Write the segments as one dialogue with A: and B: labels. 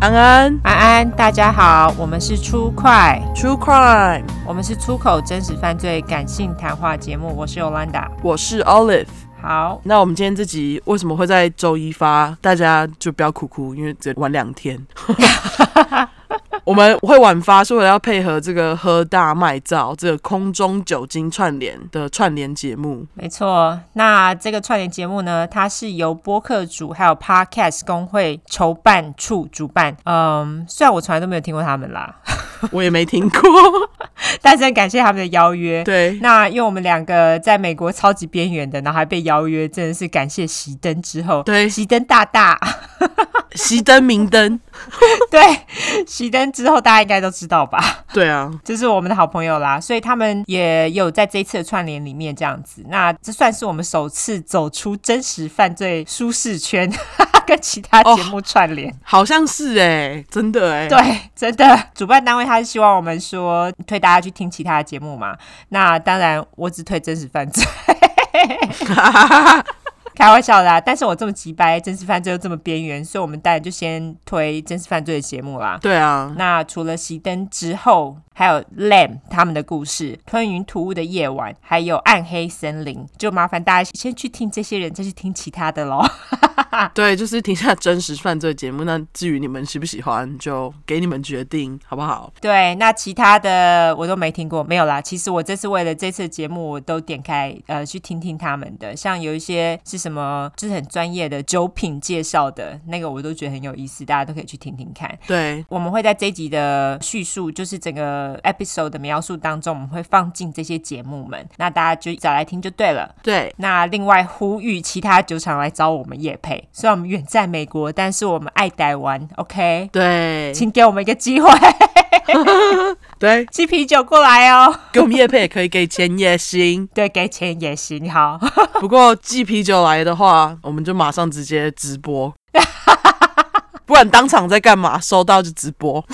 A: 安安
B: 安安，大家好，我们是出快，
A: ，True Crime，
B: 我们是出口真实犯罪感性谈话节目，我是 Olanda。
A: 我是 Olive。
B: 好，
A: 那我们今天这集为什么会在周一发？大家就不要哭哭，因为只晚两天。我们会晚发是为了要配合这个喝大麦照这个空中酒精串联的串联节目。
B: 没错，那这个串联节目呢，它是由播客组还有 Podcast 工会筹办处主办。嗯，虽然我从来都没有听过他们啦，
A: 我也没听过，
B: 但是很感谢他们的邀约。
A: 对，
B: 那因为我们两个在美国超级边缘的，然后还被邀约，真的是感谢熄灯之后，
A: 对
B: 熄灯大大，
A: 熄灯明灯，
B: 对，熄灯之后大家应该都知道吧？
A: 对啊，
B: 这是我们的好朋友啦，所以他们也有在这一次的串联里面这样子。那这算是我们首次走出真实犯罪舒适圈， 跟其他节目串联。
A: 好像是哎、真的哎、
B: 对，啊真的，主办单位他是希望我们说推大家去听其他的节目嘛。那当然，我只推真实犯罪。 开玩笑啦、但是我这么急掰，真实犯罪又这么边缘，所以我们当然就先推真实犯罪的节目啦。
A: 对啊，
B: 那除了熄灯之后，还有 Lamb 他们的故事，吞云吐雾的夜晚，还有暗黑森林，就麻烦大家先去听这些人，再去听其他的喽。
A: 对，就是停下真实犯罪节目。那至于你们喜不喜欢，就给你们决定，好不好？
B: 对，那其他的我都没听过，没有啦。其实我这次为了这次节目，我都点开呃去听听他们的，像有一些是什么，就是很专业的酒品介绍的那个，我都觉得很有意思，大家都可以去听听看。
A: 对，
B: 我们会在这一集的叙述，就是整个 episode 的描述当中，我们会放进这些节目们，那大家就找来听就对了。
A: 对，
B: 那另外呼吁其他酒厂来找我们夜配，虽然我们远在美国，但是我们爱台湾，OK，
A: 对，
B: 请给我们一个机会，
A: 对，
B: 寄啤酒过来哦。
A: 给我们叶配也可以，给钱也 行。
B: 对，给钱也行，好，
A: 不过寄啤酒来的话，我们就马上直接直播。 不然当场在干嘛？收到就直 播，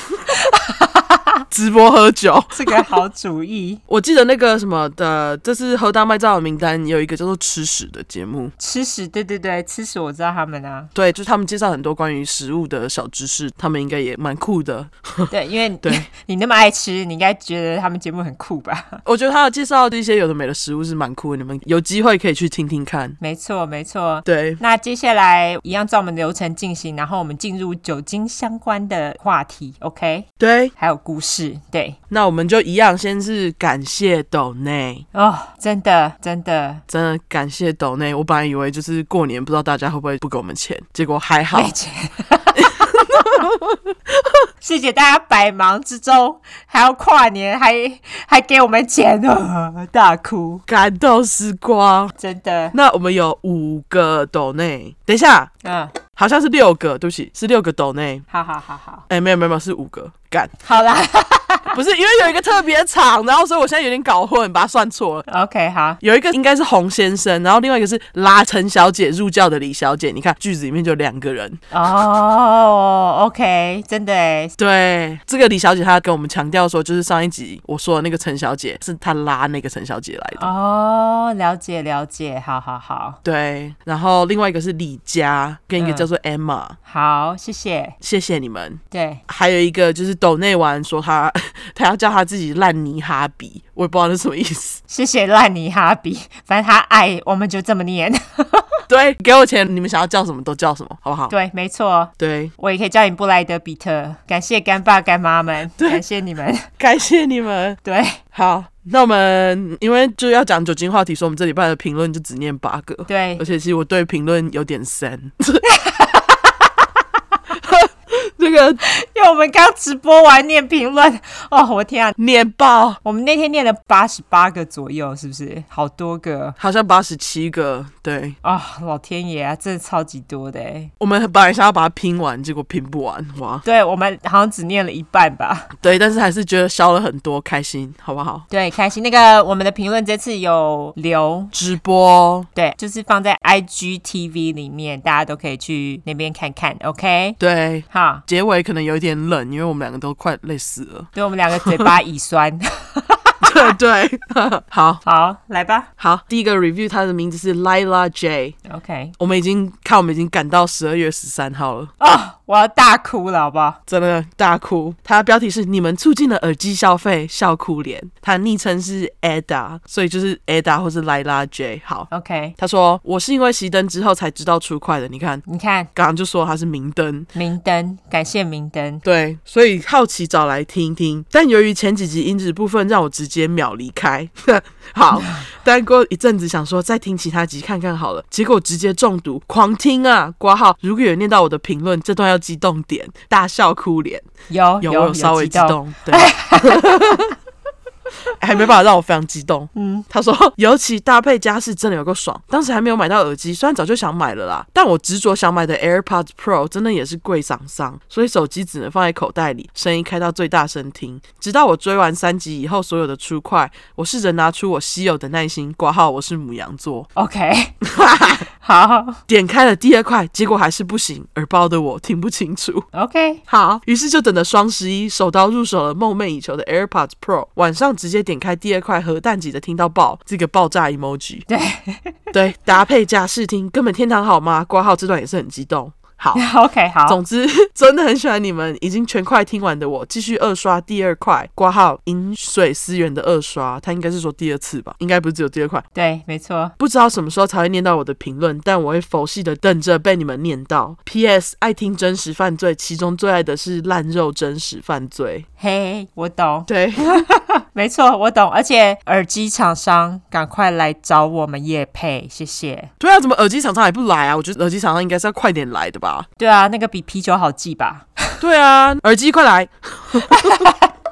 A: 直播喝酒。
B: 这个好主意。
A: 我记得那个什么的，这次喝大麦照的名单有一个叫做“吃屎”的节目，。
B: 吃屎，对对对，吃屎，我知道他们啊
A: 对，就是他们介绍很多关于食物的小知识，他们应该也蛮酷 的。
B: 对，因为你
A: 对
B: 你那么爱吃，你应该觉得他们节目很酷吧？
A: 我觉得他有介绍的一些有的没的食物是蛮酷的，你们有机会可以去听听看。
B: 没错，没错。
A: 对，
B: 那接下来一样照我们流程进行，然后我们进入酒精相关的话题，OK？
A: 对，
B: 还有故事，对
A: 那我们就一样，先是感谢斗内。
B: 哦，真的真的，
A: 真的感谢抖内，我本来以为就是过年不知道大家会不会不给我们钱，结果还好
B: 没。钱。 谢谢大家百忙之中，还要跨年，还还给我们钱呢，大哭，
A: 感动时光。
B: 真的，
A: 那我们有五个抖内，等一下，
B: 嗯，
A: 好像是六个，对不起，是六个抖内。
B: 好好好好，
A: 哎、没有没有没有，是五个。干，
B: 好啦
A: 不是因为有一个特别长，然后所以我现在有点搞混，把它算错了。
B: ，OK，好，
A: 有一个应该是洪先生，然后另外一个是拉陈小姐入教的李小姐。你看句子里面就两个人。
B: 哦、o k 真的哎，
A: 对，这个李小姐她跟我们强调说，就是上一集我说的那个陈小姐是她拉那个陈小姐来的。
B: 哦、了解了解，好好好，
A: 对，然后另外一个是李佳，跟一个
B: 嗯
A: 叫做 Emma，、
B: 好，谢谢，
A: 谢谢你们。
B: 对。
A: 还有一个就是抖内完说 他他要叫他自己烂泥哈比，我也不知道那什么意思。
B: 谢谢烂泥哈比，反正他爱我们就这么念。
A: 对，给我钱，你们想要叫什么都叫什么，好不好？
B: 对，没错，
A: 对，
B: 我也可以叫你布莱德比特。感谢干爸干妈们，感谢你们。
A: 感谢你们。
B: 对，
A: 好，那我们因为就要讲酒精话题，所以我们这礼拜的评论就只念八个。
B: 对
A: 而，且其实我对评论有点深。 这个
B: 因为我们刚直播完念评论，哦，我天啊！
A: 年报
B: 我们那天念了八十八个左右，是不是？好多个
A: 好像八十七个，对，
B: 啊、老天爷啊，真的超级多的哎。
A: 我们本来想要把它拼完，结果拼不完，哇！
B: 对我们好像只念了一半吧。
A: 对，但是还是觉得消了很多，开心，好不好？
B: 对，开心。那个我们的评论这次有留，
A: 直播，
B: 对，就是放在 IGTV 里面，大家都可以去那边看看。OK，
A: 对，
B: 好。
A: 结尾可能有一点冷，因为我们两个都快累死了。
B: 对我们两个嘴巴已 酸。
A: 对对， 好
B: 好，来吧。
A: 好，第一个 review，它的名字是 Lila J，
B: OK。
A: 我们已经看，我们已经赶到十二月十三号了，
B: 哦，我要大哭了，好不好？
A: 真的大哭。他标题是“你们促进了耳机消费，笑哭脸”。他昵称是 Ada，所以就是 Ada 或是 Lila J。好，
B: OK，
A: 他说我是因为熄灯之后才知道出快的。你看，
B: 你看
A: 刚刚就说他是明灯。
B: 明灯，感谢明灯。
A: 对，所以好奇找来听一听，但由于前几集音质部分让我直接秒离开， 好，但过一阵子想说再听其他集看看好了，结果直接中毒，狂听啊！挂号，如果有念到我的评论，这段要激动点，大笑哭脸，
B: 有
A: 有我
B: 哦有
A: 有稍微
B: 激动，
A: 动，对。 还没办法让我非常激动。嗯，他说， 尤其搭配家饰真的有够爽。当时还没有买到耳机，虽然早就想买了啦，但我执着想买的 AirPods Pro 真的也是贵上上，所以手机只能放在口袋里，声音开到最大声听。直到我追完三集以后，所有的出块，我试着拿出我稀有的耐心，挂号我是母羊座，
B: OK，好
A: 点开了第二块，结果还是不行，耳包的我听不清楚。
B: ，OK，
A: 好，于是就等着双十一，手刀入手了梦寐以求的 AirPods Pro。晚上直接点开第二块核弹级的，听到爆，这个爆炸 emoji。
B: 对
A: 对，搭配加试听，根本天堂好吗？挂号这段也是很激动。好。
B: ，OK，好，
A: 总之，真的很喜欢你们。已经全快听完的我，继续二刷第二块，挂号饮水思源的二刷，他应该是说第二次吧，应该不是只有第二块。
B: 对，没错，
A: 不知道什么时候才会念到我的评论，但我会佛系的等着被你们念到。P.S. 爱听真实犯罪，其中最爱的是烂肉真实犯罪。
B: 嘿，我懂，
A: 对，
B: 没错，我懂，而且耳机厂商赶快来找我们叶配，谢谢。
A: 对啊，怎么耳机厂商还不来啊？我觉得耳机厂商应该是要快点来的吧。
B: 对啊，那个比啤酒好记吧？
A: 对啊，耳机快来。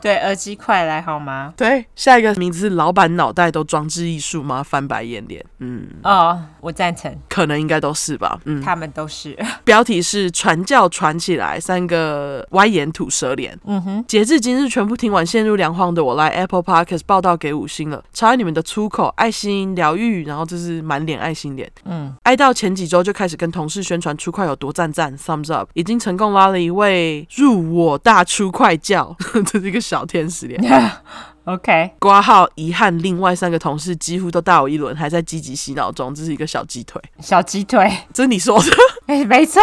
B: 对，耳机快来好吗？
A: 对，下一个名字是老板脑袋都装置艺术吗？翻白眼脸，嗯，
B: 哦，我赞成，
A: 可能应该都是吧。嗯，
B: 他们都是。
A: 标题是传教传起来，三个歪眼吐舌脸。
B: 嗯哼，
A: 截至今日，全部听完陷入良荒的我，来 Apple Podcast 报道给五星了，超爱你们的出口、爱心、疗愈，然后这是满脸爱心脸。
B: 嗯，
A: 爱到前几周就开始跟同事宣传出快有多赞赞，thumbs up，已经成功拉了一位入我大出快教， 这是一个小天使脸。
B: OK，
A: 挂号遗憾，另外三个同事几乎都大我一轮，还在积极洗脑中，这是一个小鸡腿，
B: 小鸡腿，
A: 这是你说的，
B: 哎、 没错，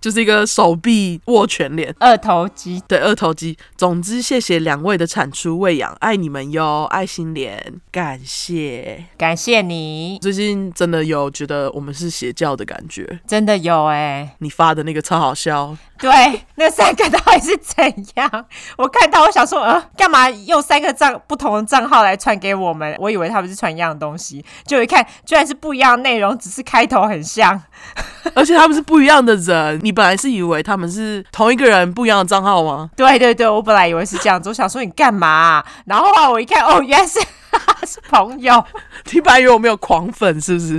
A: 就是一个手臂握拳脸。
B: 二头肌。
A: 对，二头肌。总之，谢谢两位的产出喂养，爱你们哟，爱心脸，感谢。
B: 感谢你，
A: 最近真的有觉得我们是邪教的感觉，
B: 真的有哎、
A: 你发的那个超好笑，
B: 对，那三个到底是怎样？我看到我想说，呃，干嘛用三个账不同的账号来传给我们？我以为他们是传一样的东西，就一看居然是不一样的内容，只是开头很像。
A: 而且他们是不一样的人，你本来是以为他们是同一个人不一样的账号吗？
B: 对对对，我本来以为是这样子，我想说你干嘛啊、然后啊，我一看，哦，原来是 是朋友，
A: 你本来以为我没有狂粉是不是？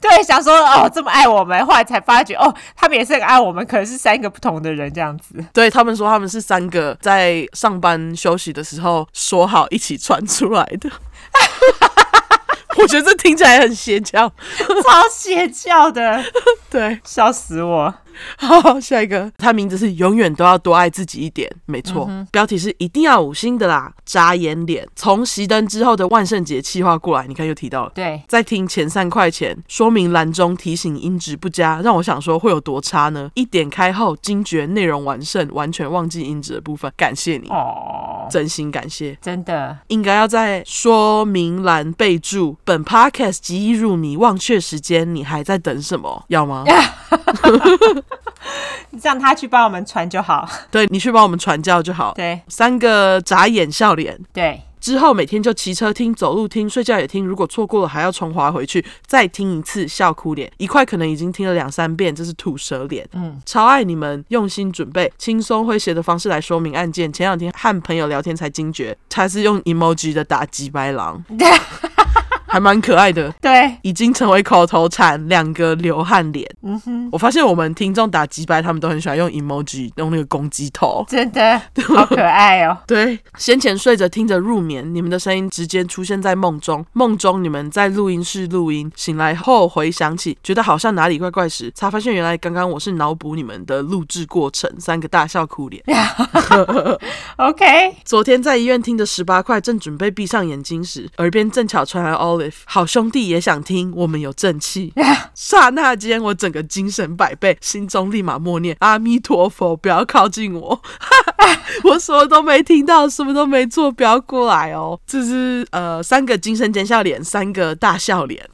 B: 对，想说哦这么爱我们，后来才发觉哦，他们也是很爱我们，可能是三个不同的人这样子。
A: 对他们说他们是三个在上班休息的时候说好一起传出来的， 我觉得这听起来很邪教。
B: 超邪教的，
A: 对，
B: 笑死我！
A: 好， 下一个，他名字是永远都要多爱自己一点，没错。标题是一定要五星的啦，眨眼脸。从熄灯之后的万圣节气划过来，你看又提到了。
B: 对，
A: 在听前三块钱说明栏中提醒音质不佳，让我想说会有多差呢？一点开后惊觉内容完胜，完全忘记音质的部分，感谢你，
B: 哦，
A: 真心感谢。
B: 真的，
A: 应该要在说明栏备注“本 podcast 即已入迷，忘却时间，你还在等什么？”要吗？
B: 你让他去帮我们传就好。
A: 对你去帮我们传教就好。
B: 对
A: 三个眨眼笑脸。
B: 对，
A: 之后每天就骑车听、走路听、睡觉也听，如果错过了还要重滑回去再听一次，笑哭脸。一块可能已经听了两三遍，这是吐舌脸。
B: 嗯，
A: 超爱你们用心准备、轻松诙谐的方式来说明案件。前两天和朋友聊天才惊觉，他是用 emoji 的打击白 狼，还蛮可爱的。
B: 对，
A: 已经成为口头禅，两个流汗脸。嗯哼，我发现我们听众打击白，他们都很喜欢用 emoji，用那个公鸡头。
B: 真的好可爱哦。
A: 对，先前睡着听着入眠，你们的声音直接出现在梦中，梦中你们在录音室录音，醒来后回想起，觉得好像哪里怪怪时，才发现原来刚刚我是脑补你们的录制过程，三个大笑哭脸。
B: OK，
A: 昨天在医院听着十八块，正准备闭上眼睛时，耳边正巧传来 Olive Cliff，好兄弟也想听，我们有正气。刹那间，我整个精神百倍，心中立马默念：阿弥陀佛，不要靠近我！ 我什么都没听到，什么都没做，不要过来哦！这是呃三个精神尖笑脸，三个大笑脸。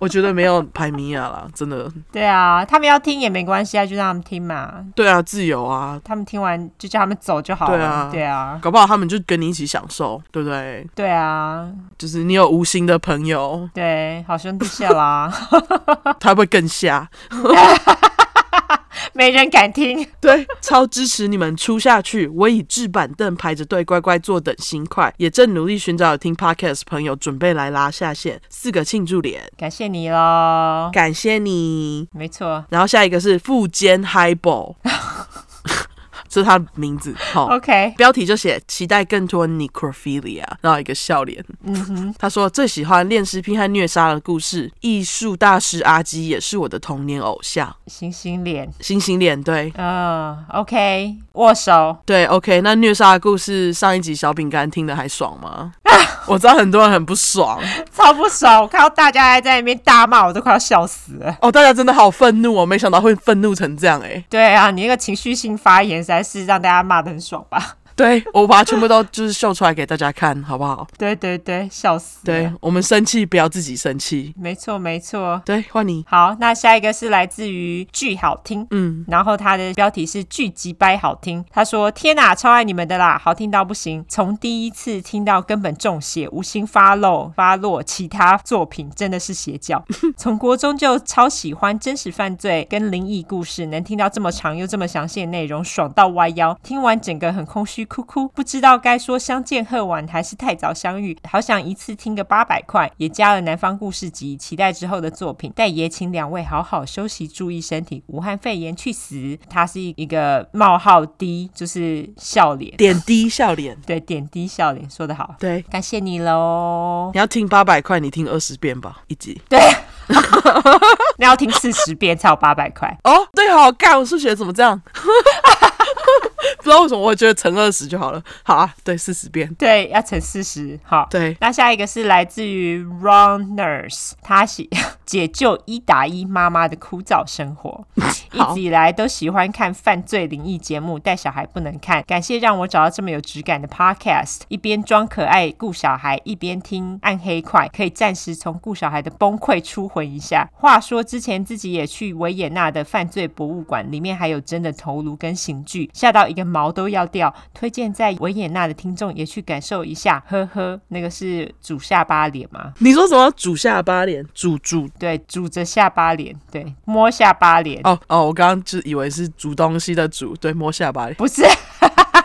A: 我觉得没有排米亚啦，真的。
B: 对啊，他们要听也没关系啊，就让他们听嘛。
A: 对啊，自由啊，
B: 他们听完就叫他们走就好
A: 对啊
B: 了。对啊，
A: 搞不好他们就跟你一起享受，对不对？
B: 对啊，
A: 就是你有无心的朋友，
B: 对，好兄弟啊谢啦，
A: 他会更瞎。
B: 没人敢听。
A: 对，超支持你们出下去！我已置板凳排着队，乖乖坐等新快，也正努力寻找有听 podcast 朋友，准备来拉下线。四个庆祝脸，
B: 感谢你喽，
A: 感谢你。
B: 没错。
A: 然后下一个是富坚 highball，这是他的名字。好、
B: OK，
A: 标题就写期待更多 necrophilia，然后一个笑脸。他说最喜欢恋尸癖和虐杀的故事，艺术大师阿基也是我的童年偶像。
B: 星星脸，
A: 星星脸，对
B: 嗯、o k 握手，
A: 对，OK。那虐杀的故事上一集小饼干听的还爽吗？ 我知道很多人很不爽
B: 超不爽。我看到大家还在那边大骂，我都快要笑死了。
A: 哦，大家真的好愤怒哦，没想到会愤怒成这样哎、
B: 对啊，你那个情绪性发言实在是让大家骂的很爽吧？
A: 对我把它全部都就是秀出来给大家看，好不好？
B: 对对对，笑死了。
A: 对我们生气不要自己生气，
B: 没错没错。
A: 对，换你。
B: 好，那下一个是来自于巨好听，
A: 嗯，
B: 然后它的标题是巨鸡掰好听。他说：“天哪，超爱你们的啦，好听到不行！从第一次听到根本中邪，无心发漏发落，其他作品真的是邪教。从国中就超喜欢真实犯罪跟灵异故事，能听到这么长又这么详细的内容，爽到弯腰。听完整个很空虚，哭哭，不知道该说相见恨晚还是太早相遇。好想一次听个八百块，也加了南方故事集，期待之后的作品。但也请两位好好休息，注意身体。武汉肺炎去死！它是一个冒号 D，就是笑脸，
A: 点滴笑脸，
B: 对，点滴笑脸，说得好，
A: 对，
B: 感谢你 喽。
A: 你要听八百块，你听二十遍吧，一集。
B: 那要听四十遍才有八百块。
A: 哦，对好干，我数学怎么这样？ 不知道为什么，我觉得乘二十就好了。好啊，对，四十遍。
B: 对，要乘四十。好，
A: 对
B: 那下一个是来自于 Ron Nurse，他写 解救一打一妈妈的枯燥生活。一
A: 好
B: 直以来都喜欢看犯罪灵异节目，带小孩不能看。感谢让我找到这么有质感的 podcast，一边装可爱顾小孩，一边听暗黑快，可以暂时从顾小孩的崩溃出魂一下。话说之前自己也去维也纳的犯罪博物馆，里面还有真的头颅跟刑具，吓到一个毛都要掉。推荐在维也纳的听众也去感受一下，呵呵，那个是煮下巴脸吗？
A: 你说什么？煮下巴脸，煮煮。
B: 对，煮着下巴脸，对，摸下巴脸，
A: 哦哦，我刚刚就以为是煮东西的煮，对，摸下巴脸。
B: 不是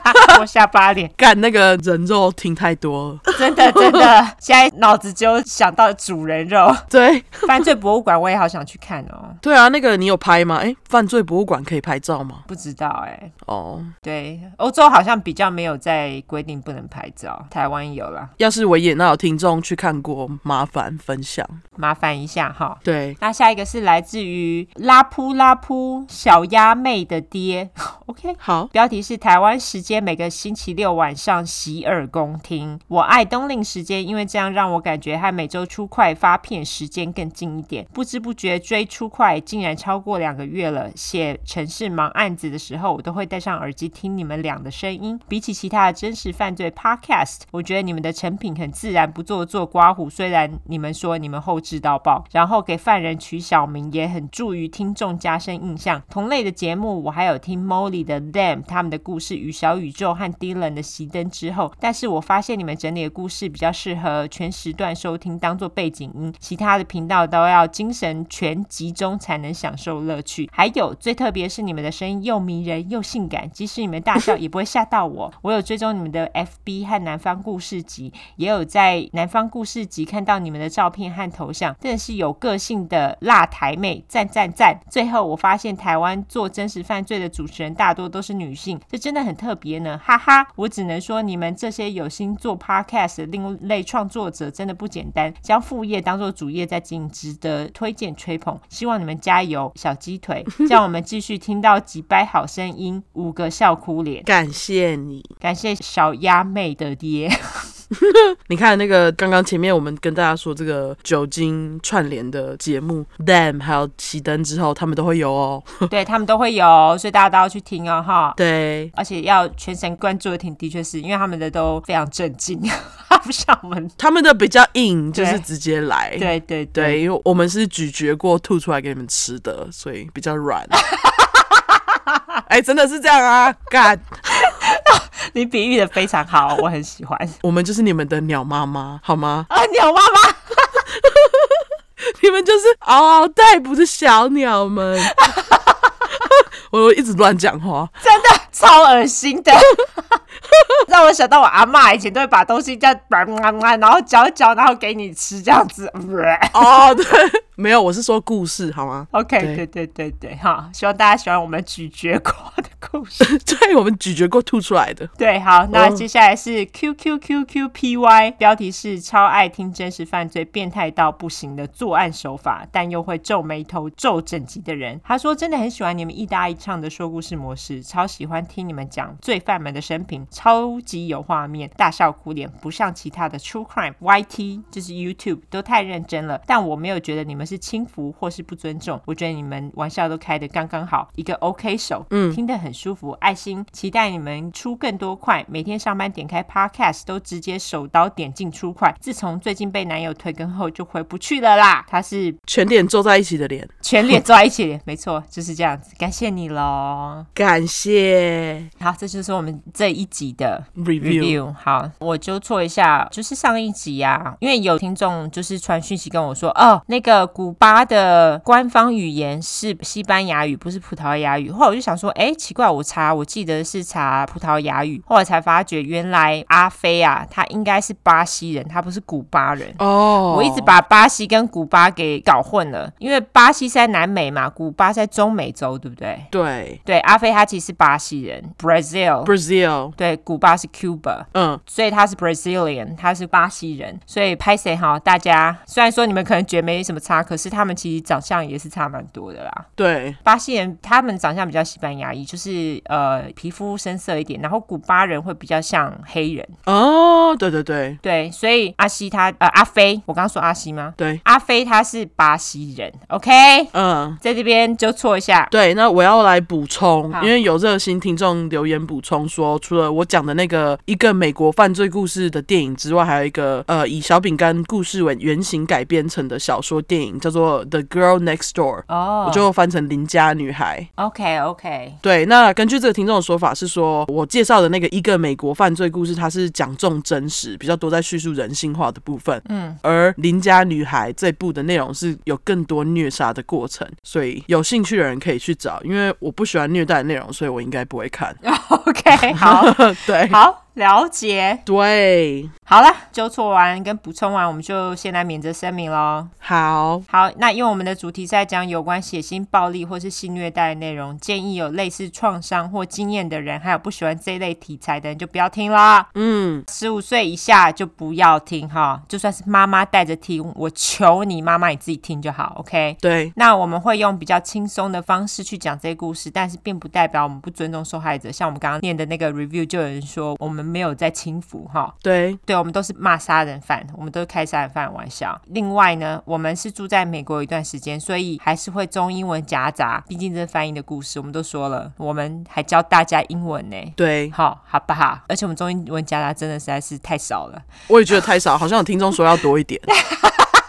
B: 摸下巴脸。
A: 干那个人肉听太多了，
B: 真的真的，现在脑子只有想到主人肉。
A: 对
B: 犯罪博物馆我也好想去看哦，
A: 对啊，那个你有拍吗？哎，犯罪博物馆可以拍照吗？
B: 不知道哎、
A: 哦，
B: 对，欧洲好像比较没有在规定不能拍照，台湾有啦，
A: 要是维也纳有听众去看过，麻烦分享。
B: 麻烦一下哈。
A: 对，
B: 那下一个是来自于拉扑拉扑小鸭妹的爹 ，OK，
A: 好，
B: 标题是台湾时间每个星期六晚上洗耳恭听。我爱冬令时间，因为这样让我感觉和每周出快发片时间更近一点。不知不觉追出快竟然超过两个月了。写城市忙案子的时候，我都会戴上耳机听你们俩的声音。比起其他的真实犯罪 podcast，我觉得你们的成品很自然，不做作刮胡。虽然你们说你们后置到爆，然后给犯人取小名，也很助于听众加深印象。同类的节目，我还有听 Molly 的 Them 他们的故事与小宇宙和 Dylan 的熄灯之后，但是我发现你们整理的故事比较适合全时段收听，当做背景音，其他的频道都要精神全集中才能享受乐趣。还有最特别是你们的声音又迷人又性感，即使你们大笑也不会吓到我。我有追踪你们的 FB 和南方故事集，也有在南方故事集看到你们的照片和头像，真的是有个性的辣台妹，赞赞赞！最后我发现台湾做真实犯罪的主持人大多都是女性，这真的很特别呢，哈哈！我只能说你们这些有心做 podcast 的另类创作者真的不简单，将副业当做主业在经营，值得推荐吹捧。希望你们加油，小鸡腿，让我们继续听到几百好声音，五个笑哭脸。
A: 感谢你。
B: 感谢小鸭妹的爹。
A: 你看那个刚刚前面我们跟大家说这个酒精串联的节目，Them 还有熄灯之后，他们都会有哦。
B: 对他们都会有，所以大家都要去听哦哈。
A: 对，
B: 而且要全神贯注的听，的确是因为他们的都非常震惊， 不像我们。
A: 他们的比较硬，就是
B: 对
A: 直接来。
B: 对对
A: 哎对，因为我们是咀嚼过吐出来给你们吃的，所以比较软。 哎、真的是这样啊！God，
B: 你比喻的非常好，我 很喜欢。
A: 我们就是你们的鸟妈妈，好吗？
B: 啊，鸟妈妈，
A: 你们就是嗷嗷待哺的小鸟们。 我一直乱讲话，
B: 真的超恶心的， 让我想到我阿嬷以前都会把东西这样，然后嚼一嚼，然后给你吃这样子。
A: 哦，对，没有，我是说故事好吗？
B: OK，
A: 对
B: 对对对对，哈，希望大家喜欢我们咀嚼过的故事。
A: 对，我们咀嚼过吐出来的。
B: 对，好，那
A: 嗯
B: 接下来是 QQQQPY，标题是超爱听真实犯罪，变态到不行的作案手法，但又会皱眉头皱整集的人。他说真的很喜欢你们一搭一唱的说故事模式，超喜欢听你们讲罪犯们的生平，超级有画面，大笑哭脸，不像其他的 True Crime YT 就是 YouTube 都太认真了，但我没有觉得你们是轻浮或是不尊重，我觉得你们玩笑都开的刚刚好，一个 OK 手，嗯，听得很舒服，爱心，期待你们出更多快，每天上班点开 Podcast 都直接手刀点进出快，自从最近被男友推更后就回不去了啦，他是
A: 全脸皱在一起的脸，
B: 全脸坐在一起，没错，就是这样子，感谢你喽。
A: 感谢
B: 好，这就是我们这一集的
A: review。
B: review 好，我纠错一下，就是上一集啊，因为有听众就是传讯息跟我说，哦，那个古巴的官方语言是西班牙语，不是葡萄牙语。后来我就想说，哎，奇怪，我查我记得是查葡萄牙语，后来才发觉原来阿飞啊，他应该是巴西人，他不是古巴人。
A: 哦，
B: 我一直把巴西跟古巴给搞混了，因为巴西是在南美嘛，古巴是在中美洲，对不对？
A: 对
B: 对，阿飞他其实是巴西人，Brazil，
A: Brazil，
B: 对，古巴是 Cuba，
A: 嗯，
B: 所以他是 Brazilian，他是巴西人，所以拍谁哈？大家虽然说你们可能觉得没什么差，可是他们其实长相也是差蛮多的啦。
A: 对，
B: 巴西人他们长相比较西班牙裔，就是呃皮肤深色一点，然后古巴人会比较像黑人。
A: 哦，对对对
B: 对，所以阿西他呃阿飞，我刚刚说阿西吗？
A: 对，
B: 阿飞他是巴西人，OK，
A: 嗯。
B: 在这边纠错一下。
A: 对，那我要来补充，
B: 好
A: 因为有热心听众留言补充说，除了我讲的那个一个美国犯罪故事的电影之外，还有一个呃以小饼干故事为原型改编成的小说电影，叫做《The Girl Next Door》，
B: 哦、
A: 我就翻成《邻家女孩》。
B: OK OK，
A: 对，那根据这个听众的说法是说，我介绍的那个一个美国犯罪故事，它是讲重真实，比较多在叙述人性化的部分。嗯，而《邻家女孩》这部的内容是有更多虐杀的过程，所以有兴趣的人可以去找，因为我不喜欢虐待的内容，所以我应该不会看。
B: OK，好
A: 对
B: 好了解。
A: 对，
B: 好了，纠错完跟补充完，我们就先来免责声明喽。
A: 好，
B: 好，那因为我们的主题是在讲有关血腥暴力或是性虐待的内容，建议有类似创伤或经验的人，还有不喜欢这一类题材的人就不要听啦。
A: 嗯，
B: 十五岁以下就不要听哈，就算是妈妈带着听，我求你妈妈你自己听就好，OK。
A: 对，
B: 那我们会用比较轻松的方式去讲这些故事，但是并不代表我们不尊重受害者。像我们刚刚念的那个 review，就有人说我们没有在轻浮哈，
A: 对，
B: 对，我们都是骂杀人犯，我们都是开杀人犯玩笑。另外呢，我们是住在美国一段时间，所以还是会中英文夹杂，毕竟这是翻译的故事。我们都说了，我们还教大家英文呢。
A: 对，
B: 好，好不好？而且我们中英文夹杂真的实在是太少了。
A: 我也觉得太少，好像有听众说要多一点，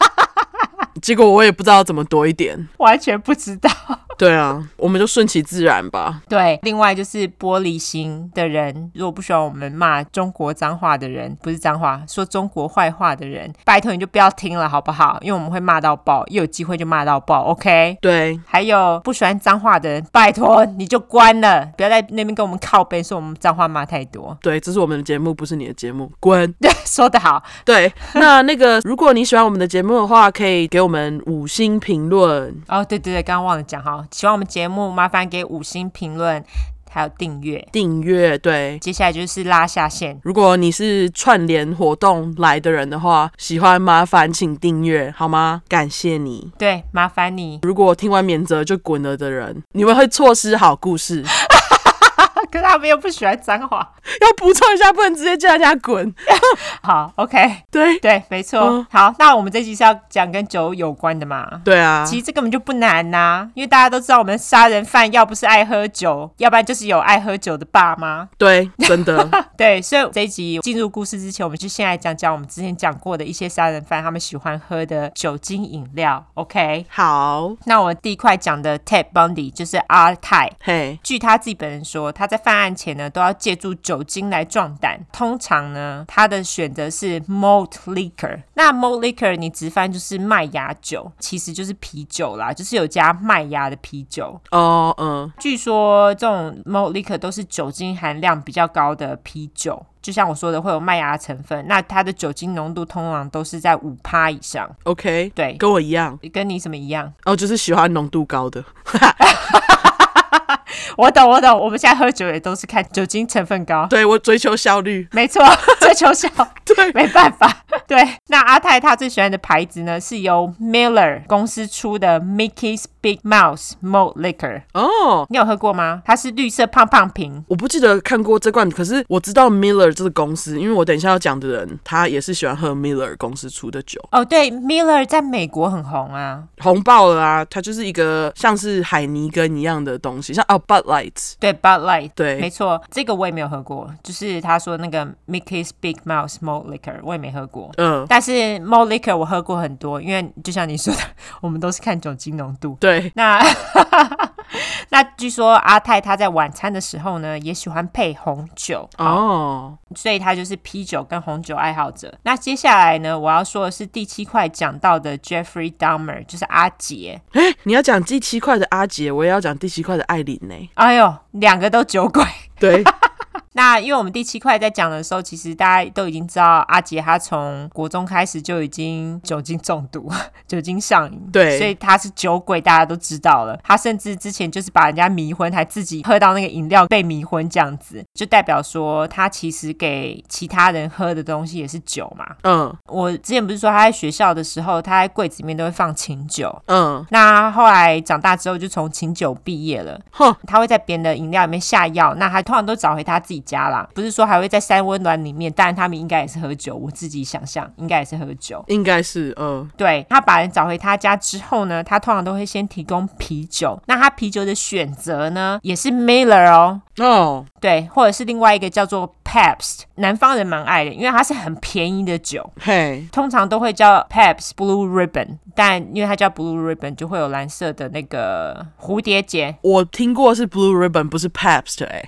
A: 结果我也不知道怎么多一点。
B: 完全不知道。
A: 对啊，我们就顺其自然吧。
B: 对，另外就是玻璃心的人，如果不喜欢我们骂中国脏话的人，不是脏话，说中国坏话的人，拜托你就不要听了，好不好？因为我们会骂到爆，又有机会就骂到爆，OK？
A: 对，
B: 还有不喜欢脏话的人，拜托你就关了，不要在那边跟我们靠背说我们脏话骂太多。
A: 对，这是我们的节目，不是你的节目，滚！
B: 对，说得好，
A: 对，那那个，如果你喜欢我们的节目的话，可以给我们五星评论。
B: 哦，对对对，刚刚忘了讲哈，喜欢我们节目，麻烦给五星评论，还有订阅。
A: 订阅，对。
B: 接下来就是拉下线，
A: 如果你是串联活动来的人的话，喜欢麻烦请订阅好吗？感谢你。
B: 对，麻烦你。
A: 如果听完免责就滚了的人，你们会错失好故事。
B: 可是他们又不喜欢脏话。
A: 要补充一下，不能直接叫人家滚。
B: 好，OK，
A: 对
B: 对，没错。
A: 嗯
B: 好，那我们这集是要讲跟酒有关的嘛？
A: 对啊，
B: 其实这根本就不难呐、因为大家都知道，我们杀人犯要不是爱喝酒，要不然就是有爱喝酒的爸妈。
A: 对，真的，
B: 对，所以这一集进入故事之前，我们就先来讲讲我们之前讲过的一些杀人犯他们喜欢喝的酒精饮料。OK，
A: 好，
B: 那我第一块讲的 Ted Bundy 就是 R 泰。
A: 嘿，
B: 据他自己本人说，他在犯案前呢，都要借助酒精来壮胆。通常呢，他的选择是 malt liquor。那 malt liquor 你直翻就是麦芽酒，其实就是啤酒啦，就是有加麦芽的啤酒。
A: 哦，嗯，
B: 据说这种 malt liquor 都是酒精含量比较高的啤酒。就像我说的，会有麦芽成分，那它的酒精浓度通常都是在五趴以上。
A: OK，
B: 对，
A: 跟我一样，
B: 跟你什么一样？
A: 哦，就是喜欢浓度高的。
B: 我懂，我懂。我们现在喝酒也都是看酒精成 分高。
A: 对我追求效率，
B: 没错，追求效，
A: 对
B: 没办法。对，那阿泰他最喜欢的牌子呢，是由 Miller 公司出的 Mickey's Big Mouse Malt Liquor。
A: 哦。
B: 你有喝过吗？它是绿色胖胖瓶。
A: 我不记得看过这罐，可是我知道 Miller 这个公司，因为我等一下要讲的人，他也是喜欢喝 Miller 公司出的酒，
B: 哦，对，Miller 在美国很红啊。
A: 红爆了啊！它就是一个像是海尼根一样的东西，像哦 Bud Light，
B: 对，Bud Light。没
A: 对，
B: 错，这个我也没有喝过，就是他说那个 Mickey's Big Mouse Malt Liquor 我也没喝过，
A: 嗯、
B: 但是 Malt Liquor 我喝过很多，因为就像你说的，我们都是看酒精浓度。
A: 对，
B: 那 那据说阿泰他在晚餐的时候呢，也喜欢配红酒，
A: 哦，
B: 所以他就是啤酒跟红酒爱好者。那接下来呢，我要说的是第七块讲到的 Jeffrey Dahmer，就是阿杰。
A: 哎、你要讲第七块的阿杰，我也要讲第七块的艾琳呢、
B: 哎呦，两个都酒鬼。
A: 对，
B: 那因为我们第七块在讲的时候，其实大家都已经知道阿杰他从国中开始就已经酒精中毒、 酒精上瘾，
A: 对
B: 所以他是酒鬼，大家都知道了。他甚至之前就是把人家迷昏，还自己喝到那个饮料被迷昏，这样子就代表说他其实给其他人喝的东西也是酒嘛。
A: 嗯
B: 我之前不是说他在学校的时候，他在柜子里面都会放琴酒。
A: 嗯，
B: 那后来长大之后，就从琴酒毕业了。
A: 哼，
B: 他会在别人的饮料里面下药，那他通常都找回他自己家啦，不是说还会在三温暖里面，当然他们应该也是喝酒，我自己想象应该也是喝酒。
A: 应该是，嗯、
B: 对他把人找回他家之后呢，他通常都会先提供啤酒，那他啤酒的选择呢也是 Miller 哦，
A: 哦，
B: 对，或者是另外一个叫做 Pabst，南方人蛮爱的，因为它是很便宜的酒。
A: 嘿，
B: 通常都会叫 Pabst Blue Ribbon，但因为它叫 Blue Ribbon，就会有蓝色的那个蝴蝶结，
A: 我听过是 Blue Ribbon，不是 Pabst，哎、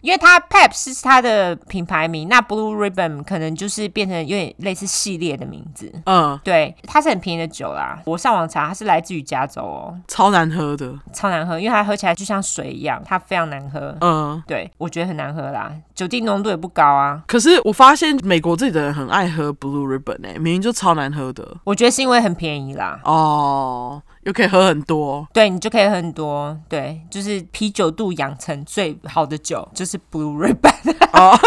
B: 因为它 Pep 是它的品牌名，那 Blue Ribbon 可能就是变成有点类似系列的名字。
A: 嗯，
B: 对，它是很便宜的酒啦。我上网查，它是来自于加州哦，
A: 超难喝的，
B: 超难喝，因为它喝起来就像水一样，它非常难喝。
A: 嗯。
B: 对，我觉得很难喝啦，酒精浓度也不高啊。
A: 可是我发现美国这里的人很爱喝 Blue Ribbon 哎、明明就超难喝的
B: 我觉得是因为很便宜啦，
A: 哦，又可以喝很多
B: 对你就可以喝很多。对，就是啤酒度养成最好的酒就是 Blue Ribbon。
A: 哦，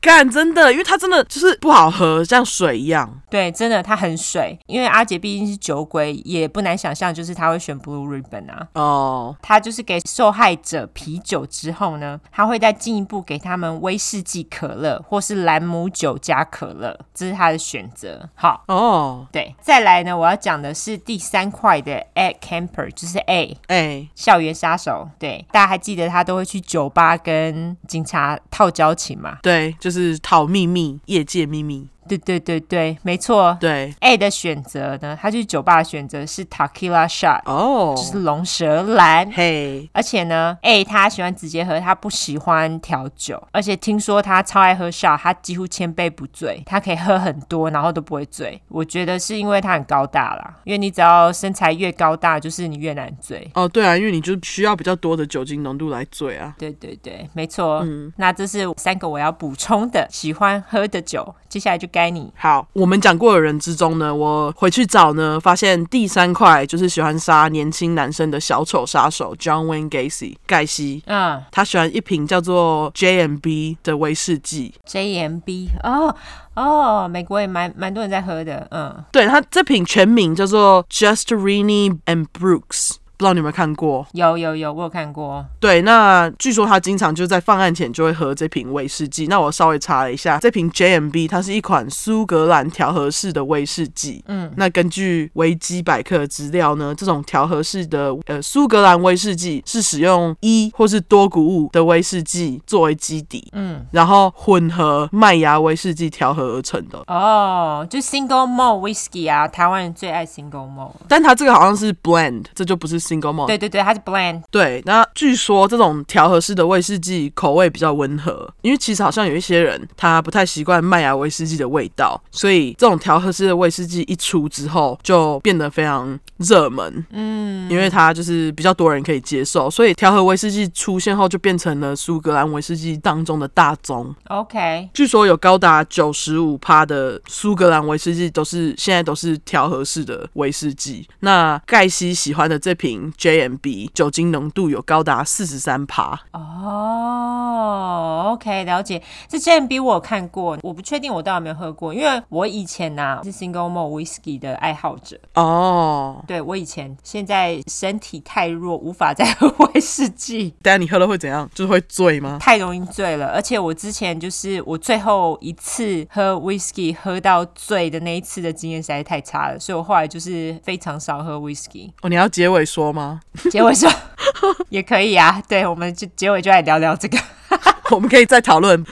A: 干真的，因为它真的就是不好喝，像水一样。
B: 对，真的它很水，因为阿杰毕竟是酒鬼，也不难想象就是他会选 Blue Ribbon 啊。
A: 哦
B: 他就是给受害者啤酒之后呢，他会再进一步给他们威士忌可乐或是兰姆酒加可乐，这是他的选择。好，
A: 哦，
B: 对，再来呢，我要讲的是第三块的 Ed Camper，就是 A
A: 哎、
B: 校园杀手。对，大家还记得他都会去酒吧跟警察套交情嘛？
A: 对，就是讨秘密，业界秘密。
B: 对对对对，没错。
A: 对，
B: A 的选择呢，他去酒吧的选择是 Tequila Shot，
A: 哦
B: 就，是龙舌兰。
A: 嘿，
B: 而且呢，A 他喜欢直接喝，他不喜欢调酒。而且听说他超爱喝 shot，他几乎千杯不醉，他可以喝很多，然后都不会醉。我觉得是因为他很高大啦，因为你只要身材越高大，就是你越难醉。
A: 哦，对啊，因为你就需要比较多的酒精浓度来醉啊。
B: 对对对，没错。那这是三个我要补充的喜欢喝的酒，接下来就该你。
A: 好，我们讲过的人之中呢，我回去找呢，发现第三块就是喜欢杀年轻男生的小丑杀手 John Wayne Gacy 盖西。
B: 嗯
A: 他喜欢一瓶叫做 J M B 的威士忌，
B: ，JMB 哦哦，美国也蛮蛮多人在喝的，嗯。
A: 对他这瓶全名叫做 Justerini and Brooks 不知道你有没有看过？
B: 有有有，我有看过。
A: 对，那据说他经常就在犯案前就会喝这瓶威士忌。那我稍微查了一下，这瓶 JMB 它是一款苏格兰调和式的威士忌。嗯，那根据维基百科的资料呢，这种调和式的呃苏格兰威士忌是使用一或是多谷物的威士忌作为基底，嗯，然后混合麦芽威士忌调和而成的。
B: 哦，就 single malt whisky 啊，台湾人最爱 single malt。
A: 但它这个好像是 blend，这就不是 single malt
B: 对对对，它是 blend。
A: 对，那据说这种调和式的威士忌口味比较温和，因为其实好像有一些人他不太习惯麦芽威士忌的味道，所以这种调和式的威士忌一出之后就变得非常热门。嗯，因为它就是比较多人可以接受，所以调和威士忌出现后就变成了苏格兰威士忌当中的大宗。
B: OK，
A: 据说有高达九十五趴的苏格兰威士忌都是现在都是调和式的威士忌。那盖西喜欢的这瓶 JMB 酒精浓度有高达四十三趴，
B: 哦、o k 了解。这 JMB 我有看过，我不确定我到底有没有喝过，因为我以前呐、是 single malt whisky 的爱好者。
A: 哦。
B: 对我以前现在身体太弱，无法再喝威士忌，
A: 但你喝了会怎样？就是会醉吗？
B: 太容易醉了。而且我之前就是我最后一次喝 whisky 喝到醉的那一次的经验实在太差了，所以我后来就是非常少喝 whisky。
A: 哦，你要结尾说吗？
B: 结尾说 也可以啊，对，我们就结尾就来聊聊这个。
A: 我们可以再讨论。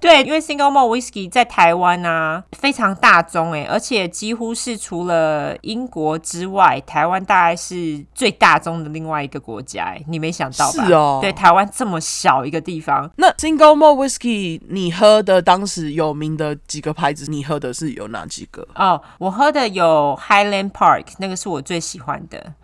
B: 对，因为 single malt whisky 在台湾啊非常大宗欸诶，而且几乎是除了英国之外，台湾大概是最大宗的另外一个国家诶，你没想到吧？
A: 是哦
B: 对，台湾这么小一个地方，
A: 那 Single Malt Whisky 你喝的当时有名的几个牌子，你喝的是有哪几个？
B: 哦，我喝的有 Highland Park，那个是我最喜欢的。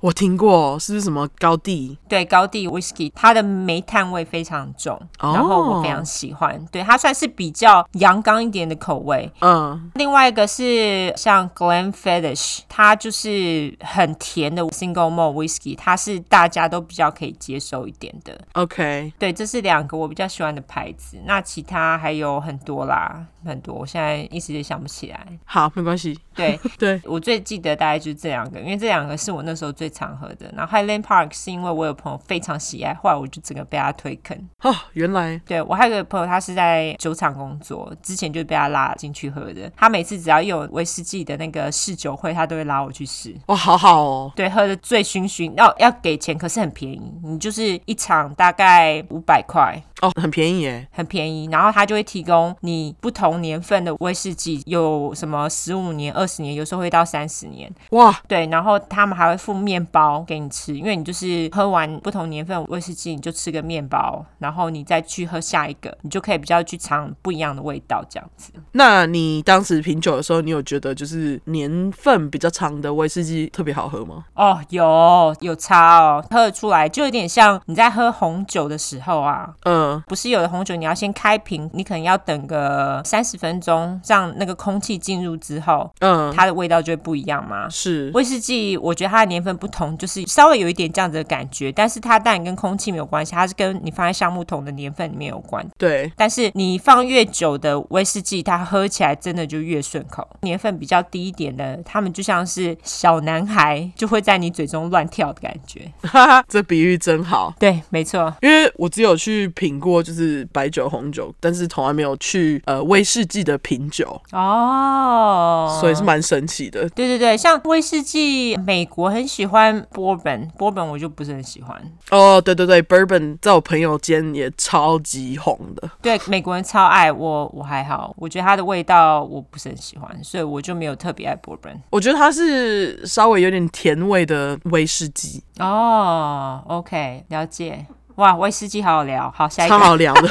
A: 我听过，哦是不是什么高地？
B: 对高地 whisky，它的煤炭味非常重
A: 哦
B: 然后我非常喜欢。对，它算是比较阳刚一点的口味。
A: 嗯，
B: 另外一个是像 Glenfiddich，它就是很甜的 single malt whisky，它是大家都比较可以接受一点的。
A: OK，
B: 对，这是两个我比较喜欢的牌子。那其他还有很多啦，很多，我现在一时也想不起来。
A: 好，没关系。
B: 对，
A: 对，
B: 我最记得大概就是这两个，因为这两个是我那时候最常喝的。然后 Highland Park 是因为我有朋友非常喜爱，后来我就整个被他推坑。
A: 哦，原来
B: 对我还有个朋友，他是在酒厂工作，之前就被他拉进去喝的。他每次只要有威士忌的那个试酒会，他都会拉我去试。
A: 哇，好好哦，
B: 对，喝的醉醺醺，要要给钱，可是很便宜，你就是一场大概五百块，
A: 哦，很便宜耶，
B: 很便宜。然后他就会提供你不同年份的威士忌，有什么十五年、二十年，有时候会到三十年。
A: 哇，
B: 对，然后他们还会附面包给你吃，因为你就是喝完不同年份威士忌，你就吃个面包，然后你再去喝下一个，你就可以比较去尝不一样的味道，这样子。
A: 那你当时品酒的时候，你有觉得就是年份比较长的威士忌特别好喝吗？
B: 哦，有有差哦，喝得出来，就有点像你在喝红酒的时候啊。
A: 嗯，
B: 不是有的红酒，你要先开瓶，你可能要等个三十分钟，让那个空气进入之后，
A: 嗯，
B: 它的味道就会不一样嘛。
A: 是，
B: 威士忌，我觉得它的年份不同，就是稍微有一点这样子的感觉，但是它当然跟空气没有关系，它是跟你放在橡木桶的年份里面有关。
A: 对，
B: 但是你放越久的威士忌，它喝起来真的就越顺口。年份比较低一点的，他们就像是小男孩，就会在你嘴中乱跳的感觉。
A: 哈哈，这比喻真好。
B: 对，没错。
A: 因为我只有去品过就是白酒、红酒，但是从来没有去呃威士忌的品酒，
B: 哦，
A: 所以是蛮神奇的。
B: 对对对，像威士忌，美国很喜欢波本，波本我就不是很喜欢。
A: 哦，对对对，Bourbon 在我朋友间也超级红的。
B: 对美国人超爱我，我还好，我觉得它的味道我不是很喜欢，所以我就没有特别爱 bourbon。
A: 我觉得它是稍微有点甜味的威士忌，
B: 哦、o k 了解。哇，威士忌好好聊，好下一
A: 超
B: 个，
A: 好聊的。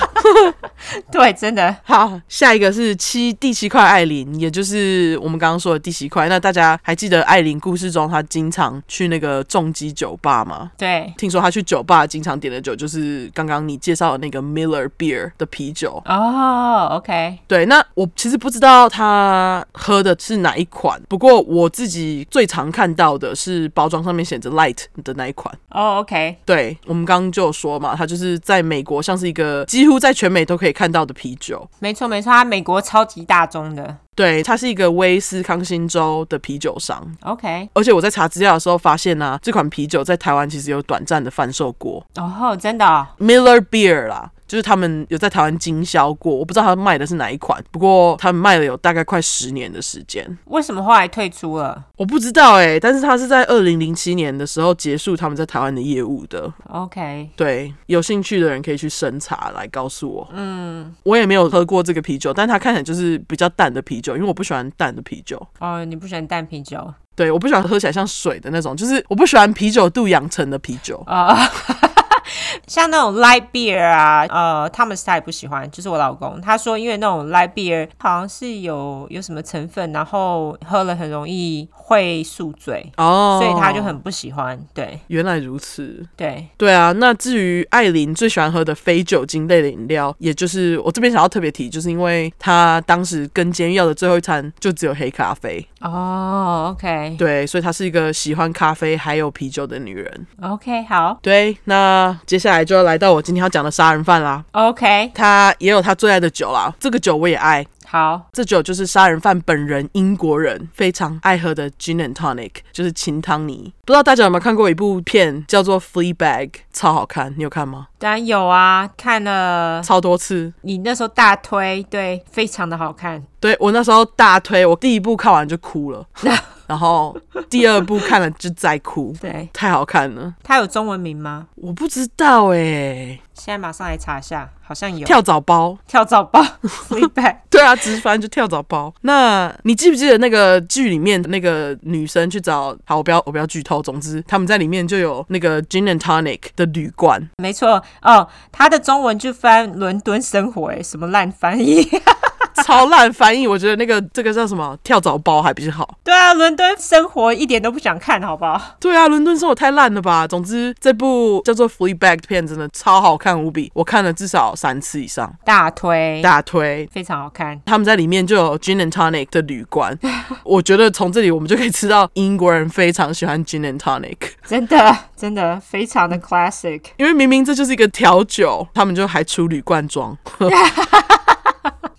B: 对，真的
A: 好，下一个是七第七块艾琳，也就是我们刚刚说的第七块。那大家还记得艾琳故事中，她经常去那个重击酒吧吗？
B: 对。
A: 听说她去酒吧经常点的酒就是刚刚你介绍的那个 Miller Beer 的啤酒。
B: 哦、o k
A: 对，那我其实不知道她喝的是哪一款，不过我自己最常看到的是包装上面写着 Light 的那一款。
B: 哦、o k
A: 对我们刚刚就有说嘛，它就是在美国像是一个几乎在全美都可以看到的啤酒。
B: 没错没错，它美国超级大众的，
A: 对，它是一个威斯康星州的啤酒商。
B: OK，
A: 而且我在查资料的时候发现啊，这款啤酒在台湾其实有短暂的贩售过
B: 哦，真的哦、
A: ，Miller Beer 啦，就是他们有在台湾经销过，我不知道他卖的是哪一款，不过他们卖了有大概快十年的时间。
B: 为什么后来退出了
A: 我不知道哎、但是他是在二零零七年的时候结束他们在台湾的业务的。
B: ？OK，
A: 对，有兴趣的人可以去深查来告诉我。嗯，我也没有喝过这个啤酒，但它看起来就是比较淡的啤酒，因为我不喜欢淡的啤酒。
B: 哦，你不喜欢淡啤酒啊
A: 对，我不喜欢喝起来像水的那种，就是我不喜欢啤酒肚养成的啤酒？。
B: 哦 像那种 light beer 啊，呃，Thomas 他也不喜欢，就是我老公，他说因为那种 light beer 好像是有有什么成分，然后喝了很容易会宿醉，
A: 哦，
B: 所以他就很不喜欢。对
A: 原来如此。
B: 对，
A: 对啊，那至于艾琳最喜欢喝的非酒精类的饮料，也就是我这边想要特别提，就是因为她当时跟监狱要的最后一餐就只有黑咖啡，
B: 哦，OK，OK，、
A: 对，所以她是一个喜欢咖啡还有啤酒的女人。
B: 好
A: 对，那接下来就要来到我今天要讲的杀人犯啦。
B: ，OK，
A: 他也有他最爱的酒啦，这个酒我也爱。
B: 好，
A: 这酒就是杀人犯本人英国人非常爱喝的 gin and tonic，就是清汤泥。不知道大家有没有看过一部片叫做《Fleabag》，超好看，你有看吗？
B: 当然有啊，看了
A: 超多次。
B: 你那时候大推，对，非常的好看。
A: 对我那时候大推，我第一部看完就哭了，然后第二部看了就再哭，
B: 对，
A: 太好看了。
B: 它有中文名吗？
A: 我不知道哎、
B: 现在马上来查一下，好像有
A: 跳蚤包。
B: 跳蚤 包 Fleabag
A: 对啊，直翻就跳蚤包。那你记不记得那个剧里面那个女生去找？好，我不要我不要剧透。总之，他们在里面就有那个 gin and tonic 的旅馆。
B: 没错哦，它的中文就翻《伦敦生活》哎，什么烂翻译？
A: 超烂翻译，我觉得那个这个叫什么跳蚤包还比较好。
B: 对啊，《伦敦生活》一点都不想看，好不好？
A: 对啊，伦敦生活太烂了吧。总之，这部叫做《Fleabag》的片真的超好看无比，我看了至少三次以上，
B: 大推，
A: 大推。
B: 非常好看。
A: 他们在里面就有 gin and tonic 的旅馆， 我觉得从这里我们就可以知道英国人非常喜欢 gin and tonic。
B: 真的，真的非常的 classic。
A: 因为明明这就是一个调酒，他们就还出铝罐 装。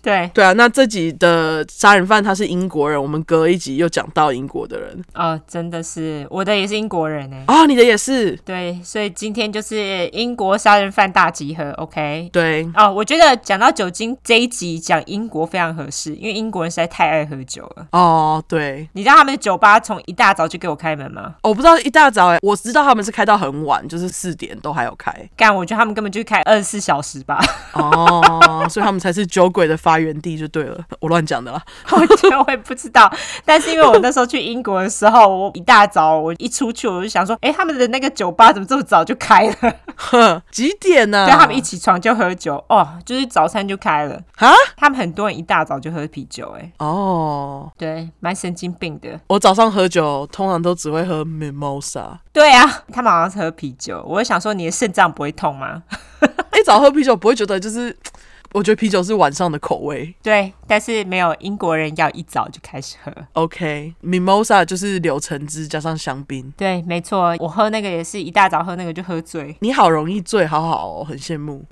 B: 对，
A: 对啊，那这集的杀人犯他是英国人，我们隔一集又讲到英国的人
B: 哦，真的是，我的也是英国人哎。
A: 啊、你的也是
B: 对，所以今天就是英国杀人犯大集合，OK？
A: 对。
B: 哦，我觉得讲到酒精这一集讲英国非常合适，因为英国人实在太爱喝酒了。
A: 哦，对，
B: 你知道他们的酒吧从一大早就给我开门吗？
A: 我不知道一大早哎，我知道他们是开到很晚，就是四点都还有开
B: 干，我觉得他们根本就开二十四小时吧，
A: 哦，所以他们才是酒鬼的发源地就对了，我乱讲的啦。
B: 我觉得我也不知道。但是因为我那时候去英国的时候，我一大早我一出去我就想说，哎、他们的那个酒吧怎么这么早就开了？
A: 哼， 几点啊呢、
B: 对，他们一起床就喝酒，哦，就是早餐就开了。
A: 啊？
B: 他们很多人一大早就喝啤酒、哎，
A: 哦，
B: 对，蛮神经病的。
A: 我早上喝酒通常都只会喝 mimosa。
B: 对啊，他们好像是喝啤酒。我就想说，你的肾脏不会痛吗？
A: 一哎早喝啤酒不会觉得就是，我觉得啤酒是晚上的口味。
B: 对，但是没有英国人要一早就开始喝。
A: OK，mimosa、就是柳橙汁加上香槟。
B: 对，没错，我喝那个也是一大早喝那个就喝醉，
A: 你好容易醉，好好哦，很羡慕。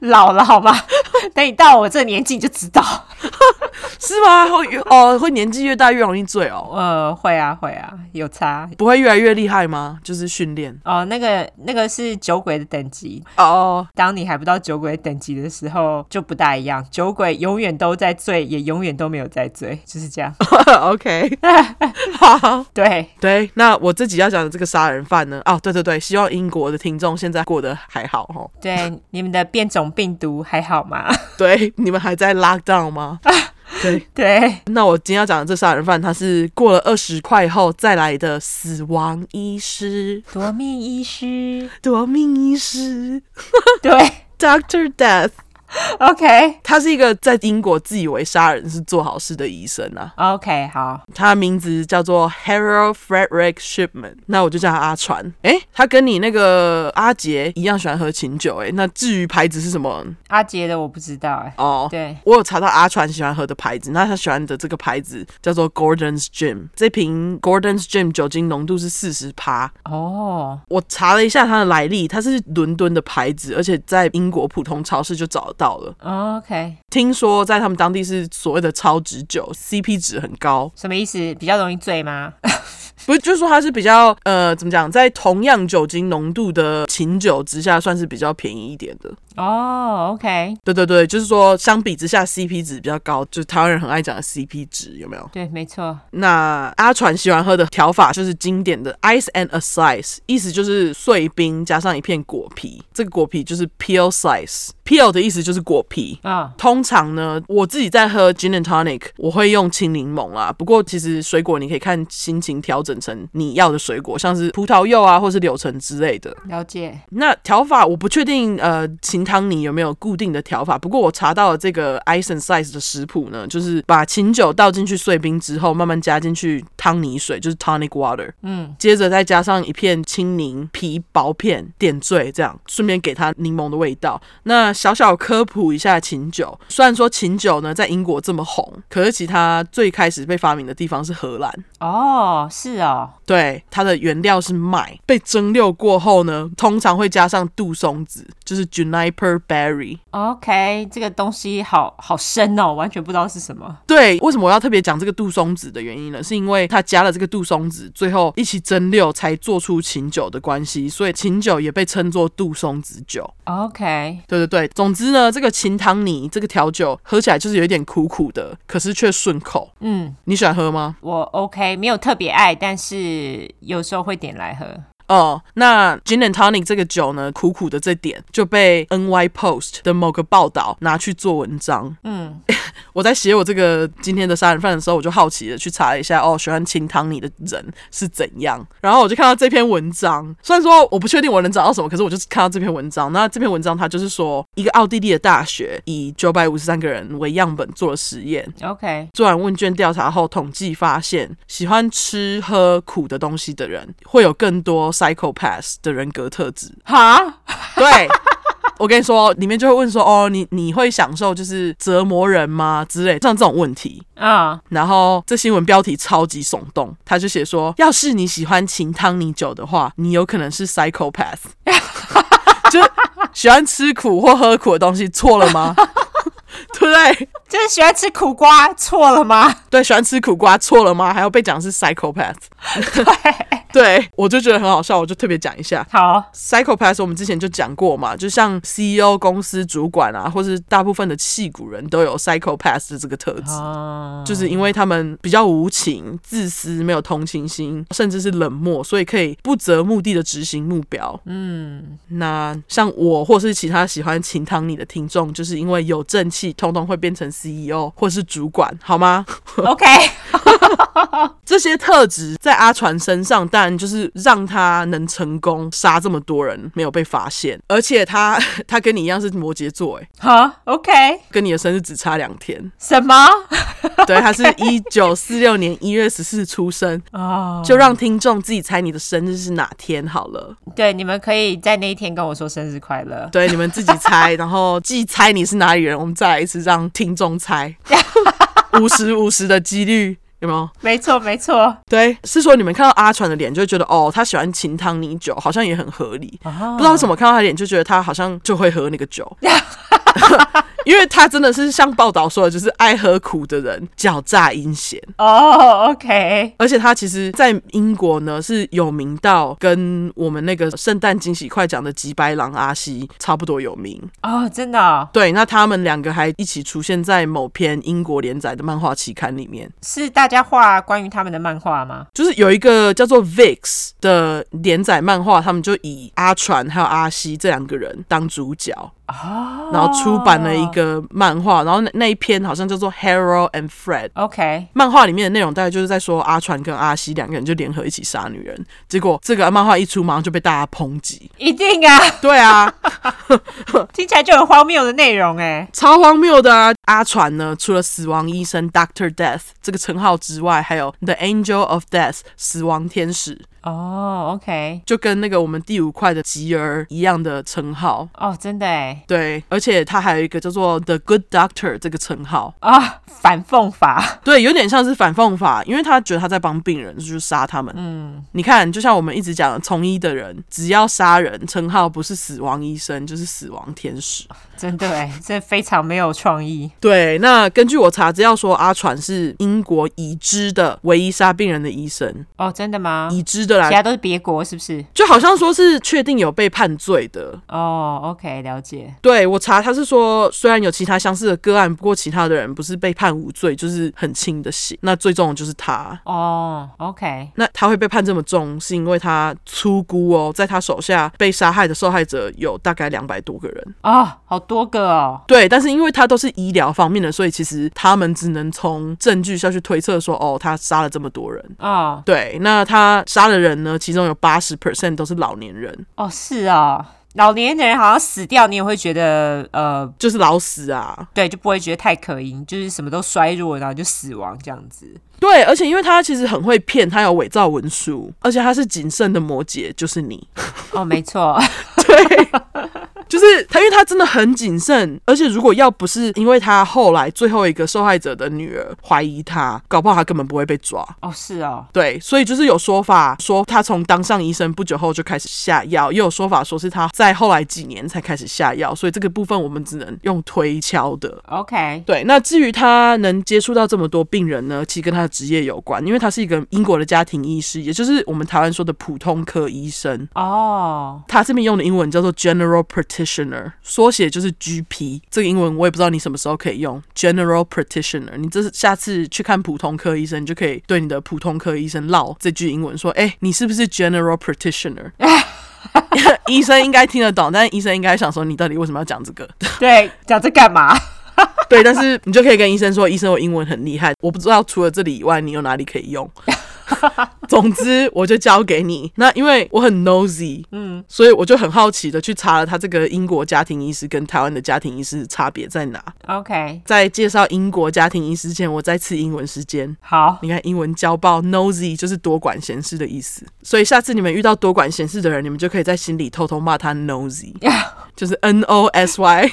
B: 老了好吗？ 等你到我这年纪你就知道。
A: 是吗？会越哦，会年纪越大越容易醉哦，
B: 呃，会啊，会啊，有差。
A: 不会越来越厉害吗？就是训练
B: 哦，那个那个是酒鬼的等级。
A: 哦。
B: 当你还不到酒鬼等级的时候，就不大一样。酒鬼永远都在醉，也永远都没有在醉，就是这样。
A: OK，好，
B: 对，
A: 对，那我自己要讲的这个杀人犯呢？哦，对对对，希望英国的听众现在过得还好哦。
B: 对，你们的变种病毒还好吗？
A: 对，你们还在 lockdown 吗？对，
B: 对，
A: 那我今天要讲的这杀人犯，他是过了二十块后再来的死亡医师、
B: 夺命医师，
A: 夺命医师
B: 对
A: （Doctor Death）。
B: ，OK。
A: 他是一个在英国自以为杀人是做好事的医生啊，
B: OK，好，
A: 他的名字叫做 Harold Frederick Shipman，那我就叫他阿传。诶，他跟你那个阿杰一样喜欢喝琴酒、诶，那至于牌子是什么
B: 阿杰的我不知道哎、
A: 哦？
B: 对，
A: 我有查到阿川喜欢喝的牌子，那他喜欢的这个牌子叫做 Gordon's Gin，这瓶 Gordon's Gin 酒精浓度是四十趴，
B: 哦
A: 我查了一下它的来历，它是伦敦的牌子，而且在英国普通超市就找得到了。
B: 哦 OK，
A: 听说在他们当地是所谓的超值酒，CP 值很高，
B: 什么意思？比较容易醉吗？
A: 不是就是说它是比较呃怎么讲，在同样酒精浓度的琴酒之下，算是比较便宜一点的。
B: 哦，OK，
A: 对对对，就是说相比之下 CP 值比较高，就是台湾人很爱讲的 CP 值有没有？
B: 对，没错。
A: 那阿传喜欢喝的调法就是经典的 ice and a slice，意思就是碎冰加上一片果皮，这个果皮就是 peel slice。peel 的意思就是果皮。
B: 啊、
A: 通常呢，我自己在喝 gin and tonic，我会用青柠檬啦。不过其实水果你可以看心情调整成你要的水果，像是葡萄柚啊，或是柳橙之类的。
B: 了解。
A: 那调法我不确定，呃，秦汤尼有没有固定的调法？不过我查到了这个 ice and size 的食谱呢，就是把琴酒倒进去碎冰之后，慢慢加进去汤泥水，就是 tonic water，
B: 嗯，
A: 接着再加上一片青柠皮薄片点缀，这样顺便给它柠檬的味道。那小小科普一下琴酒，虽然说琴酒呢在英国这么红，可是其他最开始被发明的地方是荷兰。
B: 哦，是哦，
A: 对，它的原料是麦，被蒸馏过后呢，通常会加上杜松子，就是 juniper berry。
B: OK，这个东西好好深哦，完全不知道是什么。
A: 对，为什么我要特别讲这个杜松子的原因呢？是因为它加了这个杜松子，最后一起蒸馏才做出琴酒的关系，所以琴酒也被称作杜松子酒。
B: OK，
A: 对对对，总之呢，这个琴汤泥这个调酒喝起来就是有一点苦苦的，可是却顺口。
B: 嗯，
A: 你喜欢喝吗？
B: 我 OK，没有特别爱，但是有时候会点来喝。
A: 哦，那 gin and tonic 这个酒呢，苦苦的这点就被 NY Post 的某个报道拿去做文章。
B: 嗯，
A: 我在写我这个今天的杀人犯的时候，我就好奇的去查了一下，哦，喜欢清汤你的人是怎样。然后我就看到这篇文章，虽然说我不确定我能找到什么，可是我就是看到这篇文章。那这篇文章它就是说，一个奥地利的大学以九百五十三个人为样本做了实验，
B: OK，
A: 做完问卷调查后，统计发现，喜欢吃喝苦的东西的人，会有更多 psychopath 的人格特质。
B: 哈，
A: 对。我跟你说，里面就会问说，哦，你你会享受就是折磨人吗之类，像这种问题。
B: 嗯，
A: 然后这新闻标题超级耸动，他就写说，要是你喜欢秦汤尼酒的话，你有可能是 psychopath，就是喜欢吃苦或喝苦的东西，错了吗？ 对不对？
B: 就是喜欢吃苦瓜，错了吗？
A: 对，喜欢吃苦瓜错了吗？还要被讲是 psychopath，对我就觉得很好笑，我就特别讲一下。
B: 好，
A: psychopath 我们之前就讲过嘛，就像 CEO、公司主管啊，或是大部分的戏骨人都有 psychopath 的这个特质，
B: 哦，
A: 就是因为他们比较无情、自私、没有同情心，甚至是冷漠，所以可以不择目的的执行目标。
B: 嗯，
A: 那像我或是其他喜欢秦汤你的听众，就是因为有正气，通通会变成 CEO 或是主管，好吗？
B: OK，
A: 这些特质在阿传身上，当然就是让他能成功杀这么多人，没有被发现。而且他 他跟你一样是摩羯座，哎，
B: 好，OK，。
A: 跟你的生日只差两天
B: 什么？
A: 对，他是一九四六年一月十四出生，
B: 哦，
A: 就让听众自己猜你的生日是哪天好了。
B: 对，你们可以在那一天跟我说生日快乐。
A: 对，你们自己猜，然后既猜你是哪里人，我们再来一次让听众猜，五十五十的几率有没有？
B: 没错，没错。
A: 对，是说你们看到阿传的脸，就会觉得哦，他喜欢秦汤尼酒，好像也很合理。不知道为什么看到他脸，就觉得他好像就会喝那个酒，因为他真的是像报道说的，就是爱喝苦的人，狡诈阴险。
B: 哦，OK，
A: 而且他其实，在英国呢是有名到跟我们那个圣诞惊喜快讲的吉白狼阿西差不多有名。
B: 哦，真的哦、
A: 对，那他们两个还一起出现在某篇英国连载的漫画期刊里面。
B: 是大家画关于他们的漫画吗？
A: 就是有一个叫做 VIX 的连载漫画，他们就以阿传还有阿西这两个人当主角，
B: 哦，
A: 然后出版了一个漫画，然后那那一篇好像叫做《Harold and Fred》。
B: OK，
A: 漫画里面的内容大概就是在说阿传跟阿西两个人就联合一起杀女人，结果这个漫画一出，马上就被大家抨击。
B: 一定啊，
A: 对啊，
B: 听起来就很荒谬的内容哎。
A: 超荒谬的啊！阿传呢，除了死亡医生 Doctor Death 这个称号之外，还有 The Angel of Death 死亡天使。
B: 哦，OK，
A: 就跟那个我们第五块的吉儿一样的称号。
B: 哦，真的哎，
A: 对，而且它还有一个叫做 The Good Doctor 这个称号，
B: 啊、反讽法，
A: 对，有点像是反讽法，因为他觉得他在帮病人，就是杀他们。
B: 嗯，
A: 你看，就像我们一直讲的，从医的人只要杀人，称号不是死亡医生就是死亡天使。
B: 真的哎，这非常没有创意。
A: 对，那根据我查资料说，阿传是英国已知的唯一杀病人的医生，
B: 哦，真的吗？
A: 已知的
B: 其
A: 啦，
B: 他都是别国是不是？
A: 就好像说是确定有被判罪的。
B: 哦，OK，了解。
A: 对我查，他是说虽然有其他相似的个案，不过其他的人不是被判无罪，就是很轻的刑。那最重的就是他，
B: 哦，OK，
A: 那他会被判这么重，是因为他粗估哦，在他手下被杀害的受害者有大概两百多个人。
B: 哦，好多个哦，
A: 对，但是因为他都是医疗方面的，所以其实他们只能从证据下去推测说，哦，他杀了这么多人。
B: 哦，
A: 对，那他杀的人呢，其中有八十 percent 都是老年人，
B: 哦，是哦。老年的人好像死掉，你也会觉得呃，
A: 就是老死啊。
B: 对，就不会觉得太可疑，就是什么都衰弱，然后就死亡这样子。
A: 对，而且因为他其实很会骗，他有伪造文书，而且他是谨慎的摩羯，就是你。
B: 哦，没错，
A: 对，就是他，因为他真的很谨慎，而且如果要不是因为他后来最后一个受害者的女儿怀疑他，搞不好他根本不会被抓。
B: 哦，是哦，
A: 对，所以就是有说法说他从当上医生不久后就开始下药，也有说法说是他在后来几年才开始下药，所以这个部分我们只能用推敲的。
B: OK，
A: 对，那至于他能接触到这么多病人呢，其实跟他的职业有关，因为他是一个英国的家庭医师，也就是我们台湾说的普通科医生。
B: 哦，
A: 他这边用的英文叫做 General Practitioner，缩写就是 GP。这个英文我也不知道你什么时候可以用 General Practitioner。你这是下次去看普通科医生，你就可以对你的普通科医生唠这句英文，说：“哎、你是不是 General Practitioner？” 医生应该听得懂，但是医生应该想说你到底为什么要讲这个？
B: 对，讲这干嘛？
A: 对，但是你就可以跟医生说，医生我英文很厉害，我不知道除了这里以外你有哪里可以用。总之我就交给你。那因为我很 nosy，嗯，所以我就很好奇的去查了他这个英国家庭医师跟台湾的家庭医师差别在哪。
B: OK，
A: 在介绍英国家庭医师之前，我再次英文时间。
B: 好，
A: 你看，英文教爆 nosy 就是多管闲事的意思，所以下次你们遇到多管闲事的人，你们就可以在心里偷偷骂他 nosy，就是 n o s y。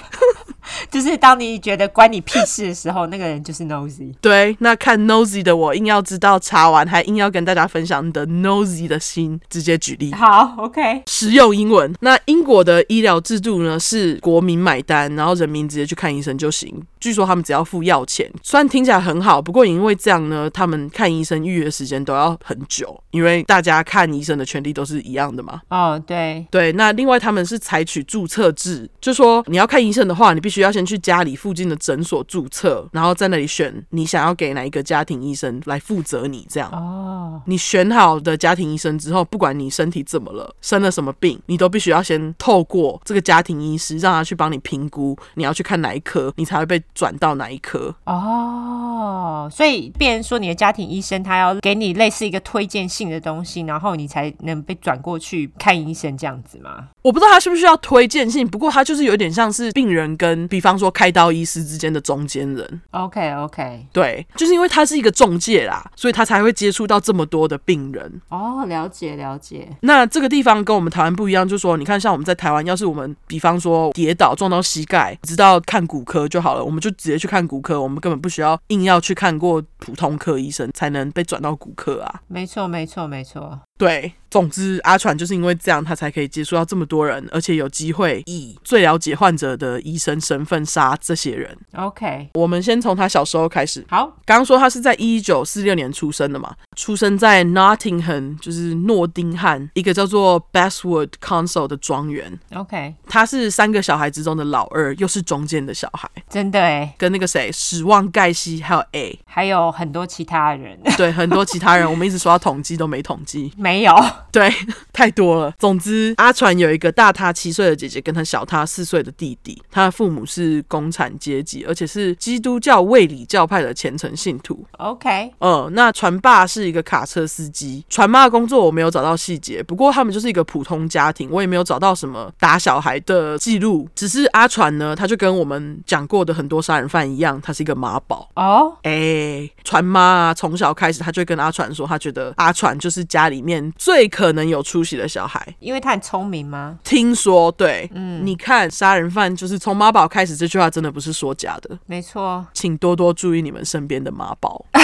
B: 就是当你觉得关你屁事的时候，那个人就是 nosy。
A: 对，那看 nosy 的我硬要知道查完，还硬要跟大家分享你的 nosy 的心，直接举例。
B: 好，OK，
A: 实用英文。那英国的医疗制度呢是国民买单，然后人民直接去看医生就行。据说他们只要付药钱，虽然听起来很好，不过也因为这样呢，他们看医生预约时间都要很久，因为大家看医生的权利都是一样的嘛。
B: 哦，对，
A: 对，那另外他们是采取注册制，就说你要看医生的话，你必须要先去家里附近的诊所注册，然后在那里选你想要给哪一个家庭医生来负责你这样。
B: 哦，
A: 你选好的家庭医生之后，不管你身体怎么了，生了什么病，你都必须要先透过这个家庭医师，让他去帮你评估你要去看哪一科，你才会被转到哪一科。
B: 哦，所以别人说你的家庭医生他要给你类似一个推荐性的东西，然后你才能被转过去看医生这样子吗？
A: 我不知道他需不需要推荐信，不过他就是有点像是病人跟，比方说开刀医师之间的中间人。
B: OK OK，
A: 对，就是因为他是一个中介啦，所以他才会接触到这么多的病人。
B: 哦，了解了解，
A: 那这个地方跟我们台湾不一样，就是说，你看，像我们在台湾，要是我们比方说跌倒撞到膝盖，直到看骨科就好了，我们就直接去看骨科，我们根本不需要硬要去看过普通科医生才能被转到骨科啊。
B: 没错没错没错，
A: 对，总之阿传就是因为这样，他才可以接触到这么多人，而且有机会以最了解患者的医生身份杀这些人。
B: OK，
A: 我们先从他小时候开始，
B: 好，
A: 刚刚说他是在一九四六年出生的嘛，出生在 Nottingham，就是诺丁汉一个叫做 Bestwood Council 的庄园。
B: OK，
A: 他是三个小孩之中的老二，又是中间的小孩，
B: 真的哎，
A: 跟那个谁史旺盖西还有 A，
B: 还有很多其他人
A: 对，很多其他人我们一直说要统计都没统计，
B: 没有
A: 对，太多了。总之，阿传有一个大他七岁的姐姐，跟他小他四岁的弟弟，他的父母是工产阶级，而且是基督教卫理教派的虔诚信徒。
B: ？OK，
A: 嗯，那船爸是一个卡车司机，船妈的工作我没有找到细节，不过他们就是一个普通家庭，我也没有找到什么打小孩的记录。只是阿船呢，他就跟我们讲过的很多杀人犯一样，他是一个妈宝。
B: 哦
A: 哎、船妈啊，从小开始，他就跟阿船说，他觉得阿船就是家里面面最可能有出息的小孩。
B: 因为他很聪明吗？
A: 听说，对，嗯，你看杀人犯就是从妈宝开始，这句话真的不是说假的，
B: 没错，
A: 请多多注意你们身边的妈宝。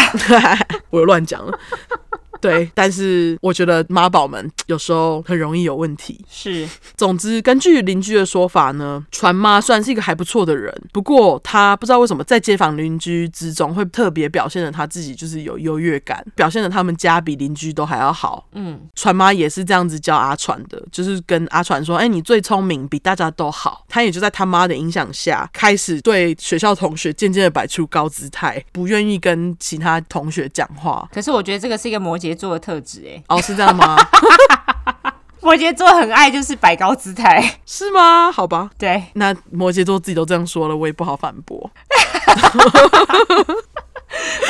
A: 我又乱讲了。对，但是我觉得妈宝们有时候很容易有问题。
B: 是
A: 总之，根据邻居的说法呢，船妈算是一个还不错的人，不过她不知道为什么在街坊邻居之中会特别表现的她自己就是有优越感，表现的他们家比邻居都还要好。嗯，船妈也是这样子教阿传的，就是跟阿传说：“哎、你最聪明，比大家都好。”她也就在他妈的影响下，开始对学校同学渐渐的摆出高姿态，不愿意跟其他同学讲 话。
B: 可是我觉得这个是一个摩羯座的特质，哎，
A: 哦，是这样吗？
B: 摩羯座很爱就是摆高姿态，
A: 是吗？好吧，
B: 对，
A: 那摩羯座自己都这样说了，我也不好反驳。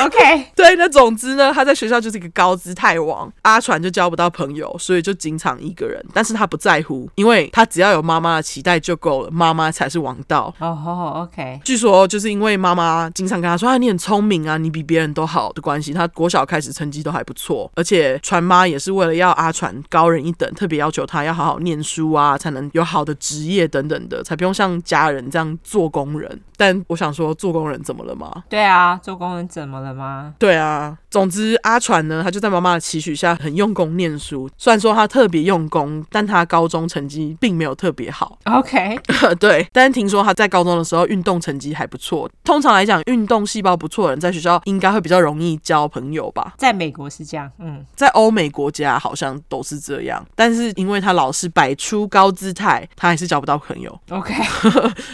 B: OK，
A: 对，那总之呢，他在学校就是一个高姿态王，阿传就交不到朋友，所以就经常一个人。但是他不在乎，因为他只要有妈妈的期待就够了，妈妈才是王道。
B: 哦吼，OK，
A: 据说就是因为妈妈经常跟他说啊，你很聪明啊，你比别人都好的关系，他国小开始成绩都还不错，而且传妈也是为了要阿传高人一等，特别要求他要好好念书啊，才能有好的职业等等的，才不用像家人这样做工人。但我想说，做工人怎么了吗？
B: 对啊，做工人怎么了吗？
A: 对啊，总之阿传呢，他就在妈妈的期许下很用功念书。虽然说他特别用功，但他高中成绩并没有特别 好。
B: OK，
A: 对，但是听说他在高中的时候运动成绩还不错。通常来讲，运动细胞不错的人在学校应该会比较容易交朋友吧。
B: 在美国是这样，嗯，
A: 在欧美国家好像都是这样，但是因为他老是摆出高姿态，他还是交不到朋友。
B: OK，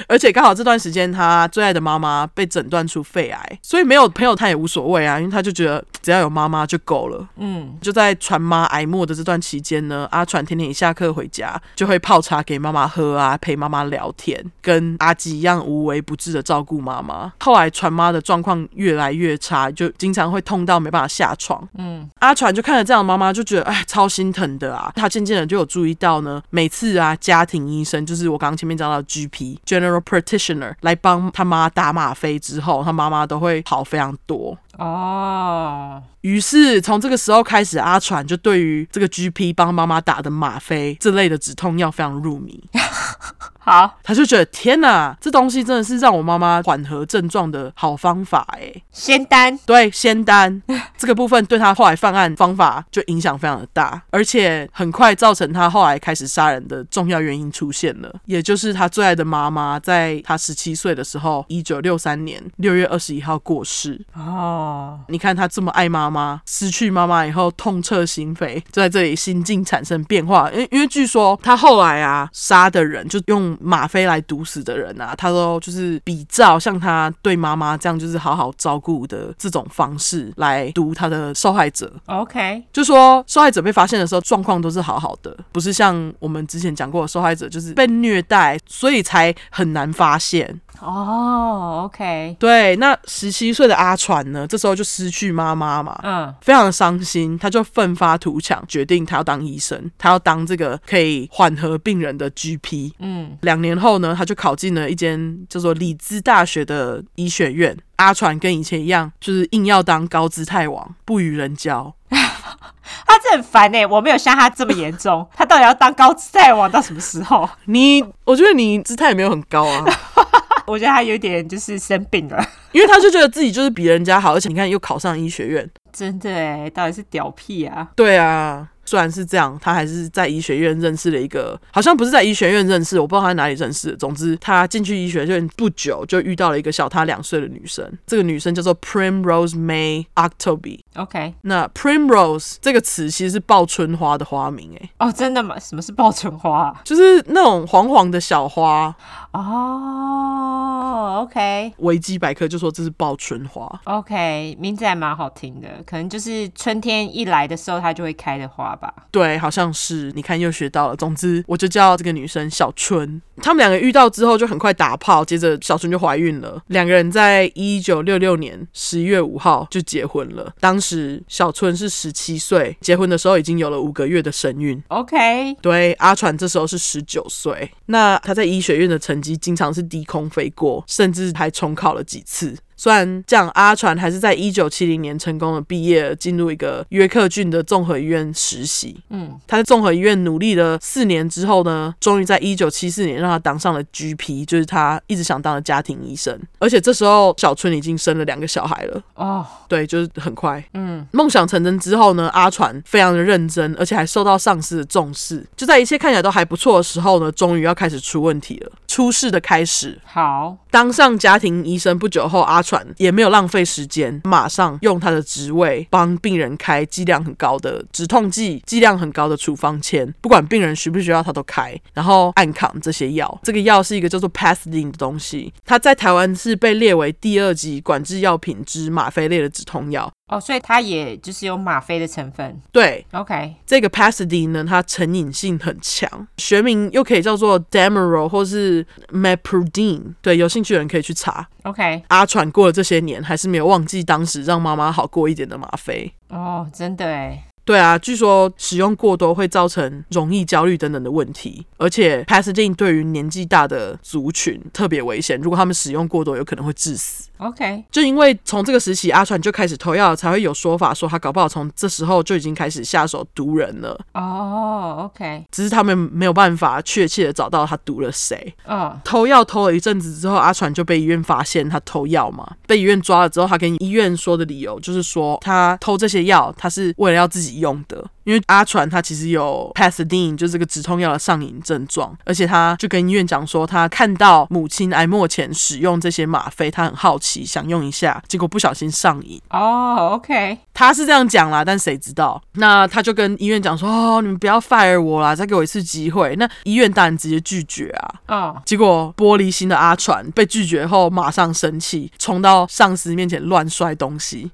A: 而且刚好这段时间，他最爱的妈妈被诊断出肺癌，所以没有朋友他也无所谓啊，因为他就觉得只要有妈妈就够了。
B: 嗯，
A: 就在传妈挨末的这段期间呢，阿传天天一下课回家就会泡茶给妈妈喝啊，陪妈妈聊天，跟阿吉一样无微不至的照顾妈妈。后来传妈的状况越来越差，就经常会痛到没办法下床。嗯，阿传就看着这样的妈妈，就觉得哎超心疼的啊。他渐渐的就有注意到呢，每次啊家庭医生就是我刚刚前面讲到的 GP General Practitioner 来帮他妈打吗啡之后，他妈妈都会好非常多。
B: 哦，
A: 于是从这个时候开始，阿传就对于这个 GP 帮妈妈打的吗啡这类的止痛药非常入迷，
B: 好，
A: 他就觉得天哪，这东西真的是让我妈妈缓和症状的好方法诶。
B: 仙丹，
A: 对，仙丹这个部分对他后来犯案方法就影响非常的大，而且很快造成他后来开始杀人的重要原因出现了，也就是他最爱的妈妈在他十七岁的时候，一九六三年六月二十一号过世。
B: 哦，
A: 你看他这么爱妈妈，失去妈妈以后痛彻心扉，就在这里心境产生变化。因为因为据说他后来啊杀的人，就用吗啡来毒死的人啊，他都就是比照像他对妈妈这样就是好好照顾的这种方式来毒他的受害者。
B: ，OK，
A: 就说受害者被发现的时候，状况都是好好的，不是像我们之前讲过的受害者就是被虐待，所以才很难发现。
B: 哦，OK，
A: 对，那十七岁的阿传呢，这时候就失去妈妈嘛，
B: 嗯，
A: 非常的伤心，他就奋发图强，决定他要当医生，他要当这个可以缓和病人的 GP。
B: 嗯，
A: 两年后呢，他就考进了一间叫做里兹大学的医学院。阿传跟以前一样，就是硬要当高姿态王，不与人交。
B: 他这很烦哎、我没有像他这么严 重，他到底要当高姿态王到什么时候？
A: 你，我觉得你姿态也没有很高啊，
B: 我觉得他有点就是生病了，
A: 因为他就觉得自己就是比人家好，而且你看又考上医学院，
B: 真的哎、到底是屌屁啊！
A: 对啊，虽然是这样，他还是在医学院认识了一个，好像不是在医学院认识，我不知道他在哪里认识的。总之，他进去医学院不久就遇到了一个小他两岁的女生，这个女生叫做 Primrose May Octoby。
B: OK，
A: 那 Primrose 这个词其实是报春花的花名、欸，
B: 哦，真的吗？什么是报春花、 啊？
A: 就是那种黄黄的小花。
B: 哦，OK，OK，
A: 维基百科就说这是报春花。
B: 名字还蛮好听的，可能就是春天一来的时候它就会开的花吧。
A: 对，好像是，你看又学到了。总之，我就叫这个女生小春。他们两个遇到之后就很快打炮，接着小春就怀孕了。两个人在一九六六年十月五号就结婚了。当时小春是十七岁，结婚的时候已经有了五个月的身孕。
B: OK，
A: 对，阿传这时候是十九岁，那他在医学院的成绩经常是低空飞过，甚至还重考了几次。虽然这样，阿传还是在一九七零年成功的毕业，进入一个约克郡的综合医院实习。
B: 嗯，
A: 他在综合医院努力了四年之后呢，终于在一九七四年让他当上了 GP，就是他一直想当的家庭医生。而且这时候小春已经生了两个小孩了，
B: 哦，
A: 对，就是很快。
B: 嗯，
A: 梦想成真之后呢，阿传非常的认真，而且还受到上司的重视。就在一切看起来都还不错的时候呢，终于要开始出问题了，出事的开始。
B: 好，
A: 当上家庭医生不久后，阿传也没有浪费时间，马上用他的职位帮病人开剂量很高的止痛剂、剂量很高的处方签，不管病人需不需要，他都开，然后暗扛这些药。这个药是一个叫做 p a s d i n 的东西，它在台湾是被列为第二级管制药品之吗啡类的止痛药。
B: 哦，所以它也就是有吗啡的成分。
A: 对，
B: OK，
A: 这个 p a s a d e 呢，它成瘾性很强，学名又可以叫做 Demerol 或是 Meprodine。对，有兴趣的人可以去查。
B: OK，
A: 阿传过了这些年，还是没有忘记当时让妈妈好过一点的吗啡。
B: 哦，真的哎，
A: 对啊，据说使用过多会造成容易焦虑等等的问题，而且 p a s a d e 对于年纪大的族群特别危险，如果他们使用过多，有可能会致死。
B: OK，
A: 就因为从这个时期，阿传就开始偷药，才会有说法说他搞不好从这时候就已经开始下手毒人了。
B: 哦，OK，
A: 只是他们没有办法确切的找到他毒了谁。
B: 哦，
A: 偷药偷了一阵子之后，阿传就被医院发现他偷药嘛，被医院抓了之后，他跟医院说的理由就是说他偷这些药，他是为了要自己用的。因为阿传他其实有 Pasadine，就是这个止痛药的上瘾症状，而且他就跟医院讲说，他看到母亲癌末前使用这些吗啡，他很好奇想用一下，结果不小心上瘾。
B: 哦，OK，
A: 他是这样讲啦，但谁知道？那他就跟医院讲说：“哦，你们不要 fire 我啦，再给我一次机会。”那医院当然直接拒绝啊。
B: 哦，
A: 结果玻璃心的阿传被拒绝后，马上生气，冲到上司面前乱摔东西。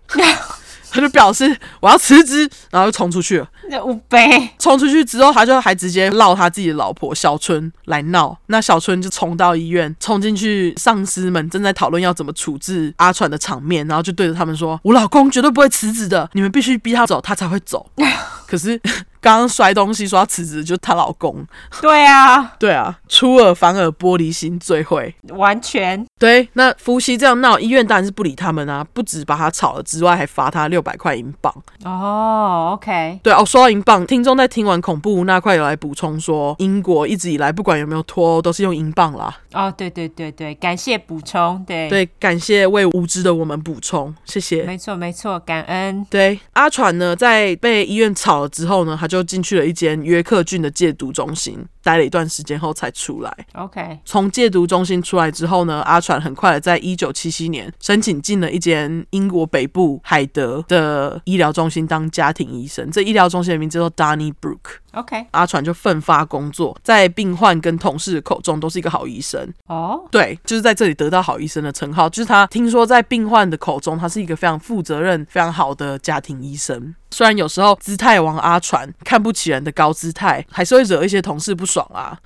A: 他就表示我要辞职，然后就冲出去了。
B: 那五杯，
A: 冲出去之后，他就还直接闹他自己的老婆小春来闹。那小春就冲到医院，冲进去上司们正在讨论要怎么处置阿传的场面，然后就对着他们说：“我老公绝对不会辞职的，你们必须逼他走，他才会走。”可是刚刚摔东西说要辞职，就是她老公。
B: 对啊，
A: 对啊，出尔反尔，玻璃心最会。
B: 完全，
A: 对，那夫妻这样闹，医院当然是不理他们啊，不止把他炒了之外，还罚他六百块英镑。
B: 哦，OK，
A: 对哦，说到英镑，听众在听完恐怖那块有来补充说，英国一直以来不管有没有脱欧，都是用英镑啦。
B: 哦，对对对对，感谢补充，对，
A: 对，感谢为无知的我们补充，谢谢。
B: 没错没错，感恩，
A: 对，阿传呢，在被医院炒了之后呢，他就进去了一间约克郡的戒毒中心，待了一段时间后才出来。
B: OK，
A: 从戒毒中心出来之后呢，阿传很快的在一九七七年申请进了一间英国北部海德的医疗中心当家庭医生。这医疗中心的名字叫 Donnybrook。
B: OK，
A: 阿传就奋发工作，在病患跟同事口中都是一个好医生。
B: 哦，
A: 对，就是在这里得到好医生的称号。就是他听说在病患的口中，他是一个非常负责任、非常好的家庭医生。虽然有时候姿态王阿传看不起人的高姿态，还是会惹一些同事不爽啊。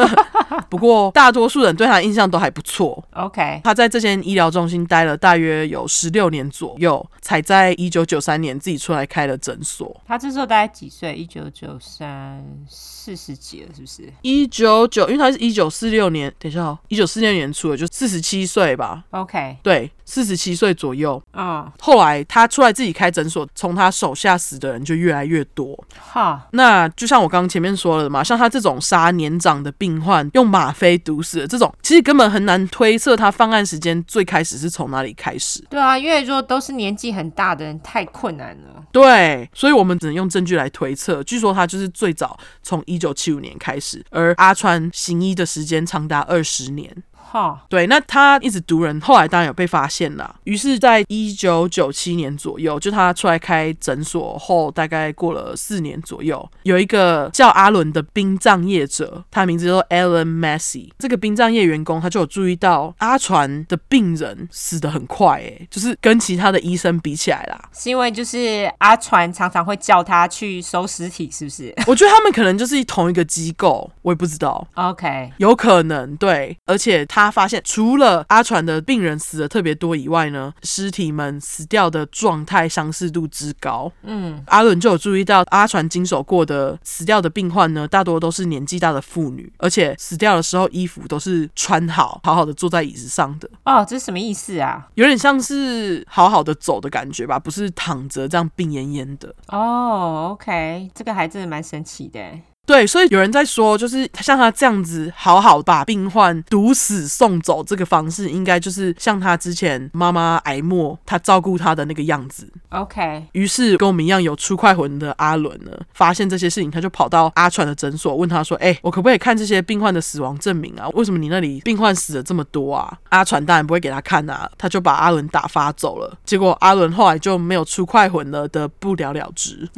A: 不过大多数人对他的印象都还不错。
B: OK，
A: 他在这间医疗中心待了大约有十六年左右，才在一九九三年自己出来开了诊所。
B: 他这时候大概几岁？一九九三，四十几了，是不是
A: 一九九，因为他是一九四六年，等一下哦，一九四六年出的，就四十七岁吧，
B: ？OK，
A: 对，四十七岁左右。
B: 嗯，
A: 后来他出来自己开诊所，从他手下死的人就越来越多。
B: 哈，
A: 那就像我刚刚前面说了的嘛，像他这种杀年长的病患，用吗啡毒死的这种，其实根本很难推测他犯案时间最开始是从哪里开始。
B: 对啊，因为如果都是年纪很大的人，太困难了。
A: 对，所以我们只能用证据来推测。据说他就是最早从一九七五年开始，而阿川行医的时间长达二十年。
B: 哈，
A: 对，那他一直毒人，后来当然有被发现啦。于是，在一九九七年左右，就他出来开诊所后，大概过了四年左右，有一个叫阿伦的殡葬业者，他的名字叫做 Alan Massey。这个殡葬业员工他就有注意到阿传的病人死得很快、欸，诶，就是跟其他的医生比起来啦，
B: 是因为就是阿传常常会叫他去收尸体，是不是
A: 我觉得他们可能就是同一个机构，我也不知道。
B: ？OK，
A: 有可能对，而且他发现除了阿传的病人死的特别多以外呢，尸体们死掉的状态伤势度之高。嗯，阿伦就有注意到阿传经手过的死掉的病患呢，大多都是年纪大的妇女，而且死掉的时候衣服都是穿好，好好的坐在椅子上的。
B: 哦，这是什么意思啊？
A: 有点像是好好的走的感觉吧，不是躺着这样病恹恹的。
B: 哦，OK，这个还真的蛮神奇的。
A: 对，所以有人在说，就是像他这样子好好把病患毒死送走这个方式，应该就是像他之前妈妈癌末他照顾他的那个样子。
B: OK，
A: 于是跟我们一样有出快魂的阿伦呢，发现这些事情，他就跑到阿传的诊所问他说：“哎、我可不可以看这些病患的死亡证明啊？为什么你那里病患死了这么多啊？”阿传当然不会给他看啊，他就把阿伦打发走了。结果阿伦后来就没有出快魂了的，不了了之。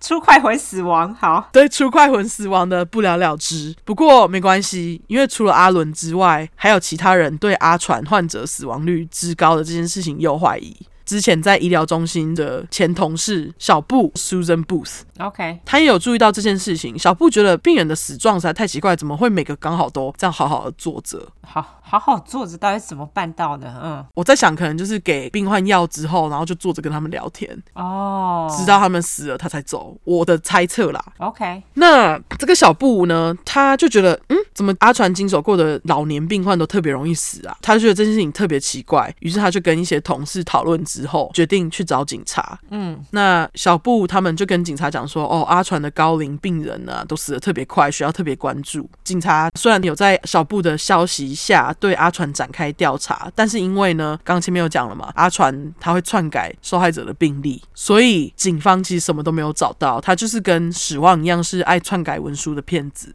B: 出快魂死亡，好，
A: 对，出快魂死亡的不了了之。不过没关系，因为除了阿伦之外，还有其他人对阿传患者死亡率之高的这件事情有怀疑。之前在医疗中心的前同事小布 Susan Booth，
B: OK，
A: 他也有注意到这件事情。小布觉得病人的死状实在太奇怪，怎么会每个刚好都这样好好的坐着？
B: 好，好好坐着，到底怎么办到的？嗯，
A: 我在想，可能就是给病患药之后，然后就坐着跟他们聊天，
B: 哦，
A: 直到他们死了他才走。我的猜测啦，
B: ，OK，
A: 那这个小布呢，他就觉得，嗯，怎么阿传经手过的老年病患都特别容易死啊？他就觉得这件事情特别奇怪，于是他就跟一些同事讨论之后，决定去找警察。
B: 嗯，
A: 那小布他们就跟警察讲说，哦，阿传的高龄病人呢、都死的特别快，需要特别关注。警察虽然有在小布的消息下对阿传展开调查，但是因为呢，刚刚前面有讲了嘛，阿传他会篡改受害者的病历，所以警方其实什么都没有找到，他就是跟史旺一样是爱篡改文书的骗子。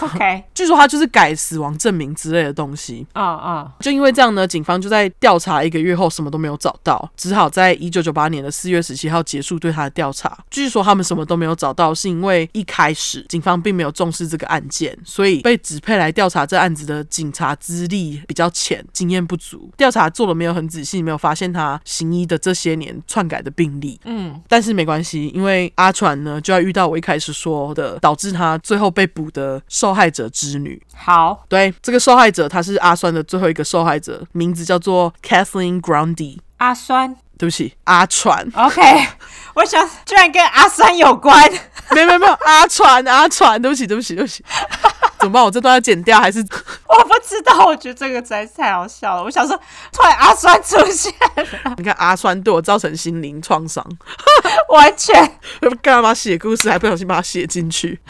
B: OK，
A: 据说他就是改死亡证明之类的东西，
B: 哦哦，
A: 就因为这样呢，警方就在调查一个月后什么都没有找到，只好在一九九八年的四月十七号结束对他的调查。据说他们什么都没有找到，是因为一开始警方并没有重视这个案件，所以被指配来调查这案子的警察资历比较浅，经验不足，调查做的没有很仔细，没有发现他行医的这些年篡改的病例。
B: 嗯，
A: 但是没关系，因为阿传呢就要遇到我一开始说的导致他最后被捕的受害者之女，
B: 好
A: 对，这个受害者她是阿酸的最后一个受害者，名字叫做 Kathleen Grundy。
B: 阿酸，
A: 对不起，阿传
B: ，OK，我 想居然跟阿酸有关，
A: 没有没有没有，阿传阿传，对不起对不起对不起，怎么办？我这段要剪掉还是？
B: 我不知道，我觉得这个实在是太好笑了。我想说，突然阿酸出现，
A: 你看阿酸对我造成心灵创伤，
B: 完全
A: 干嘛写故事还不小心把它写进去？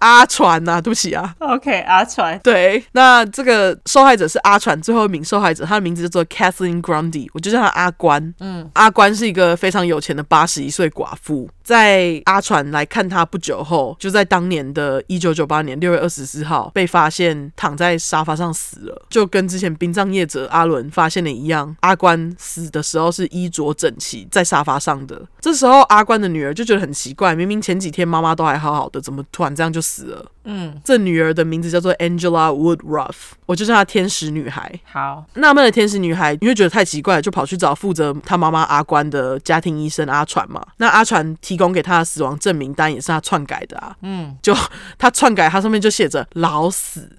A: 阿传呐、对不起啊。
B: OK，阿传，
A: 对，那这个受害者是阿传最后一名受害者，他的名字叫做 Kathleen Grundy，我就叫他阿关。嗯，阿关是一个非常有钱的八十一岁寡妇，在阿传来看她不久后，就在当年的一九九八年六月二十四号被发现躺在沙发上死了，就跟之前殡葬业者阿伦发现的一样，阿关死的时候是衣着整齐在沙发上的。这时候阿关的女儿就觉得很奇怪，明明前几天妈妈都还好好的，怎么突然这样就死了？
B: 嗯，
A: 这女儿的名字叫做 Angela Woodruff，我就叫她天使女孩。
B: 好，
A: 纳闷的天使女孩，因为觉得太奇怪了，就跑去找负责她妈妈阿关的家庭医生阿传嘛。那阿传提供给她的死亡证明单也是她篡改的啊，
B: 嗯，
A: 就她篡改，它上面就写着老死，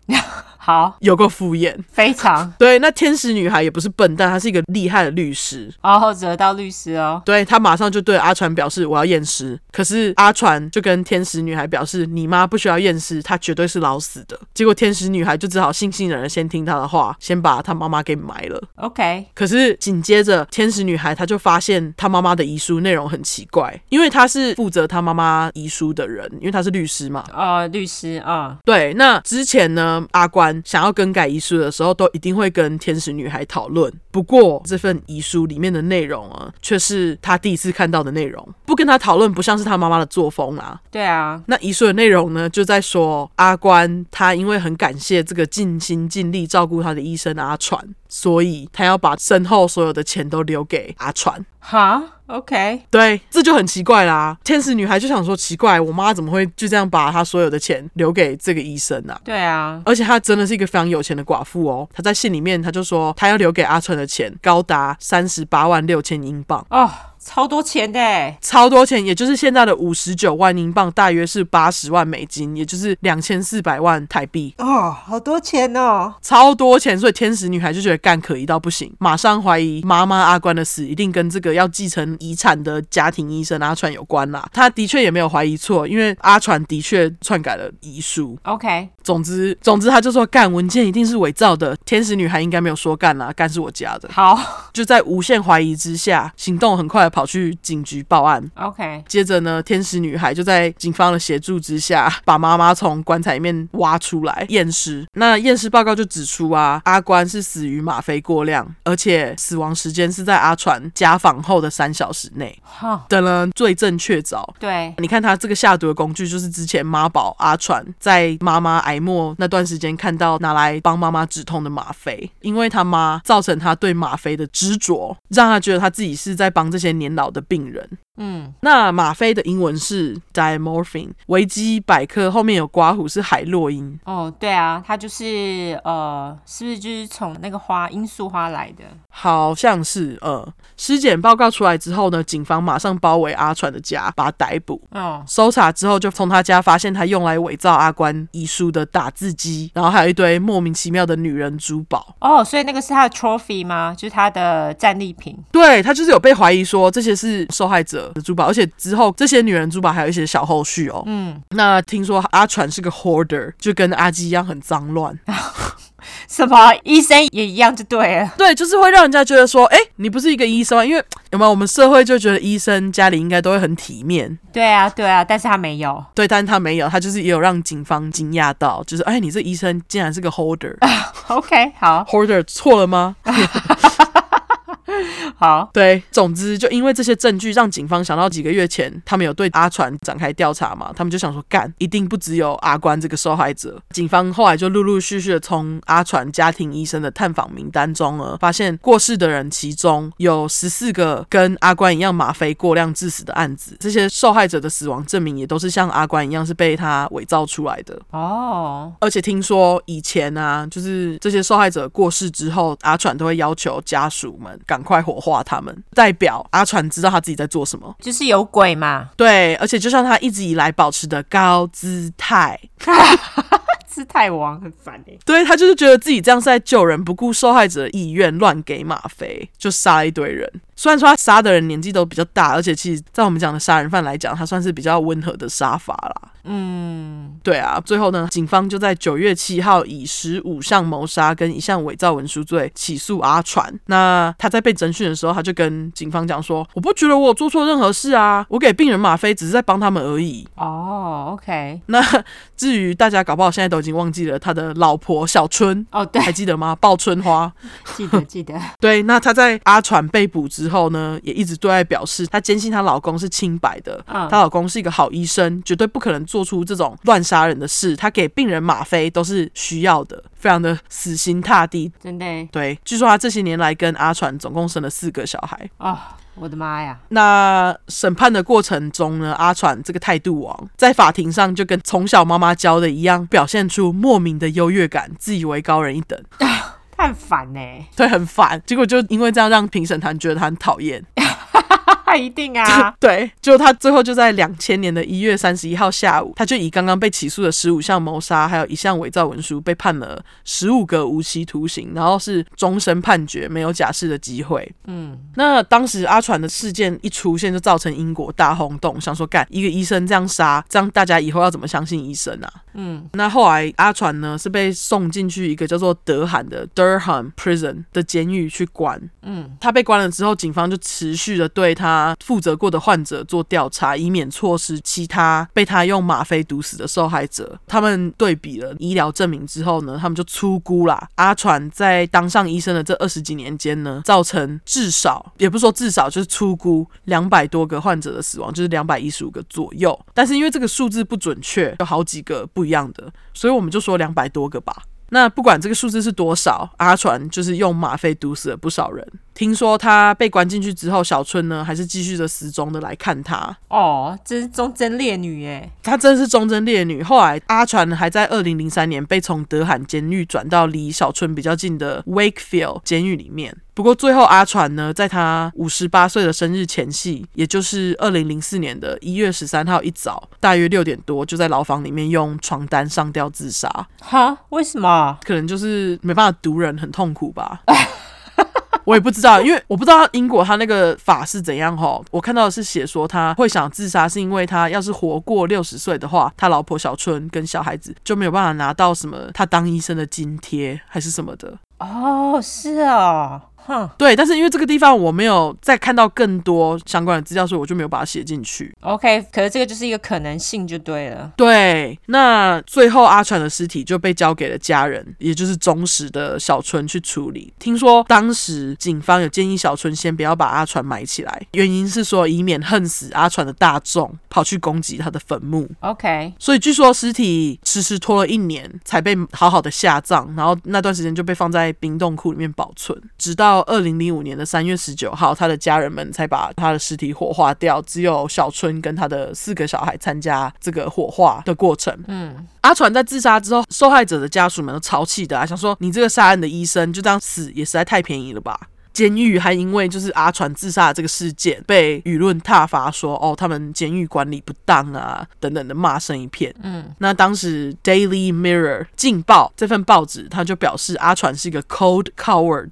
B: 好，
A: 有个敷衍。
B: 非常。
A: 对，那天使女孩也不是笨蛋，她是一个厉害的律师。
B: 哦，惹到律师哦，
A: 对她马上就对阿传表示我要验尸，可是阿传就跟天使女孩表示你妈不需要验尸，她绝对是老死的。结果天使女孩就只好悻悻然的先听她的话，先把她妈妈给埋了。
B: OK，
A: 可是紧接着，天使女孩她就发现她妈妈的遗书内容很奇怪，因为她是负责她妈妈遗书的人，因为她是律师嘛。
B: 哦，律师啊、
A: 对，那之前呢，阿关想要更改遗书的时候，都一定会跟天使女孩讨论。不过这份遗书里面的内容啊，却是他第一次看到的内容，不跟他讨论，不像是他妈妈的作风啊。
B: 对啊，
A: 那遗书的内容呢，就在说阿关他因为很感谢这个尽心尽力照顾他的医生阿传，所以他要把身后所有的钱都留给阿传。
B: 哈，OK，
A: 对，这就很奇怪啦。天使女孩就想说，奇怪，我妈怎么会就这样把她所有的钱留给这个医生啊？
B: 对啊，
A: 而且她真的是一个非常有钱的寡妇哦。她在信里面，她就说她要留给阿川的钱高达三十八万六千英镑。
B: 哦，超多钱的、欸，
A: 超多钱，也就是现在的五十九万英镑，大约是八十万美金，也就是两千四百万台币，
B: 哦，好多钱哦。
A: 超多钱。所以天使女孩就觉得干可疑到不行，马上怀疑妈妈阿关的死一定跟这个要继承遗产的家庭医生阿川有关啦。她的确也没有怀疑错，因为阿川的确篡改了遗书。
B: OK，
A: 总之，总之，他就说干文件一定是伪造的。天使女孩应该没有说干啦，干是我家的。
B: 好
A: 就在无限怀疑之下，行动很快地跑去警局报案。
B: ，OK，
A: 接着呢，天使女孩就在警方的协助之下，把妈妈从棺材里面挖出来验尸。那验尸报告就指出啊，阿关是死于吗啡过量，而且死亡时间是在阿传家访后的三小时内。
B: 哈，
A: 等了罪证确凿，
B: 对，
A: 你看他这个下毒的工具，就是之前妈宝阿传在妈妈癌末那段时间看到拿来帮妈妈止痛的吗啡，因为他妈造成他对吗啡的执着，让他觉得他自己是在帮这些年老的病人。
B: 嗯，
A: 那吗啡的英文是 dimorphine，维基百科后面有刮胡是海洛因。
B: 哦，对啊，它就是呃，是不是就是从那个花罂粟花来的？
A: 好像是，呃，尸检报告出来之后呢，警方马上包围阿传的家，把他逮捕。
B: 哦，
A: 搜查之后，就从他家发现他用来伪造阿关遗书的打字机，然后还有一堆莫名其妙的女人珠宝。
B: 哦，所以那个是他的 trophy 吗？就是他的战利品。
A: 对他就是有被怀疑说这些是受害者的珠宝，而且之后这些女人珠宝还有一些小后续哦。
B: 嗯，
A: 那听说阿传是个 hoarder，就跟阿基一样很脏乱。
B: 什么医生也一样就对了。
A: 对，就是会让人家觉得说，哎，你不是一个医生吗？因为有没有我们社会就觉得医生家里应该都会很体面。
B: 对啊，对啊，但是他没有。
A: 对，但是他没有，他就是也有让警方惊讶到，就是哎，你这医生竟然是个 hoarder，hoarder
B: OK，好，
A: 错了吗？
B: 好，
A: 对，总之就因为这些证据，让警方想到几个月前他们有对阿传展开调查嘛，他们就想说，干，一定不只有阿关这个受害者。警方后来就陆陆续续的从阿传家庭医生的探访名单中呢，发现过世的人其中有十四个跟阿关一样吗啡过量致死的案子，这些受害者的死亡证明也都是像阿关一样是被他伪造出来的。
B: 哦，
A: 而且听说以前啊，就是这些受害者过世之后，阿传都会要求家属们赶快火化他们，代表阿传知道他自己在做什么。
B: 就是有鬼嘛，
A: 对，而且就像他一直以来保持的高姿态，
B: 姿态王很烦哎、
A: 对他就是觉得自己这样是在救人，不顾受害者的意愿，乱给吗啡，就杀了一堆人。虽然说他杀的人年纪都比较大，而且其实在我们讲的杀人犯来讲，他算是比较温和的杀法啦。
B: 嗯，
A: 对啊，最后呢，警方就在九月七号以十五项谋杀跟一项伪造文书罪起诉阿传。那他在被侦讯的时候，他就跟警方讲说：“我不觉得我有做错任何事啊，我给病人吗啡只是在帮他们而已。
B: 哦，OK，”
A: 那至于大家搞不好现在都已经忘记了他的老婆小春。
B: 哦，对，
A: 还记得吗？爆春花。
B: 记得记得，
A: 对，那她在阿传被捕之后呢，也一直对外表示，她坚信她老公是清白的，
B: 嗯
A: 她老公是一个好医生，绝对不可能做出这种乱杀人的事。他给病人吗啡都是需要的，非常的死心塌地。
B: 真的欸
A: 对，据说他这些年来跟阿传总共生了四个小孩。
B: 哦，我的妈呀，
A: 那审判的过程中呢，阿传这个态度王在法庭上就跟从小妈妈教的一样，表现出莫名的优越感，自以为高人一等，
B: 他很烦欸呢、
A: 对，很烦。结果就因为这样，让评审团觉得他很讨厌。，
B: 他 一定 啊
A: 对，就他最后就在两千年的一月三十一号下午，他就以刚刚被起诉的十五项谋杀，还有一项伪造文书，被判了十五个无期徒刑，然后是终身判决，没有假释的机会。
B: 嗯，
A: 那当时阿传的事件一出现，就造成英国大轰动，想说干一个医生这样杀，这样大家以后要怎么相信医生啊？
B: 嗯，
A: 那后来阿传呢是被送进去一个叫做德罕的 Durham Prison 的监狱去关，
B: 嗯，
A: 他被关了之后，警方就持续的对他负责过的患者做调查，以免错失其他被他用吗啡毒死的受害者。他们对比了医疗证明之后呢，他们就粗估啦，阿传在当上医生的这二十几年间呢，造成至少也不是说至少就是粗估两百多个患者的死亡，就是两百一十五个左右。但是因为这个数字不准确，有好几个不一样的，所以我们就说两百多个吧。那不管这个数字是多少，阿传就是用吗啡毒死了不少人。听说他被关进去之后，小春呢还是继续着死忠的来看他。
B: 哦，这是忠贞烈女欸耶，
A: 她真的是忠贞烈女。后来阿传还在二零零三年被从德罕监狱转到离小春比较近的 Wakefield 监狱里面。不过最后阿传呢，在他五十八岁的生日前夕，也就是二零零四年的一月十三号一早，大约六点多，就在牢房里面用床单上吊自杀。
B: 哈？为什么？
A: 可能就是没办法毒人，很痛苦吧。 我也不知道，因为我不知道英国他那个法是怎样吼。我看到的是写说他会想自杀，是因为他要是活过六十岁的话，他老婆小春跟小孩子就没有办法拿到什么他当医生的津贴还是什么的。
B: 哦，是哦，哼
A: 对，但是因为这个地方我没有再看到更多相关的资料，所以我就没有把它写进去。
B: ，OK，可是这个就是一个可能性就对了。
A: 对，那最后阿传的尸体就被交给了家人，也就是忠实的小春去处理。听说当时警方有建议小春先不要把阿传埋起来，原因是说以免恨死阿传的大众跑去攻击他的坟墓。
B: OK，
A: 所以据说尸体迟迟拖了一年才被好好的下葬，然后那段时间就被放在冰冻库里面保存，直到二零零五年的三月十九号，他的家人们才把他的尸体火化掉，只有小春跟他的四个小孩参加这个火化的过程。
B: 嗯，
A: 阿传在自杀之后，受害者的家属们都超气的啊，想说你这个杀人的医生就这样死，也实在太便宜了吧。监狱还因为就是阿传自杀的这个事件被舆论挞伐说，哦，他们监狱管理不当啊，等等的骂声一片。嗯，那当时《Daily Mirror》劲爆这份报纸，他就表示阿传是一个 cold coward，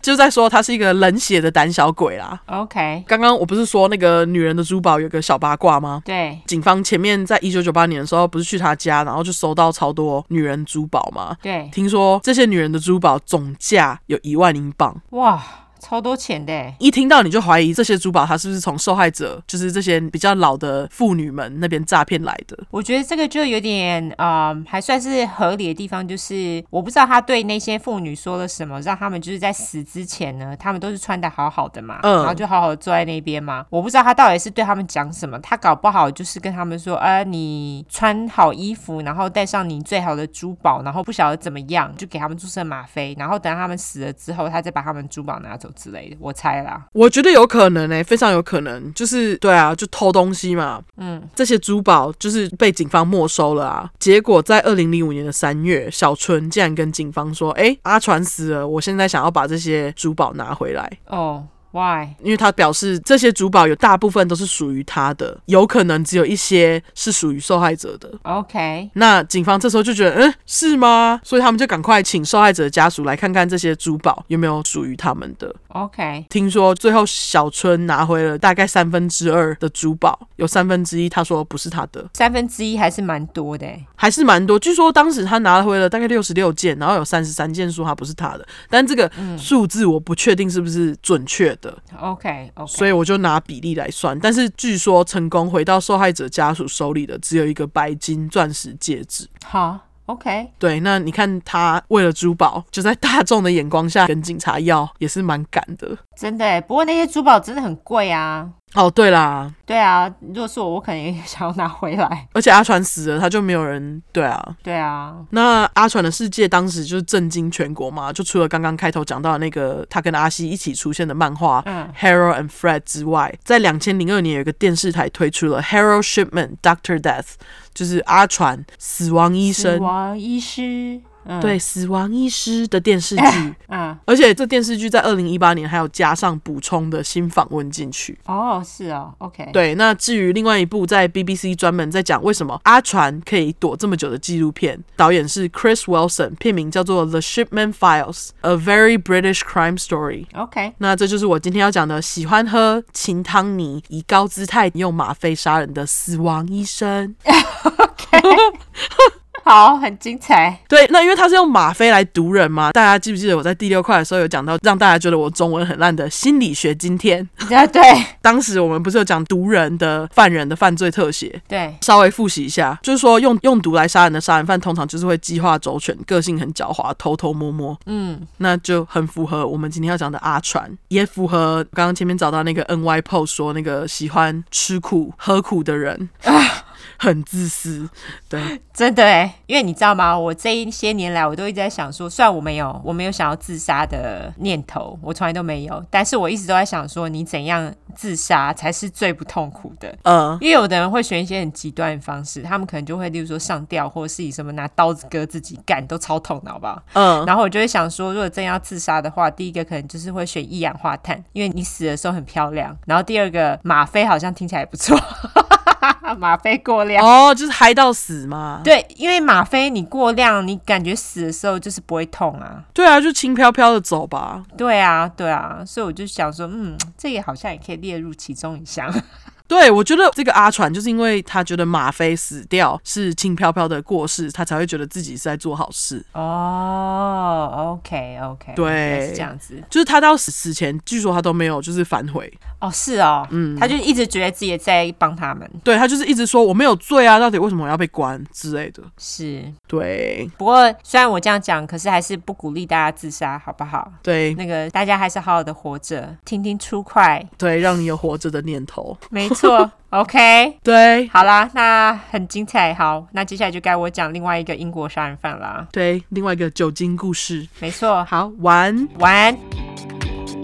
A: 就在说他是一个冷血的胆小鬼啦。
B: OK，
A: 刚刚我不是说那个女人的珠宝有个小八卦吗？
B: 对
A: 警方前面在一九九八年的时候，不是去他家，然后就搜到超多女人珠宝吗？
B: 对，
A: 听说这些女人的珠宝总价有一万英镑，
B: 哇，超多钱的欸耶，
A: 一听到你就怀疑这些珠宝它是不是从受害者，就是这些比较老的妇女们那边诈骗来的。
B: 我觉得这个就有点啊、呃还算是合理的地方，就是我不知道他对那些妇女说了什么，让他们就是在死之前呢，他们都是穿的好好的嘛，
A: 嗯
B: 然后就好好地坐在那边嘛。我不知道他到底是对他们讲什么，他搞不好就是跟他们说，呃，你穿好衣服，然后带上你最好的珠宝，然后不晓得怎么样，就给他们注射吗啡，然后等他们死了之后，他再把他们珠宝拿走之类的，我猜啦。
A: 我觉得有可能诶、非常有可能，就是对啊，就偷东西嘛。嗯，这些珠宝就是被警方没收了啊。结果在二零零五年的三月，小春竟然跟警方说：“诶，阿传死了，我现在想要把这些珠宝拿回来。”
B: 哦、why？
A: 因为他表示这些珠宝有大部分都是属于他的，有可能只有一些是属于受害者的。
B: OK，
A: 那警方这时候就觉得，嗯，是吗？所以他们就赶快请受害者的家属来看看这些珠宝有没有属于他们的。
B: OK，
A: 听说最后小春拿回了大概三分之二的珠宝，有三分之一他说不是他的，
B: 三分之一还是蛮多的欸。
A: 还是蛮多。据说当时他拿回了大概六十六件，然后有三十三件说他不是他的，但这个数字我不确定是不是准确的。
B: OK OK，
A: 所以我就拿比例来算，但是据说成功回到受害者家属手里的只有一个白金钻石戒指。
B: 好 OK，
A: 对，那你看他为了珠宝，就在大众的眼光下跟警察要，也是蛮敢的。
B: 真的耶。不过那些珠宝真的很贵啊。
A: 哦，对啦，
B: 对啊，如果是我，我可能也想要拿回来。
A: 而且阿传死了，他就没有人对啊。
B: 对啊，
A: 那阿传的世界当时就是震惊全国嘛，就除了刚刚开头讲到的那个他跟阿西一起出现的漫画，
B: 嗯
A: Harold and Fred 之外，在两千零二年有一个电视台推出了 Harold Shipman Doctor Death，就是阿传死亡医
B: 死
A: 生，
B: 亡医师，嗯，
A: 对，死亡医师的电视 剧。
B: 嗯，
A: 而且这电视剧在二零一八年还有加上补充的新访问进去。
B: 哦，是哦，OK，，
A: 对，那至于另外一部在 BBC 专门在讲为什么阿传可以躲这么久的纪录片，导演是 Chris Wilson，片名叫做《The Shipman Files: A Very British Crime Story》。
B: OK，
A: 那这就是我今天要讲的，喜欢喝秦汤尼，以高姿态用吗啡杀人的死亡医生。
B: 好，很精彩。
A: 对，那因为他是用吗啡来毒人嘛，大家记不记得我在第六块的时候有讲到，让大家觉得我中文很烂的心理学？今天
B: 啊，对
A: 当时我们不是有讲毒人的犯人的犯罪特写，
B: 对，
A: 稍微复习一下，就是说用用毒来杀人的杀人犯，通常就是会计划周全，个性很狡猾，偷偷摸摸，
B: 嗯，
A: 那就很符合我们今天要讲的阿传，也符合刚刚前面找到那个 N Y p o 说那个喜欢吃苦喝苦的人。很自私。对，
B: 真的哎，因为你知道吗？我这一些年来，我都一直在想说，虽然我没有，我没有想要自杀的念头，我从来都没有，但是我一直都在想说，你怎样自杀才是最不痛苦的？
A: 嗯，
B: 因为有的人会选一些很极端的方式，他们可能就会，例如说上吊，或是以什么拿刀子割自己，干都超痛的，好不好？
A: 嗯，
B: 然后我就会想说，如果真要自杀的话，第一个可能就是会选一氧化碳，因为你死的时候很漂亮。然后第二个吗啡好像听起来也不错， 吗啡过量。
A: 哦，就是嗨到死嘛。
B: 对，因为吗啡你过量，你感觉死的时候就是不会痛啊。
A: 对啊，就轻飘飘的走吧。
B: 对啊，对啊，所以我就想说，嗯，这也好像也可以列入其中一项。
A: 对，我觉得这个阿传就是因为他觉得吗啡死掉是轻飘飘的过世，他才会觉得自己是在做好事。
B: 哦，OK，OK、o k OK，
A: 对
B: 原来是这样子。
A: 就是他到死死前，据说他都没有就是反悔，
B: 哦，是哦，嗯，他就一直觉得自己在帮他们，
A: 对他就是一直说我没有罪啊，到底为什么我要被关之类的。
B: 是。
A: 对
B: 不过虽然我这样讲，可是还是不鼓励大家自杀，好不好？
A: 对
B: 那个大家还是好好的活着，听听出快，
A: 对，让你有活着的念头。
B: 没错，OK。
A: 对
B: 好啦，那很精彩。好，那接下来就该我讲另外一个英国杀人犯啦。
A: 对，另外一个酒精故事，
B: 没错，
A: 好玩。
B: 晚安。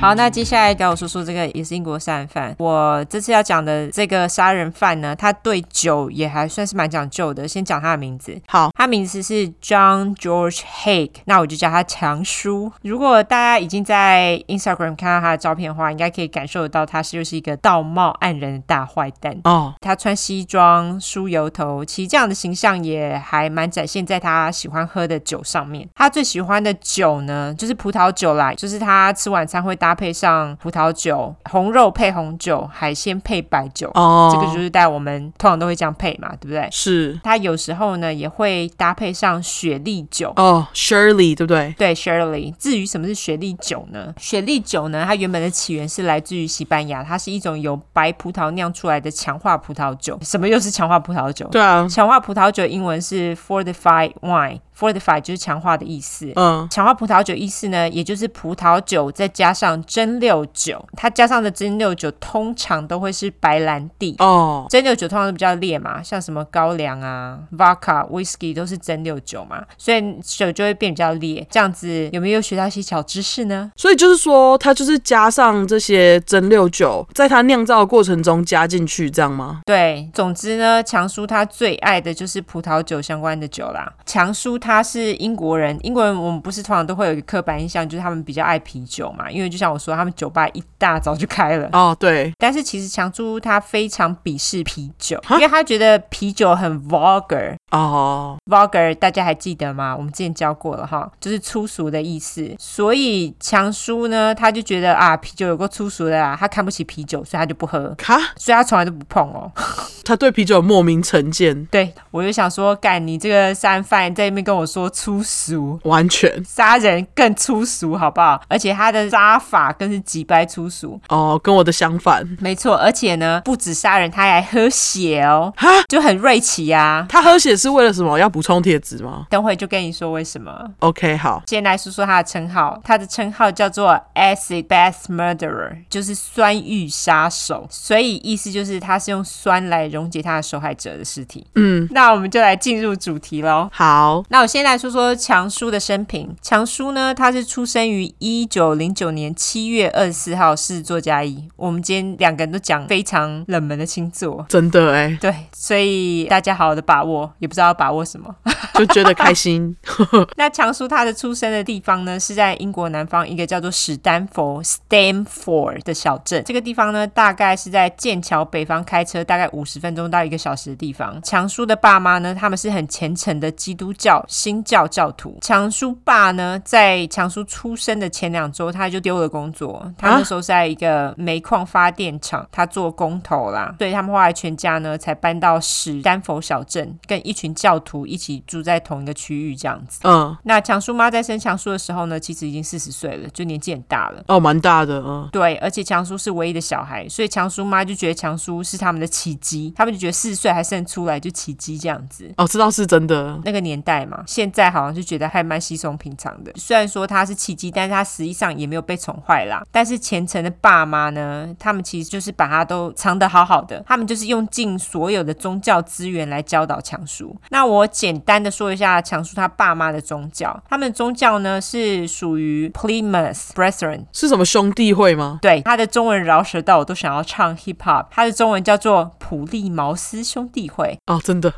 B: 好，那接下来该我说说这个也是英国杀人犯。我这次要讲的这个杀人犯呢，他对酒也还算是蛮讲究的。先讲他的名字，
A: 好，
B: 他名字是 John George Haig，那我就叫他强叔。如果大家已经在 Instagram 看到他的照片的话，应该可以感受得到，他是就是一个道貌岸然的大坏蛋。
A: 哦，
B: 他穿西装、梳油头，其实这样的形象也还蛮展现在他喜欢喝的酒上面。他最喜欢的酒呢，就是葡萄酒啦，就是他吃晚餐会搭配上葡萄酒、红肉配红酒、海鲜配白酒。
A: 哦，
B: 这个就是带我们通常都会这样配嘛，对不对？
A: 是
B: 他有时候呢也会搭配上雪莉酒。
A: 哦，Shirley 对不对？
B: 对，Shirley。至于什么是雪莉酒呢？雪莉酒呢，它原本的起源是来自于西班牙，它是一种由白葡萄酿出来的强化葡萄酒。什么又是强化葡萄酒？
A: 对啊，
B: 强化葡萄酒英文是 fortified wine。fortify 就是强化的意思。
A: 嗯，
B: 强化葡萄酒意思呢，也就是葡萄酒再加上蒸馏酒，它加上的蒸馏酒通常都会是白兰地。
A: 哦，
B: 蒸馏酒通常都比较烈嘛，像什么高粱啊、vodka、whisky 都是蒸馏酒嘛，所以酒就会变比较烈。这样子有没有学到一些小知识呢？
A: 所以就是说，它就是加上这些蒸馏酒，在它酿造的过程中加进去，这样吗？
B: 对，总之呢，强叔他最爱的就是葡萄酒相关的酒啦。强叔他是英国人，英国人我们不是通常都会有一个刻板印象，就是他们比较爱啤酒嘛，因为就像我说，他们酒吧一大早就开了。
A: 哦，对，
B: 但是其实强叔他非常鄙视啤酒，因为他觉得啤酒很 vulgar，
A: 哦，
B: vulgar 大家还记得吗？我们之前教过了哈，就是粗俗的意思。所以强叔呢，他就觉得啊，啤酒有个粗俗的啊，他看不起啤酒，所以他就不喝，
A: 哈，
B: 所以他从来都不碰哦。
A: 他对啤酒有莫名成见，
B: 对我就想说，干你这个杀人犯在那边跟我说粗俗。
A: 完全
B: 杀人更粗俗，好不好？而且他的杀法更是极白粗俗，
A: 哦，跟我的相反。
B: 没错。而且呢，不止杀人，他还喝血哦，就很锐气呀、啊。
A: 他喝血是为了什么？要补充铁质吗
B: 等会就跟你说为什么。
A: ？OK，好，
B: 先来说说他的称号，他的称号叫做 acid bath murderer，就是酸浴杀手。所以意思就是他是用酸来溶解他的受害者的尸体。
A: 嗯，
B: 那我们就来进入主题喽。
A: 好，
B: 那我先来说说强叔的生平。强叔呢，他是出生于一九零九年七月二十四号，是作家一。我们今天两个人都讲非常冷门的星座，
A: 真的哎，
B: 对，所以大家好好的把握，也不知道把握什么。
A: 就觉得开心。
B: 那强叔他的出生的地方呢，是在英国南方一个叫做史丹佛 （Stamford） 的小镇。这个地方呢，大概是在剑桥北方开车大概五十分钟到一个小时的地方。强叔的爸妈呢，他们是很虔诚的基督教新教教徒。强叔爸呢，在强叔出生的前两周，他就丢了工作。他那时候是在一个煤矿发电厂，他做工头啦。所以他们后来全家呢，才搬到史丹佛小镇，跟一群教徒一起住住在同一个区域这样子。
A: 嗯，
B: 那强叔妈在生强叔的时候呢，其实已经四十岁了，就年纪很大了。
A: 哦，蛮大的，嗯，
B: 对，而且强叔是唯一的小孩，所以强叔妈就觉得强叔是他们的奇迹，他们就觉得四十岁还生出来就奇迹这样子。
A: 哦，这倒是真的，
B: 那个年代嘛，现在好像就觉得还蛮稀松平常的。虽然说他是奇迹，但是他实际上也没有被宠坏啦。但是虔诚的爸妈呢，他们其实就是把他都藏得好好的，他们就是用尽所有的宗教资源来教导强叔。那我简单的说一下强叔他爸妈的宗教，他们的宗教呢是属于 Plymouth Brethren。
A: 是什么兄弟会吗？
B: 对，他的中文饶舌到我都想要唱 hip hop，他的中文叫做普利茅斯兄弟会。
A: 哦，真的，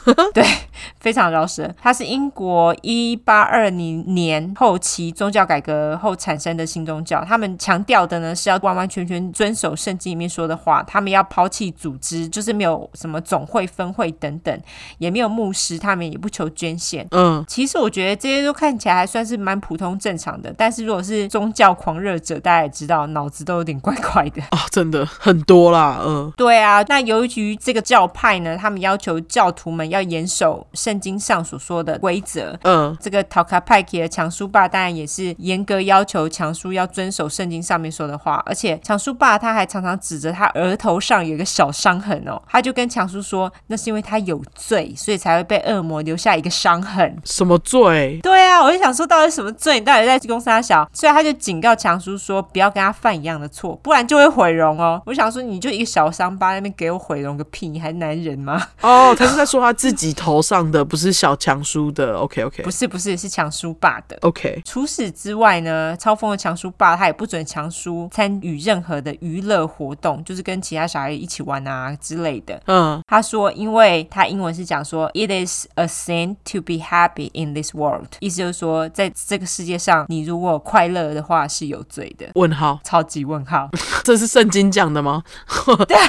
B: 非常饶舌。它是英国一八二零年后期宗教改革后产生的新宗教，他们强调的呢是要完完全全遵守圣经里面说的话，他们要抛弃组织，就是没有什么总会、分会等等，也没有牧师，他们也不求捐献。
A: 嗯，
B: 其实我觉得这些都看起来还算是蛮普通正常的，但是如果是宗教狂热者，大家也知道脑子都有点怪怪的。
A: 哦，真的很多啦，嗯，
B: 对啊，那由于这个教派呢，他们要求教徒们要严守圣经上所说的规则。
A: 嗯，
B: 这个陶卡派克的强叔爸当然也是严格要求强叔要遵守圣经上面说的话，而且强叔爸他还常常指着他额头上有一个小伤痕哦，他就跟强叔说，那是因为他有罪，所以才会被恶魔留下一个伤痕。
A: 什么罪？
B: 对啊，我就想说，到底什么罪？你到底在公司他小？所以他就警告强叔说，不要跟他犯一样的错，不然就会毁容哦。 我想说，你就一个小伤疤，那边给我毁容个屁，你还男人吗？
A: 哦，他是在说他自己头上的，不是小强叔的。OK，OK，OK，、
B: 不是，不是，是强叔爸的。
A: OK，
B: 除此之外呢，超疯的强叔爸他也不准强叔参与任何的娱乐活动，就是跟其他小孩一起玩啊之类的。
A: 嗯，
B: 他说，因为他英文是讲说，it is a sin to be happy in this world，意思就是说，在这个世界上，你如果快乐的话是有罪的。
A: 问号，
B: 超级问号，
A: 这是圣经讲的吗？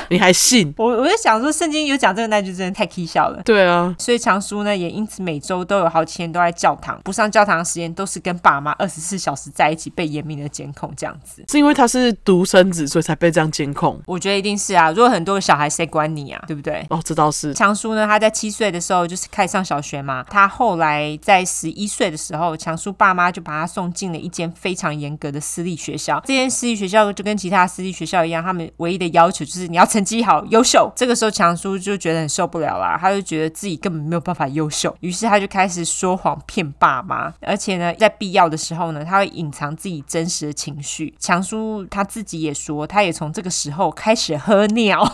A: 你还信？
B: 我我就想说，圣经有讲这个，那就真的太 k 笑了。
A: 对啊，
B: 所以强叔呢，也因此每周都有好几天都在教堂，不上教堂的时间都是跟爸妈二十四小时在一起，被严密的监控这样子。
A: 是因为他是独生子，所以才被这样监控。
B: 我觉得一定是啊，如果很多个小孩，谁管你啊，对不对？
A: 哦，这倒是，
B: 强叔呢，他在七岁的时候就是开始上小学嘛。他后来在十一岁的时候，强叔爸妈就把他送进了一间非常严格的私立学校。这间私立学校就跟其他私立学校一样，他们唯一的要求就是你要成绩好、优秀。这个时候，强叔就觉得很受不了啦，他就觉得自己根本没有办法优秀，于是他就开始说谎骗爸妈，而且呢，在必要的时候呢，他会隐藏自己真实的情绪。强叔他自己也说，他也从这个时候开始喝尿。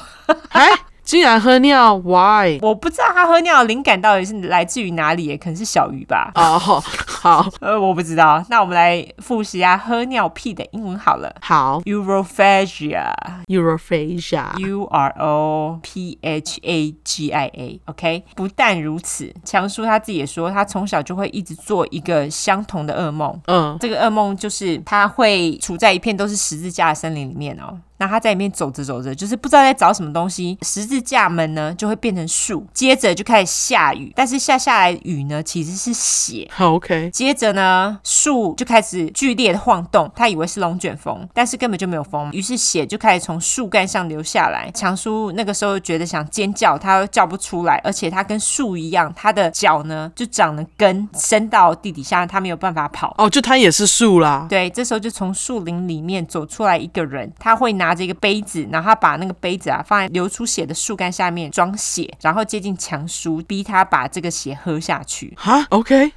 A: 哎，竟然喝尿，why？
B: 我不知道他喝尿的灵感到底是来自于哪里耶，可能是小鱼吧。
A: 哦，好
B: 呃，我不知道。那我们来复习一下喝尿屁的英文好了
A: 好
B: ，urophagia，u
A: ，Europhasia，
B: r o p h a g i a，OK、不但如此，强叔他自己也说，他从小就会一直做一个相同的噩梦。
A: 嗯，
B: 这个噩梦就是他会处在一片都是十字架的森林里面哦。那他在里面走着走着，就是不知道在找什么东西。十字架门呢就会变成树，接着就开始下雨，但是下下来雨呢其实是血。
A: 好，OK，
B: 接着呢，树就开始剧烈的晃动，他以为是龙卷风，但是根本就没有风，于是血就开始从树干上流下来。强叔那个时候觉得想尖叫，他又叫不出来，而且他跟树一样，他的脚呢就长了根，伸到地底下，他没有办法跑。
A: 哦，就他也是树啦，
B: 对，这时候就从树林里面走出来一个人，他会拿着一个杯子，然后他把那个杯子啊放在流出血的树干下面装血，然后接近强叔，逼他把这个血喝下去。
A: 哈，OK，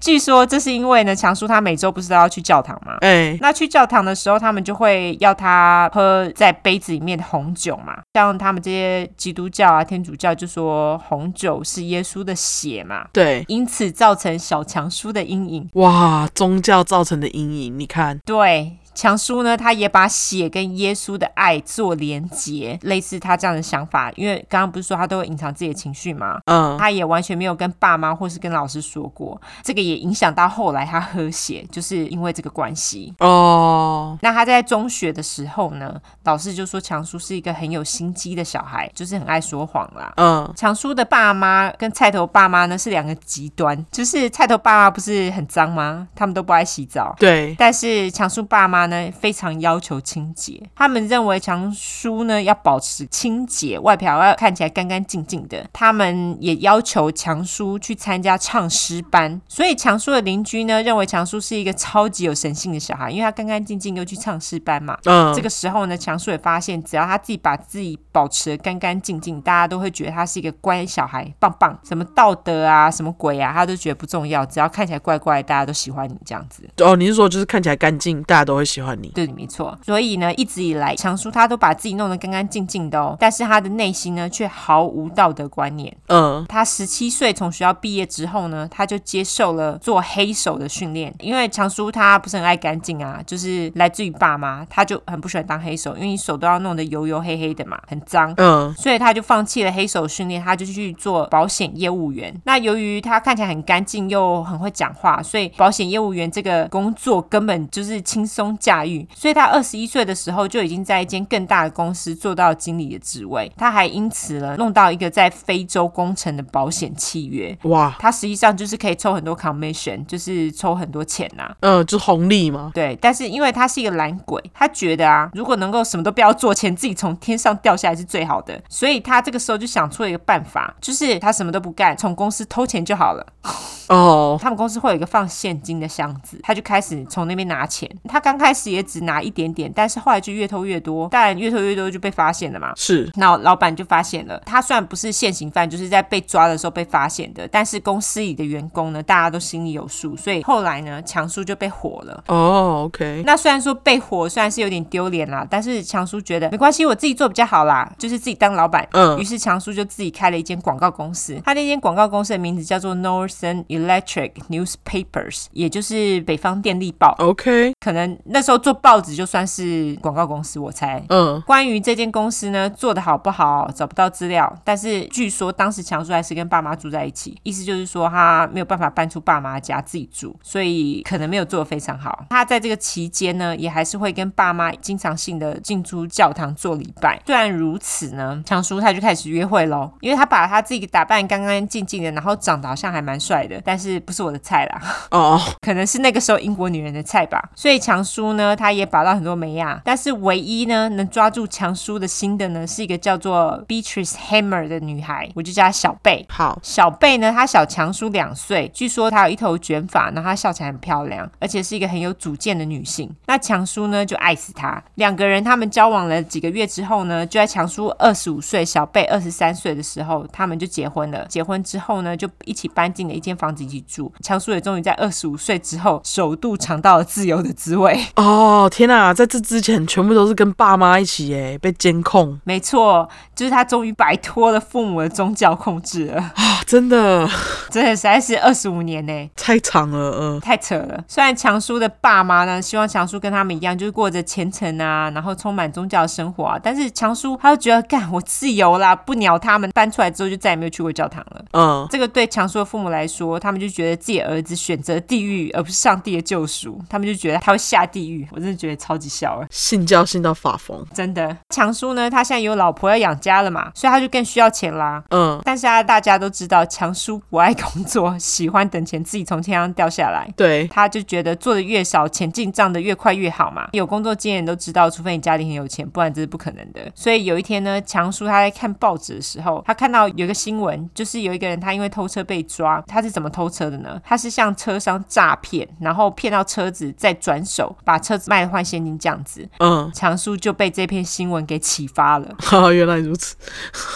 B: 据说这是因为呢，强叔他每周不是都要去教堂吗？
A: 哎，
B: 那去教堂的时候，他们就会要他喝在杯子里面的红酒嘛。像他们这些基督教啊、天主教就说红酒是耶稣的血嘛，
A: 对，
B: 因此造成小强叔的阴影。
A: 哇，宗教造成的阴影，你看，
B: 对。强叔呢，他也把血跟耶稣的爱做连结，类似他这样的想法。因为刚刚不是说他都会隐藏自己的情绪吗？
A: 嗯，
B: 他也完全没有跟爸妈或是跟老师说过，这个也影响到后来他喝血，就是因为这个关系。
A: 哦，
B: 那他在中学的时候呢，老师就说强叔是一个很有心机的小孩，就是很爱说谎啦。
A: 嗯，
B: 强叔的爸妈跟菜头爸妈呢是两个极端，就是菜头爸妈不是很脏吗？他们都不爱洗澡，
A: 对，
B: 但是强叔爸妈家呢非常要求清洁，他们认为藏书呢要保持清洁，外表要看起来干干净净的。他们也要求强叔去参加唱诗班，所以强叔的邻居呢认为强叔是一个超级有神性的小孩，因为他干干净净又去唱诗班嘛。
A: 嗯，
B: 这个时候呢，强叔也发现，只要他自己把自己保持的干干净净，大家都会觉得他是一个乖小孩，棒棒。什么道德啊，什么鬼啊，他都觉得不重要，只要看起来怪怪，大家都喜欢你这样子。
A: 哦，你是说就是看起来干净，大家都会喜欢你？
B: 对，没错。所以呢，一直以来，强叔他都把自己弄得干干净净的哦，但是他的内心呢，却毫无道德观念。
A: 嗯，
B: 他十七岁从学校毕业之后呢，他就接受了做黑手的训练，因为强叔他不是很爱干净啊，就是来自于爸妈，他就很不喜欢当黑手，因为你手都要弄得油油黑黑的嘛，很脏。
A: 嗯，
B: 所以他就放弃了黑手训练，他就去做保险业务员。那由于他看起来很干净又很会讲话，所以保险业务员这个工作根本就是轻松驾驭。所以他二十一岁的时候就已经在一间更大的公司做到经理的职位，他还因此呢弄到一个在非洲工程的保险契约。
A: 嗯哇，
B: 他实际上就是可以抽很多 commission，就是抽很多钱啊呐、
A: 嗯，就是红利嘛。
B: 对，但是因为他是一个懒鬼，他觉得啊，如果能够什么都不要做，钱自己从天上掉下来是最好的，所以他这个时候就想出了一个办法，就是他什么都不干，从公司偷钱就好了。
A: 哦，
B: 他们公司会有一个放现金的箱子，他就开始从那边拿钱。他刚开始也只拿一点点，但是后来就越偷越多，但越偷越多就被发现了嘛。
A: 是，
B: 那老板就发现了，他虽然不是现行犯，就是在被抓的时候被发现的，但是公司里的员工呢，大家都心里有数，所以后来呢，强叔就被火了。
A: 哦，OK，
B: 那虽然说被火，虽然是有点丢脸啦，但是强叔觉得没关系，我自己做比较好啦，就是自己当老板。
A: 嗯
B: 于是强叔就自己开了一间广告公司，他那间广告公司的名字叫做 Northern Electric Newspapers，也就是北方电力报。
A: ，OK，
B: 可能那时候做报纸就算是广告公司，我猜。
A: 嗯，
B: 关于这间公司呢做的好不好，找不到资料。但是据说当时强叔还是跟爸妈住在一起，意思就是说他没有办法搬出爸妈家自己住，所以可能没有做得非常好。他在这个期间呢，也还是会跟爸妈经常性的进出教堂做礼拜。虽然如此呢，强叔他就开始约会喽，因为他把他自己打扮干干净净的，然后长得好像还蛮帅的，但是不是我的菜啦。
A: 哦，
B: 可能是那个时候英国女人的菜吧。所以强叔呢，他也把到很多美亚，但是唯一呢能抓住强叔的心的呢，是一个叫做 Beatrice Hammer 的女孩，我就叫她小贝。
A: 好，
B: 小贝呢，她小强叔两岁，据说她有一头卷发，然后她笑起来很漂亮，而且是一个很有主见的女性。那强叔呢就爱死她，两个人他们交往了几个月之后呢，就在强叔二十五岁、小贝二十三岁的时候，他们就结婚了。结婚之后呢，就一起搬进了一间房子一起住。强叔也终于在二十五岁之后，首度尝到了自由的滋味。
A: 哦，天哪、在这之前全部都是跟爸妈一起耶，被监控
B: 没错，就是他终于摆脱了父母的宗教控制了，
A: 啊，真的
B: 真的实在是二十五年呢、
A: 太长了，嗯、
B: 太扯了。虽然强叔的爸妈呢，希望强叔跟他们一样，就是过着虔诚啊，然后充满宗教的生活啊，但是强叔他就觉得，干我自由啦，不鸟他们。搬出来之后就再也没有去过教堂了。
A: 嗯，
B: 这个对强叔的父母来说，他们就觉得自己的儿子选择地狱而不是上帝的救赎，他们就觉得他会下地狱。我真的觉得超级笑了。
A: 信教信到发疯，
B: 真的，强叔呢，他现在有老婆要养家了嘛，所以他就更需要钱啦。
A: 嗯，
B: 但是啊，大家都知道，强叔不爱工作，喜欢等钱自己从天上掉下来。
A: 对，
B: 他就觉得做的越少，钱进账的越快越好嘛。有工作经验都知道，除非你家里很有钱，不然这是不可能的。所以有一天呢，强叔他在看报纸的时候，他看到有一个新闻，就是有一个人他因为偷车被抓。他是怎么偷车的呢？他是向车商诈骗，然后骗到车子，再转手把车子卖了换现金这样子。
A: 嗯，
B: 强叔就被这篇新闻给启发了。
A: 哈，原来如此，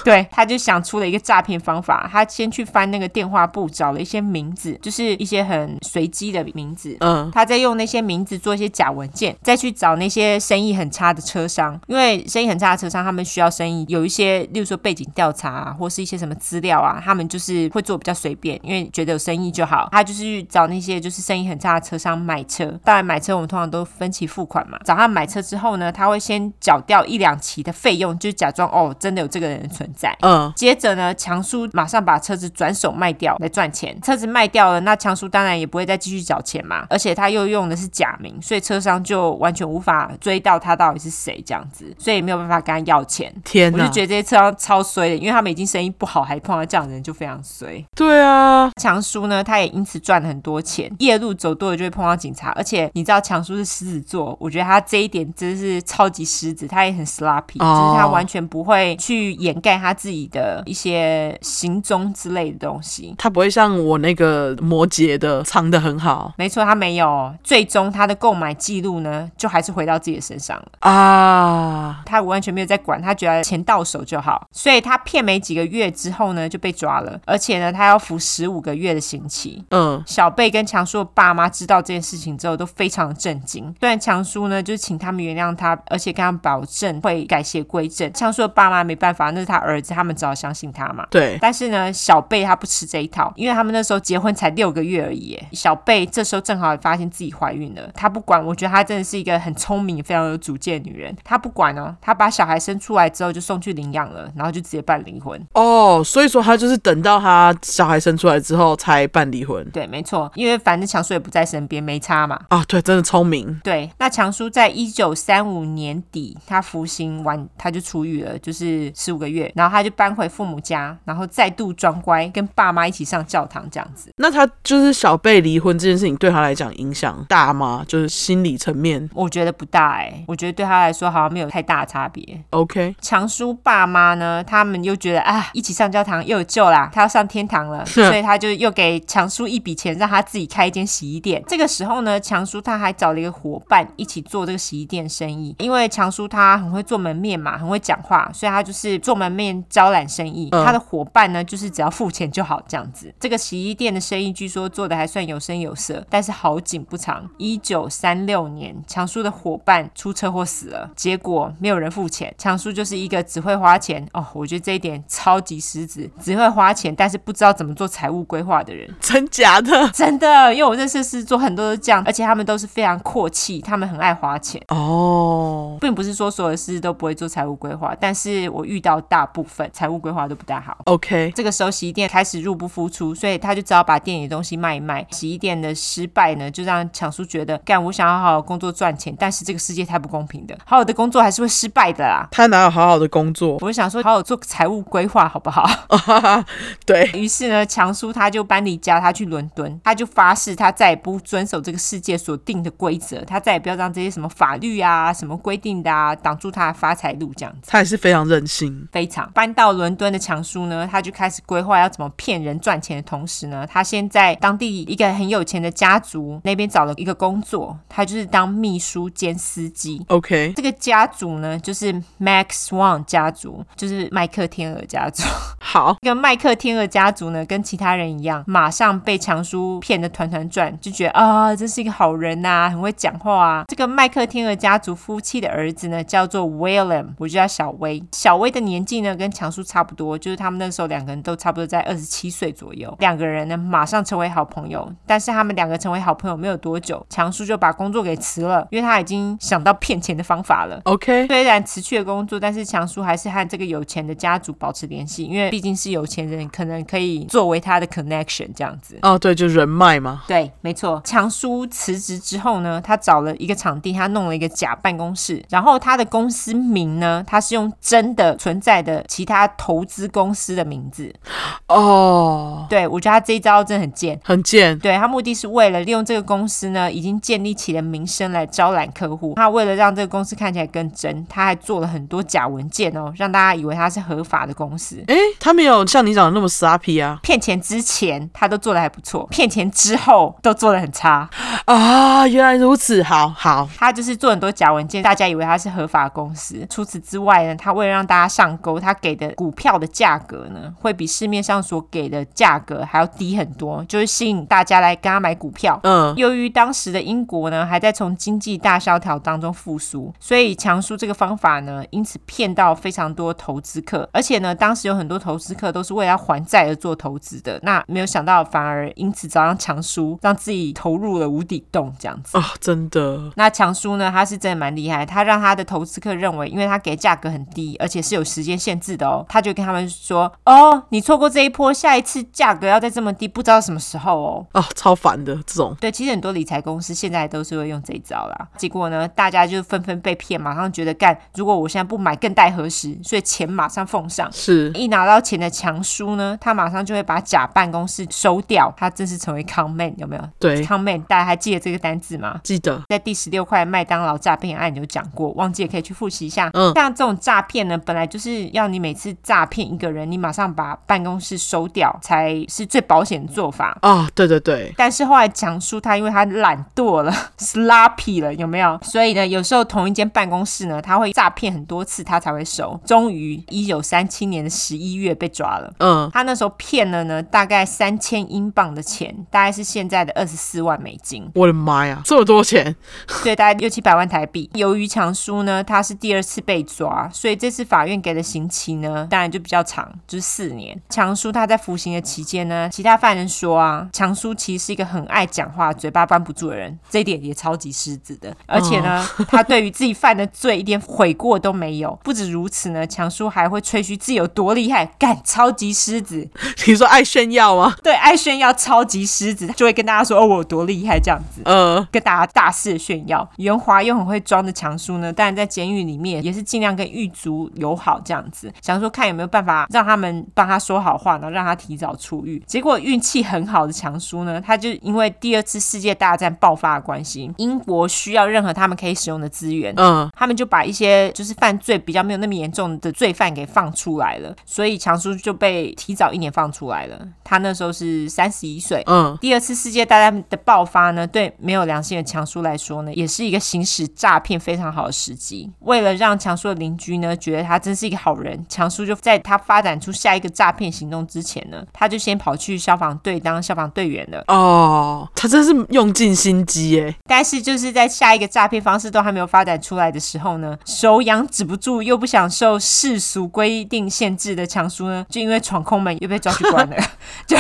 B: 对，他就想出了一个诈骗方法。他先去翻那个电话簿，找了一些名字，就是一些很随机的名字。
A: 嗯，
B: 他在用那些名字做一些假文件，再去找那些生意很差的车商，因为生意很差的车商，他们需要生意有一些，例如说背景调查啊，或是一些什么资料啊，他们就是会做比较随便，因为觉得有生意就好。他就是去找那些就是生意很差的车商买车，当然买车我们通常都分期付款嘛。找他买车之后呢，他会先缴掉一两期的费用，就假装哦真的有这个人存在，
A: 嗯，
B: 接着呢，强叔马上把车子转手卖掉来赚钱。车子卖掉了，那强叔当然也不会再继续缴钱嘛。而且他又用的是假名，所以车商就完全无法追到他到底是谁这样子，所以没有办法跟他要钱。
A: 天
B: 我
A: 哪、
B: 就觉得这些车商超衰的，因为他们已经生意不好，还碰到这样的人就非常衰。
A: 对啊，
B: 强叔呢，他也因此赚了很多钱。夜路走多了就会碰到警察，而且你知道强叔是狮子座，我觉得他这一点真是超级狮子，他也很 sloppy，、
A: 哦
B: 就是他完全不会去掩盖他自己的一些行踪之类的东西。
A: 他不会像我那个摩羯的藏得很好
B: 没错，他没有。最终他的购买记录呢，就还是回到自己的身上了。
A: 啊，
B: 他完全没有在管，他觉得钱到手就好。所以他骗没几个月之后呢，就被抓了，而且呢，他要服十五个月的刑期。
A: 嗯，
B: 小贝跟强叔的爸妈知道这件事情之后，都非常震惊。虽然强叔呢，就是请他们原谅他，而且跟他们保证会改邪归正。强叔的爸妈没办法，那是他儿子，他们只好相信他嘛。
A: 对，
B: 但是呢，小贝他不吃这一套，因为他们那时候结婚才六个月而已耶。小贝这时候正好也发现自己怀孕了，她不管，我觉得她真的是一个很聪明、非常有主见的女人。她不管哦，她把小孩生出来之后就送去领养了，然后就直接办离婚。
A: 哦，所以说他就是等到他小孩生出来之后才办离婚
B: 对，没错，因为反正强叔也不在身边，没差嘛。
A: 啊，对，真的聪明，
B: 对，那强叔在一九三五年底，他服刑完，他就出狱了，就是十五个月，然后他就搬回父母家，然后再度装乖，跟爸妈一起上教堂这样子。
A: 那他就是小贝离婚这件事情对他来讲影响大吗？就是心理层面
B: 我觉得不大哎、我觉得对他来说好像没有太大的差别。
A: ，OK，
B: 强叔爸妈呢，他们又觉得啊，一起上教堂又有救啦，他要上天堂了，
A: 是
B: 所以他就又给强叔一笔钱，让他自己开一间洗衣店。这个时候呢，强叔他还找了一个伙伴一起做这个洗衣店生意，因为强叔他很会做门面嘛，很会讲话，所以他就是做门面招揽生意。
A: 嗯
B: 他的伙伴呢，就是只要付钱就好这样子。这个洗衣店的生意据说做的还算有声有色，但是好景不长，一九三六年，强叔的伙伴出车祸死了，结果没有人付钱。强叔就是一个只会花钱哦，我觉得这一点超级狮子，只会花钱，但是不知道怎么做财务规划的人。
A: 真假的
B: 真的，因为我认识的狮子座很多都是这样，而且他们都是非常阔气，他们很爱花钱。
A: 哦，
B: 并不是说所有的狮子都不会做财务规划，但是我遇到大部分财务规划都不大好。
A: OK，
B: 这个时候洗衣店开始入不敷出，所以他就只好把店里的东西卖一卖。洗衣店的失败呢，就让强叔觉得，干我想要好好工作赚钱，但是这个世界太不公平的，好好的工作还是会失败的啦。
A: 他哪有好好的工作？
B: 我就想说，好好做财务规划好不好？
A: 对，
B: 于是呢，强叔他就搬离家，他去伦敦，他就发誓他再也不遵守这个世界所定的规则，他再也不要让这些什么法律啊、什么规定的啊挡住他的发财路这样子。
A: 他也是非常任性，
B: 非常搬到伦敦的强叔呢，他就开始规划要怎么骗人赚钱的同时呢，他先在当地一个很有钱的家族那边找了一个工作，他就是当秘书兼司机。
A: OK，
B: 这个家族呢，就是 Max Swan 家族，就是麦克天鹅家族。
A: 好，
B: 这个麦克天鹅家族呢，跟其他人一样，马上被强叔骗得团团转，就觉得啊、这是一个好人呐、很会讲话啊。这个麦克天鹅家族夫妻的儿子呢，叫做 William，我就叫小威。小威的年纪呢，跟强叔差不多，就是他们那时候两个人都差不多在二十七岁左右。两个人呢，马上成为好朋友，但是他们两个成为好朋友没有多久，强叔就把工作给辞了，因为他已经想到骗钱的方法了。
A: OK，
B: 虽然辞去了工作，但是强叔还是和这个有钱的家族保持联系，因为毕竟是有钱人，可能可以作为他的 connection 这样子。
A: 哦，对，就人脉嘛，
B: 对，没错。强叔辞职之后呢，他找了一个场地，他弄了一个假办公室，然后他的公司名呢，他是用真的存在的其他投资公司的名字。
A: 哦，
B: 对我觉得他这一招真的很贱。
A: 很贱，
B: 对他目的是为了利用这个公司呢已经建立起的名声来招揽客户。他为了让这个公司看起来更真，他还做了很多假文件哦，让大家以为他是合法的公司。
A: 诶，他没有像你长得那么傻皮啊，
B: 骗钱之前他都做的还不错，骗钱之后都做的很差。
A: 啊，原来如此，好好，
B: 他就是做很多假文件，大家以为他是合法公司。除此之外呢，他为了让大家上钩，他给的股票的价格呢，会比市面上所给的价格还要低很多，就是吸引大家来跟他买股票。
A: 嗯，
B: 由于当时的英国呢还在从经济大萧条当中复苏，所以强叔这个方法呢，因此骗到非常多投资客，而且呢，当时有很多投资客都是为了要还债而做投资的，那没有想到反而因此找上强叔，让自己投入了无底洞这样子。
A: 哦，真的，
B: 那强叔呢？他是真的蛮厉害，他让他的投资客认为，因为他给价格很低，而且是有时间限制的哦，他就跟他们说：“哦，你错过这一波，下一次价格要再这么低，不知道什么时候哦。”
A: 哦，超烦的这种，
B: 对，其实很多理财公司现在都是会用这一招啦。结果呢，大家就纷纷被骗，马上觉得干，如果我现在不买，更待何时？所以钱马上奉上。
A: 是
B: 一拿到钱的强叔呢，他马上就会把假办公是收掉，它正式成为 comment 有没有
A: 对，
B: ？comment 大家还记得这个单字吗？
A: 记得
B: 在第十六块麦当劳诈骗案有讲过，忘记也可以去复习一下。
A: 嗯
B: 像这种诈骗呢，本来就是要你每次诈骗一个人，你马上把办公室收掉，才是最保险的做法。
A: 啊、对对对，
B: 但是后来讲述他因为他懒惰了 ，sloppy 了，有没有？所以呢，有时候同一间办公室呢，他会诈骗很多次，他才会收。终于，一九三七年的十一月被抓了。
A: 嗯，
B: 他那时候骗了呢，大概三千英镑的钱，大概是现在的二十四万美金。
A: 我的妈呀，这么多钱，
B: 对，大概六七百万台币。由于强叔呢，他是第二次被抓，所以这次法院给的刑期呢，当然就比较长，就是四年。强叔他在服刑的期间呢，其他犯人说啊，强叔其实是一个很爱讲话、嘴巴关不住的人，这一点也超级狮子的。而且呢， 他对于自己犯的罪一点悔过都没有。不止如此呢，强叔还会吹嘘自己有多厉害，干超级狮子，
A: 你说爱炫耀吗？
B: 对，爱炫耀超级狮子，就会跟大家说哦，我有多厉害这样子。
A: 呃，
B: 跟大家大肆炫耀。袁华又很会装的强叔呢，当然在监狱里面也是尽量跟狱卒友好这样子，想说看有没有办法让他们帮他说好话，然后让他提早出狱。结果运气很好的强叔呢，他就因为第二次世界大战爆发的关系，英国需要任何他们可以使用的资源，
A: 嗯，
B: 他们就把一些就是犯罪比较没有那么严重的罪犯给放出来了，所以强叔就被提早一年放出来了。他那时候是三十一岁，
A: 嗯，
B: 第二次世界大战的爆发呢，对没有良心的强叔来说呢，也是一个行使诈骗非常好的时机。为了让强叔的邻居呢觉得他真是一个好人，强叔就在他发展出下一个诈骗行动之前呢，他就先跑去消防队当消防队员了。
A: 哦，他真是用尽心机耶，
B: 但是就是在下一个诈骗方式都还没有发展出来的时候呢，手痒止不住又不想受世俗规定限制的强叔呢，就因为闯空门又被抓去关了， 就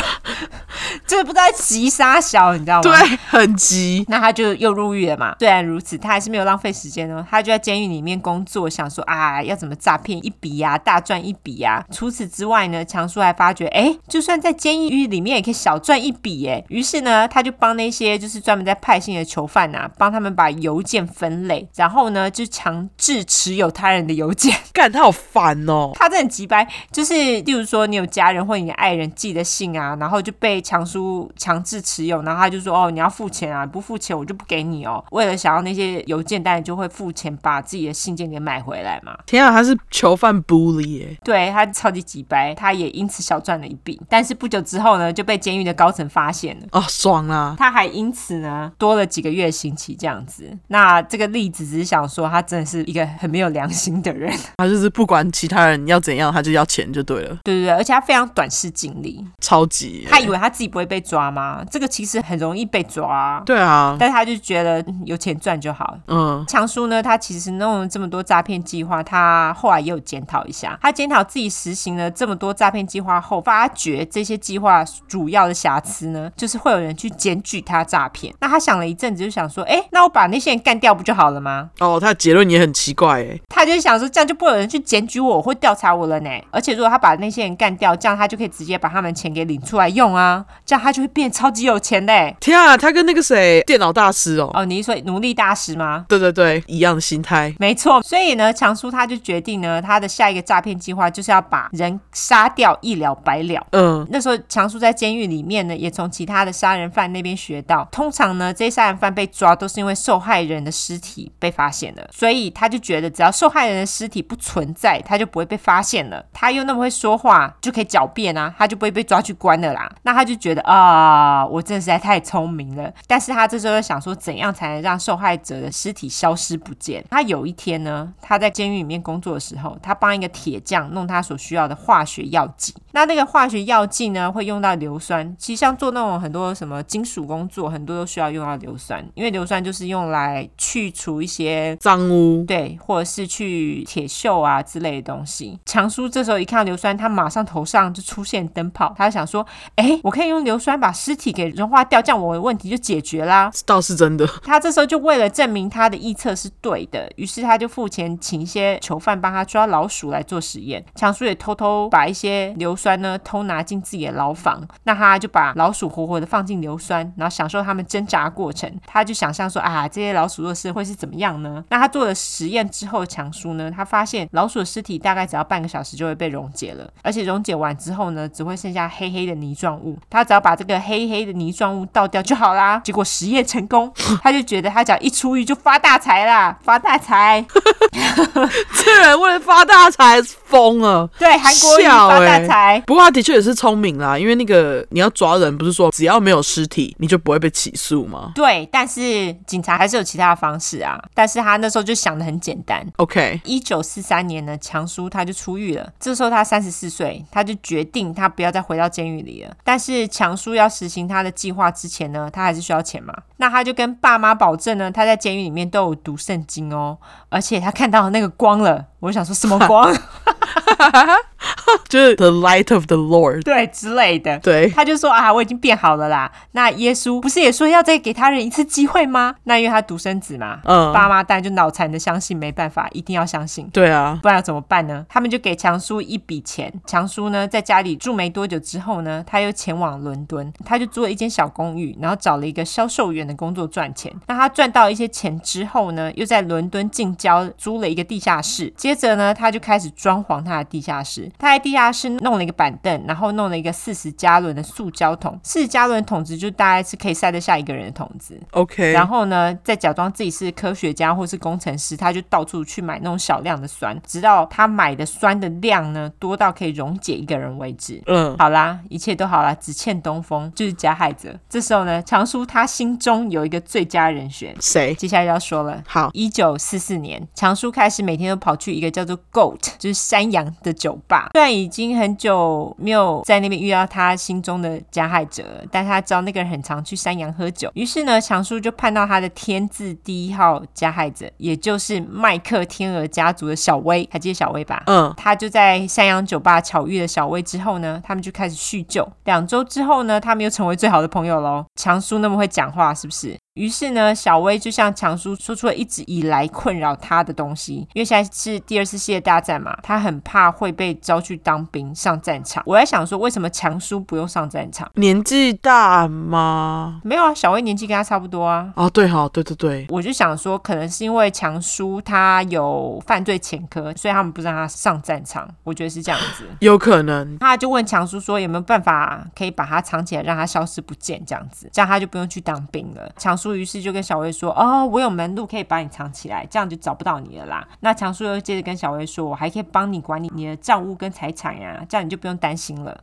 B: 这不知道在急杀小，你知道吗？
A: 对，很急，
B: 那他就又入狱了嘛。虽然如此，他还是没有浪费时间哦，他就在监狱里面工作，想说啊，要怎么诈骗一笔呀、大赚一笔呀、除此之外呢，强叔还发觉，哎，就算在监狱里面也可以小赚一笔耶。于是呢，他就帮那些就是专门在派信的囚犯啊，帮他们把邮件分类，然后呢，就强制持有他人的邮件。
A: 干他好烦哦，
B: 他真的很急掰，就是例如说你有家人或你的爱人寄的信啊，然后就被强叔强制持有，然后他就说哦你要付钱啊，不付钱我就不给你哦。为了想要那些邮件，当然就会付钱把自己的信件给买回来嘛。
A: 天啊，他是囚犯 bully 耶，
B: 对他超级急掰，他也因此小赚了一笔。但是不久之后呢，就被监狱的高层发现了。
A: 哦，爽啦、
B: 他还因此呢多了几个月刑期这样子。那这个例子只是想说，他真的是一个很没有良心的人，
A: 他就是不管其他人要怎样，他就要钱就对了，
B: 对对对，而且他非常短视近利。
A: 超级耶，
B: 他以为他自己不会被抓吗？这个其实很容易被抓啊、
A: 对啊，
B: 但是他就觉得嗯有钱赚就好。
A: 嗯，
B: 强叔呢，他其实弄了这么多诈骗计划，他后来也有检讨一下。他检讨自己实行了这么多诈骗计划后，发觉这些计划主要的瑕疵呢，就是会有人去检举他诈骗。那他想了一阵子，就想说，哎，那我把那些人干掉不就好了吗？
A: 哦，他的结论也很奇怪耶，
B: 他就想说，这样就不会有人去检举我或调查我了呢。而且如果他把那些人干掉，这样他就可以直接把他们钱给领出来用啊，这样他就会变超级有钱嘞。
A: 天啊，他跟那个谁电脑大师哦，
B: 哦，你是说奴隶大师吗？
A: 对对对，一样的心态，
B: 没错，所以呢，强叔他就决定呢，他的下一个诈骗计划就是要把人杀掉，一了百了。
A: 嗯，
B: 那时候强叔在监狱里面呢，也从其他的杀人犯那边学到，通常呢，这些杀人犯被抓都是因为受害人的尸体被发现了，所以他就觉得只要受害人的尸体不存在，他就不会被发现了。他又那么会说话，就可以狡辩啊，他就不会被抓去关了啦。那他就觉得啊、我真的实在太聪明了。但是他这时候就想说，怎样才能让受害者的尸体消失不见？他有一天呢，他在监狱里面工作的时候，他帮一个铁匠弄他所需要的化学药剂。那那个化学药剂呢，会用到硫酸。其实像做那种很多什么金属工作，很多都需要用到硫酸，因为硫酸就是用来去除一些
A: 脏污，
B: 对，或者是去铁锈啊之类的东西。强叔这时候一看到硫酸，他马上头上就出现灯泡，他就想说：“哎，我可以用硫酸把尸体给融化掉，这样我的问题就解决啦。”
A: 倒是真的，
B: 他这时候就为了证明他的臆测是对的，于是他就付钱请一些囚犯帮他抓老鼠来做实验。强叔也偷偷把一些硫酸呢偷拿进自己的牢房，那他就把老鼠活活的放进硫酸，然后享受他们挣扎过程。他就想象说啊，这些老鼠若是会是怎么样呢？那他做了实验之后，强叔呢，他发现老鼠的尸体大概只要半个小时就会被溶解了，而且溶解完之后呢，只会剩下黑黑的泥泥状物，他只要把这个黑黑的泥状物倒掉就好啦。结果实验成功，他就觉得他只要一出狱就发大财啦，发大财。
A: 这人为了发大财疯了。
B: 对，韩国瑜
A: 笑
B: 发大
A: 欸
B: 财。
A: 不过他的确也是聪明啦，因为那个你要抓人，不是说只要没有尸体你就不会被起诉吗
B: 对，但是警察还是有其他的方式啊。但是他那时候就想的很简单。
A: ？OK，
B: 一九四三年呢，强叔他就出狱了。这时候他三十四岁，他就决定他不要再回到监狱里了。但是强叔要实行他的计划之前呢，他还是需要钱嘛。那他就跟爸妈保证呢，他在监狱里面都有读圣经哦，而且他看到那个光了。我想说什么光？
A: 就是 The Light of the Lord。
B: 对之类的。
A: 对，
B: 他就说啊，我已经变好了啦。那耶稣不是也说要再给他人一次机会吗？那因为他独生子嘛，
A: 嗯
B: 爸妈当然就脑残的相信，没办法，一定要相信。
A: 对啊，
B: 不然要怎么办呢？他们就给强叔一笔钱。强叔呢，在家里住没多久之后呢，他又前往伦敦，他就租了一间小公寓，然后找了一个销售员的工作赚钱。那他赚到一些钱之后呢，又在伦敦近郊租了一个地下室。接着呢，他就开始装潢他的地下室。他在地下室弄了一个板凳，然后弄了一个四十加仑的塑胶桶。四十加仑的桶子就大概是可以塞得下一个人的桶子。
A: OK，
B: 然后呢，再假装自己是科学家或是工程师，他就到处去买那种少量的酸，直到他买的酸的量呢多到可以溶解一个人为止。
A: 嗯，
B: 好啦，一切都好啦，只欠东风，就是加害者。这时候呢，强叔他心中有一个最佳人选，
A: 谁？
B: 接下来要说了。
A: 好，
B: 一九四四年，强叔开始每天都跑去一个叫做 Goat，就是山羊的酒吧。虽然已经很久没有在那边遇到他心中的加害者了，但他知道那个人很常去山羊喝酒。于是呢，强叔就判到他的天字第一号加害者，也就是麦克天鹅家族的小薇。还记得小薇吧？
A: 嗯，
B: 他就在山羊酒吧巧遇了小薇之后呢，他们就开始叙旧。两周之后呢，他们又成为最好的朋友喽。强叔那么会讲话，是不是？于是呢，小薇就向强叔说出了一直以来困扰他的东西，因为现在是第二次世界大战嘛，他很怕会被招去当兵上战场。我在想说，为什么强叔不用上战场？
A: 年纪大吗？
B: 没有啊，小薇年纪跟他差不多啊。
A: 哦，对哈，对对对，
B: 我就想说，可能是因为强叔他有犯罪前科，所以他们不让他上战场。我觉得是这样子。
A: 有可能。
B: 他就问强叔说有没有办法可以把它藏起来，让它消失不见，这样子，这样他就不用去当兵了。强叔于是就跟小薇说：“哦，我有门路可以把你藏起来，这样就找不到你了啦。”那强叔又接着跟小薇说：“我还可以帮你管理你的账务跟财产呀、这样你就不用担心了。”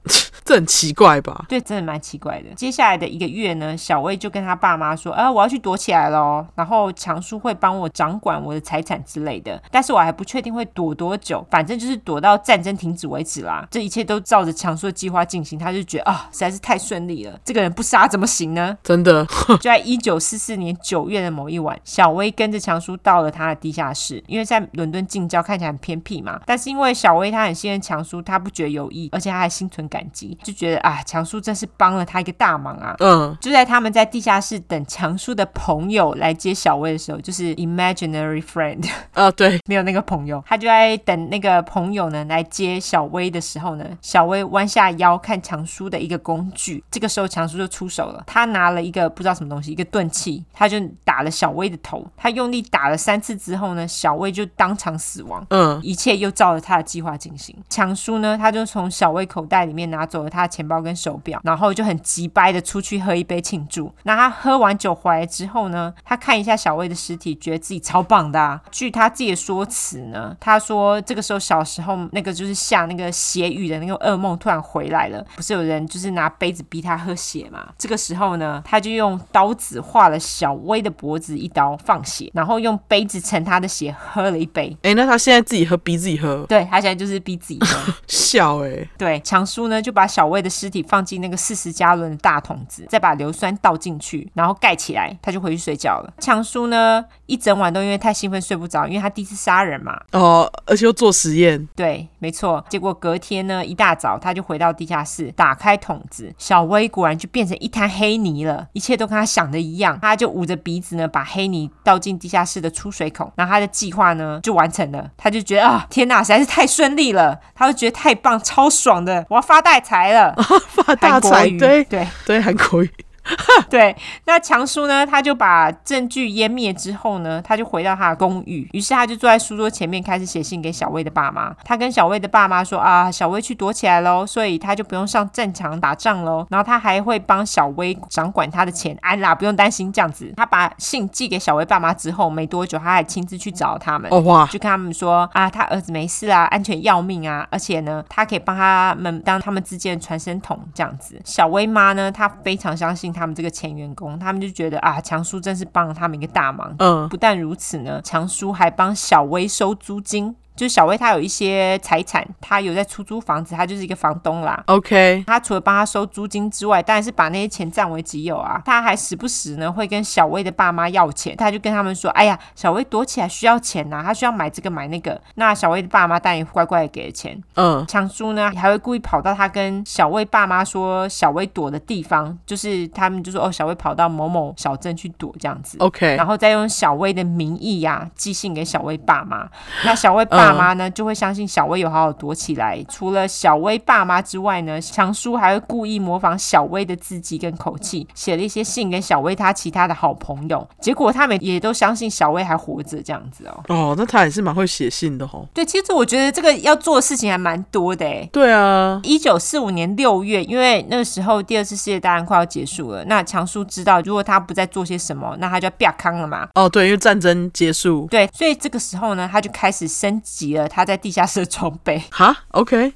A: 这很奇怪吧？
B: 对，真的蛮奇怪的。接下来的一个月呢，小薇就跟她爸妈说：“啊，我要去躲起来喽。”然后强叔会帮我掌管我的财产之类的，但是我还不确定会躲多久，反正就是躲到战争停止为止啦。这一切都照着强叔的计划进行，他就觉得啊、实在是太顺利了，这个人不杀怎么行呢？
A: 真的，
B: 就在一九四四年九月的某一晚，小薇跟着强叔到了他的地下室，因为在伦敦近郊看起来很偏僻嘛。但是因为小薇她很信任强叔，她不觉得有呃意，而且她还心存感激，就觉得啊，强叔真是帮了她一个大忙啊。
A: 嗯，
B: 就在他们在地下室等强叔的朋友来接小薇的时候，就是 imaginary friend
A: 啊，对，
B: 没有那个朋友，他就在等那个朋友呢来接小薇的时候呢，小薇弯下腰看强叔的一个工具，这个时候强叔就出手了，他拿了一个不知道什么东西，一个钝器，他就打了小薇的头，他用力打了三次之后呢，小薇就当场死亡。
A: 嗯，
B: 一切又照着他的计划进行。强叔呢，他就从小薇口袋里面拿走了他的钱包跟手表，然后就很急掰的出去喝一杯庆祝。那他喝完酒回来之后呢，他看一下小薇的尸体，觉得自己超棒的、啊。据他自己的说辞呢，他说这个时候小时候那个就是下那个血雨的那个噩梦突然回来了，不是有人就是拿杯子逼他喝血嘛？这个时候呢，他就用刀子划了小薇的脖子一刀放血，然后用杯子盛她的血喝了一杯。
A: 哎、那他现在自己喝，逼自己喝，
B: 对他现在就是逼自己喝。
A: 笑哎、
B: 对，强叔呢就把小魏的尸体放进那个四十加仑的大桶子，再把硫酸倒进去，然后盖起来，他就回去睡觉了。强叔呢一整晚都因为太兴奋睡不着，因为他第一次杀人嘛。
A: 哦，而且又做实验，
B: 对，没错。结果隔天呢一大早他就回到地下室，打开桶子，小薇果然就变成一滩黑泥了，一切都跟他想的一样。他就捂着鼻子呢，把黑泥倒进地下室的出水孔，然后他的计划呢就完成了。他就觉得啊，天哪，实在是太顺利了，他就觉得太棒，超爽的，我要发大财了。
A: 发大
B: 韩国
A: 财，
B: 瑜
A: 对
B: 对，
A: 对，韩国语，
B: 对，那强叔呢，他就把证据湮灭之后呢，他就回到他的公寓，于是他就坐在书桌前面开始写信给小薇的爸妈。他跟小薇的爸妈说啊，小薇去躲起来喽，所以他就不用上战场打仗喽。然后他还会帮小薇掌管他的钱，安啦，不用担心这样子。他把信寄给小薇爸妈之后，没多久他还亲自去找他们。
A: 哦哇，
B: 就跟他们说啊，他儿子没事啊，安全要命啊，而且呢，他可以帮他们当他们之间的传声筒这样子。小薇妈呢，她非常相信他们这个前员工，他们就觉得啊，强叔真是帮了他们一个大忙。
A: 嗯，
B: 不但如此呢，强叔还帮小薇收租金。就是小薇她有一些财产，她有在出租房子，她就是一个房东啦。
A: OK，
B: 他除了帮他收租金之外，当然是把那些钱占为己有啊。他还时不时呢会跟小薇的爸妈要钱，他就跟他们说：“哎呀，小薇躲起来需要钱呐、她需要买这个买那个。”那小薇的爸妈当然也乖乖的给了钱。
A: 嗯，
B: 强叔呢还会故意跑到他跟小薇爸妈说小薇躲的地方，就是他们就说：“哦，小薇跑到某某小镇去躲这样子。”
A: OK，
B: 然后再用小薇的名义呀、寄信给小薇爸妈。那小薇爸妈呢，就会相信小薇有好好躲起来。除了小薇爸妈之外呢，强叔还会故意模仿小薇的字迹跟口气，写了一些信给小薇他其他的好朋友。结果他们也都相信小薇还活着这样子哦。
A: 哦，那他也是蛮会写信的吼。
B: 对，其实我觉得这个要做的事情还蛮多的欸诶。
A: 对啊，
B: 一九四五年六月，因为那个时候第二次世界大战快要结束了，那强叔知道如果他不再做些什么，那他就要啪康了嘛。
A: 哦对，因为战争结束，
B: 对，所以这个时候呢，他就开始升级了他在地下室的装备，
A: 哈，OK，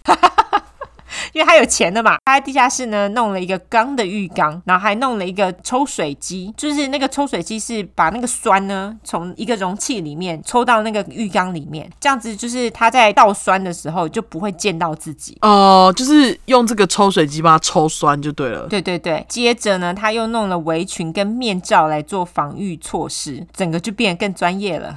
B: 因为他有钱的嘛。他在地下室呢弄了一个钢的浴缸，然后还弄了一个抽水机，就是那个抽水机是把那个酸呢从一个容器里面抽到那个浴缸里面，这样子就是他在倒酸的时候就不会溅到自己。
A: 哦，就是用这个抽水机把它抽酸就对了。
B: 对对对，接着呢，他又弄了围裙跟面罩来做防御措施，整个就变得更专业了。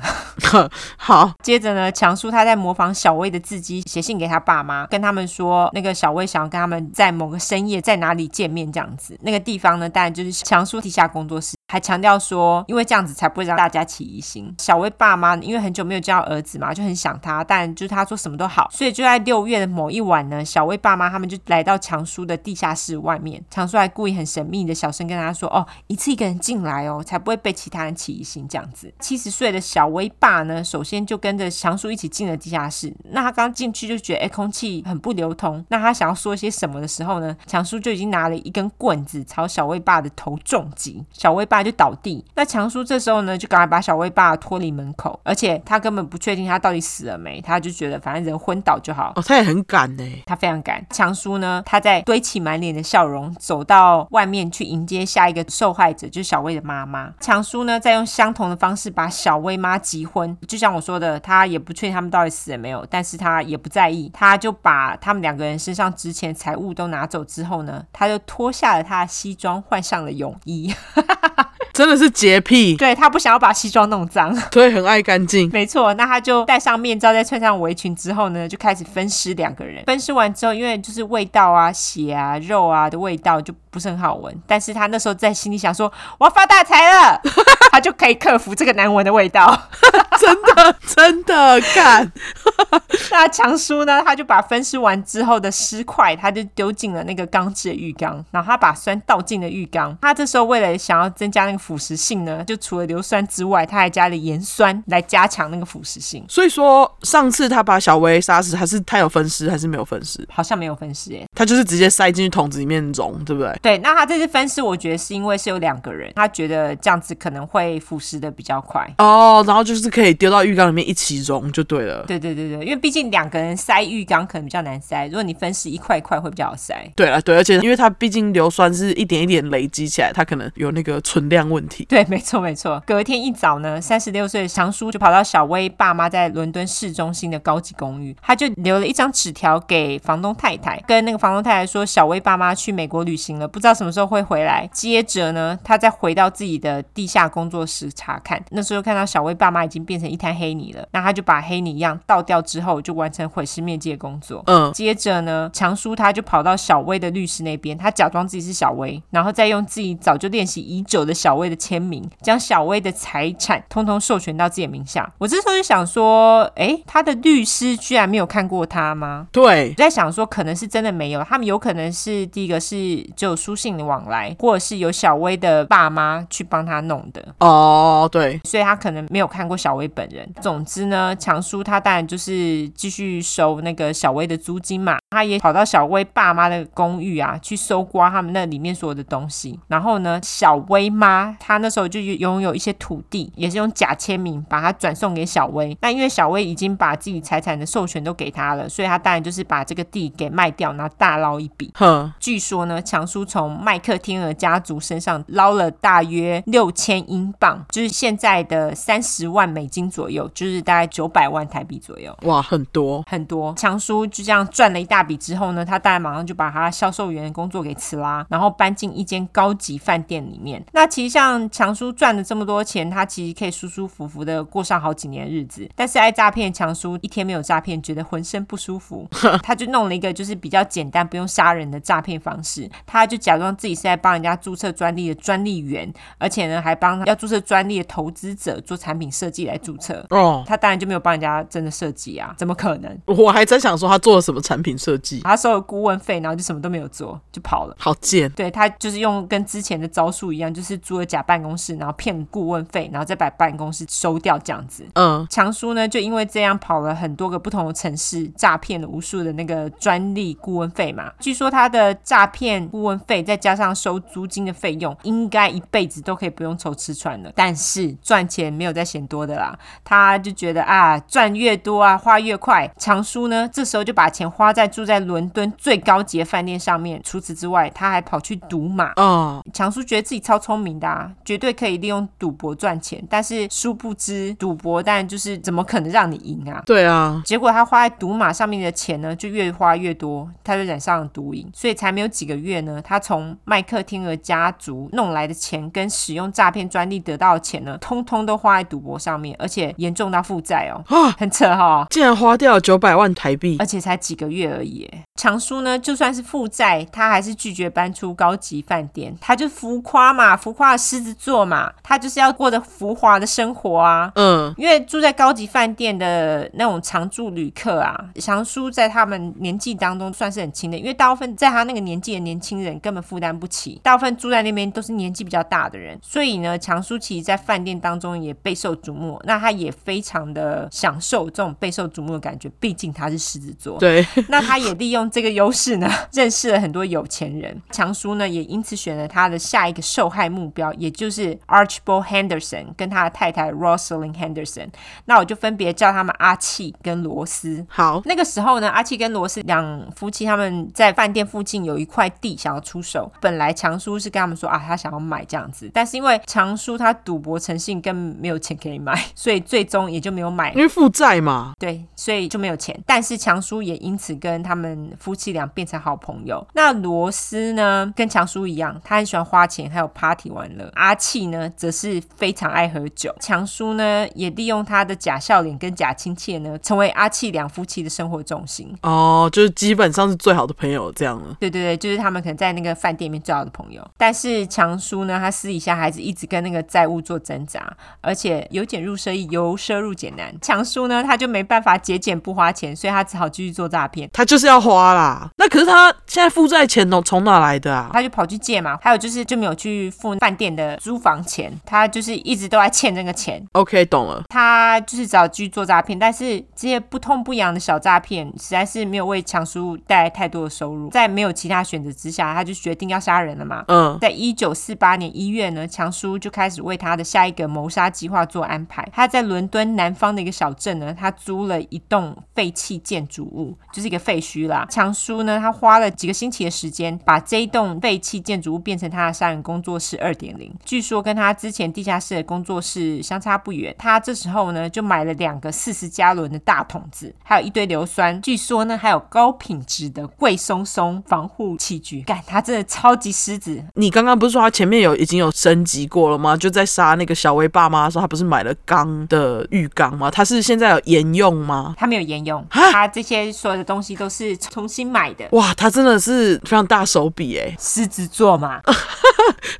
A: 好，
B: 接着呢，强叔他在模仿小薇的字迹，写信给他爸妈，跟他们说那个小薇想要跟他们在某个深夜在哪里见面这样子。那个地方呢，当然就是强叔地下工作室。还强调说，因为这样子才不会让大家起疑心。小薇爸妈因为很久没有见到儿子嘛，就很想他，但就是他说什么都好，所以就在六月的某一晚呢，小薇爸妈他们就来到强叔的地下室外面。强叔还故意很神秘的小声跟他说：“哦，一次一个人进来哦，才不会被其他人起疑心。”这样子，七十岁的小薇爸呢，首先就跟着强叔一起进了地下室。那他刚进去就觉得，哎，空气很不流通。那他想要说些什么的时候呢，强叔就已经拿了一根棍子朝小薇爸的头重击，小薇爸就倒地。那强叔这时候呢，就赶快把小薇爸拖离门口，而且他根本不确定他到底死了没，他就觉得反正人昏倒就好。
A: 哦，他也很敢呢。
B: 他非常赶。强叔呢，他在堆起满脸的笑容走到外面去迎接下一个受害者，就是小薇的妈妈。强叔呢，再用相同的方式把小薇妈急昏。就像我说的，他也不确定他们到底死了没有，但是他也不在意，他就把他们两个人身上值钱财物都拿走之后呢，他就脱下了他的西装，换上了泳衣。
A: 真的是洁癖，
B: 对他不想要把西装弄脏。
A: 所以很爱干净。
B: 没错，那他就戴上面罩，再穿上围裙之后呢，就开始分尸两个人。分尸完之后，因为就是味道啊、血啊、肉啊的味道就不是很好闻，但是他那时候在心里想说：“我要发大财了！”他就可以克服这个难闻的味道。
A: 真的，真的干，
B: 那强叔呢，他就把分尸完之后的尸块，他就丢进了那个钢制的浴缸，然后他把酸倒进了浴缸。他这时候为了想要增加那个腐蚀性呢，就除了硫酸之外，他还加了盐酸来加强那个腐蚀性。
A: 所以说上次他把小薇杀死，还是他有分尸还是没有分尸？
B: 好像没有分尸诶、
A: 他就是直接塞进去桶子里面溶，对不对？
B: 对，那他这次分尸，我觉得是因为是有两个人，他觉得这样子可能会腐蚀的比较快。
A: 哦，然后就是可以丢到浴缸里面一起溶就对了。
B: 对对对对，因为毕竟两个人塞浴缸可能比较难塞，如果你分尸一块一块会比较好塞。
A: 对了，对，而且因为它毕竟硫酸是一点一点累积起来，它可能有那个存量问题。
B: 对，没错没错。隔天一早呢，三十六岁的强叔就跑到小薇爸妈在伦敦市中心的高级公寓，他就留了一张纸条给房东太太，跟那个房东太太说小薇爸妈去美国旅行了，不知道什么时候会回来。接着呢，他再回到自己的地下工作室查看，那时候看到小薇爸妈已经变成。成一滩黑泥了。那他就把黑泥一样倒掉之后，就完成毁尸灭迹的工作。
A: 嗯，
B: 接着呢，强叔他就跑到小薇的律师那边，他假装自己是小薇，然后再用自己早就练习已久的小薇的签名，将小薇的财产通通授权到自己的名下。我这时候就想说，诶，他的律师居然没有看过他吗？
A: 对
B: 我，在想说，可能是真的没有，他们有可能是第一个是只有书信的往来，或者是有小薇的爸妈去帮他弄的。
A: 哦，对，
B: 所以他可能没有看过小薇本人。总之呢，强叔他当然就是继续收那个小薇的租金嘛，他也跑到小薇爸妈的公寓啊，去搜刮他们那里面所有的东西。然后呢，小薇妈她那时候就拥有一些土地，也是用假签名把它转送给小薇。那因为小薇已经把自己财产的授权都给他了，所以他当然就是把这个地给卖掉，然后大捞一笔。
A: 哼，
B: 据说呢，强叔从麦克天鹅家族身上捞了大约六千英镑，就是现在的三十万美金左右，就是大概九百万台币左右。
A: 哇，很多，
B: 很多强叔就这样赚了一大笔之后呢，他当然马上就把他销售员的工作给辞啦，然后搬进一间高级饭店里面。那其实像强叔赚了这么多钱，他其实可以舒舒服服的过上好几年的日子。但是爱诈骗的强叔一天没有诈骗，觉得浑身不舒服，他就弄了一个就是比较简单不用杀人的诈骗方式，他就假装自己是在帮人家注册专利的专利员，而且呢还帮要注册专利的投资者做产品设计来注册。
A: 哦，
B: 他当然就没有帮人家真的设计啊，怎么可能？
A: 我还在想说他做了什么产品设计，
B: 他收了顾问费，然后就什么都没有做，就跑了。
A: 好贱，
B: 对他就是用跟之前的招数一样，就是租了假办公室，然后骗顾问费，然后再把办公室收掉这样子。
A: 嗯，
B: 强叔呢，就因为这样跑了很多个不同的城市，诈骗了无数的那个专利顾问费嘛。据说他的诈骗顾问费再加上收租金的费用，应该一辈子都可以不用愁吃穿了。但是赚钱没有再嫌多的啦，他就觉得啊，赚越多啊，花越快。强叔呢，这时候就把钱花在住在伦敦最高级的饭店上面。除此之外，他还跑去赌马。
A: 哦，
B: 强叔觉得自己超聪明的啊，绝对可以利用赌博赚钱，但是殊不知赌博当然就是怎么可能让你赢啊？
A: 对啊，
B: 结果他花在赌马上面的钱呢，就越花越多，他就染上了毒瘾，所以才没有几个月呢，他从麦克天鹅家族弄来的钱跟使用诈骗专利得到的钱呢，通通都花在赌博上面，而且严重到负债哦，很扯哈、
A: 竟然花掉九百万台币，
B: 而且才几个月而已耶。强叔呢，就算是负债，他还是拒绝搬出高级饭店，他就浮夸嘛，浮夸的狮子座嘛，他就是要过着浮华的生活啊。
A: 嗯，
B: 因为住在高级饭店的那种常住旅客啊，强叔在他们年纪当中算是很轻的，因为大部分在他那个年纪的年轻人根本负担不起，大部分住在那边都是年纪比较大的人，所以呢，强叔其实在饭店当中也备受瞩目，那他也非常的享受这种备受瞩目的感觉，毕竟他是狮子座，
A: 对，
B: 那他也利用这个优势呢， 认识了很多有钱人。强叔呢，也因此选了他的下一个受害目标，也就是 Archibald Henderson 跟他的太太 Rosalind Henderson。那我就分别叫他们阿气跟罗斯。
A: 好，
B: 那个时候呢，阿气跟罗斯两夫妻他们在饭店附近有一块地想要出手。本来强叔是跟他们说啊，他想要买这样子，但是因为强叔他赌博成性，根本没有钱可以买，所以最终也就没有买
A: 因为负债嘛，
B: 对，所以就没有钱。但是强叔也因此跟他们夫妻俩变成好朋友。那罗斯呢，跟强叔一样，他很喜欢花钱，还有 party 玩乐。阿气呢，则是非常爱喝酒。强叔呢，也利用他的假笑脸跟假亲切呢，成为阿气两夫妻的生活重心。
A: 哦，就是基本上是最好的朋友这样了，
B: 对对对，就是他们可能在那个饭店里面最好的朋友。但是强叔呢，他私底下还是一直跟那个债务做挣扎，而且由俭入奢易，由奢入俭难。强叔呢，他就没办法节俭不花钱，所以他只好继续做诈骗。
A: 他就是要花啦。那可是他现在负债钱从从哪来的啊？
B: 他就跑去借嘛，还有就是就没有去付饭店的租房钱，他就是一直都在欠那个钱。
A: OK，懂了。
B: 他就是只好继续做诈骗，但是这些不痛不痒的小诈骗实在是没有为强叔带来太多的收入，在没有其他选择之下，他就决定要杀人了嘛。
A: 嗯，
B: 在一九四八年一月呢，强叔就开始为他的下一个谋杀计划做安排。他在伦敦南方的一个小镇呢，他租了一栋废弃建筑物，就是一个废墟啦。强叔呢，他花了几个星期的时间，把这一栋废弃建筑物变成他的杀人工作室二点零。据说跟他之前地下室的工作室相差不远。他这时候呢，就买了两个四十加仑的大桶子，还有一堆硫酸。据说呢，还有高品质的贵松松防护器具。干，他真的超级狮子，
A: 你刚刚不是说他前面有已经有升级过了吗？就在杀那个小薇爸妈的时候，他不是买了钢的浴缸吗？他是现在有沿用吗？
B: 他没有沿用，他这些所有的东西都是重新买的。
A: 哇，他真的是非常大手笔哎！
B: 狮子座嘛，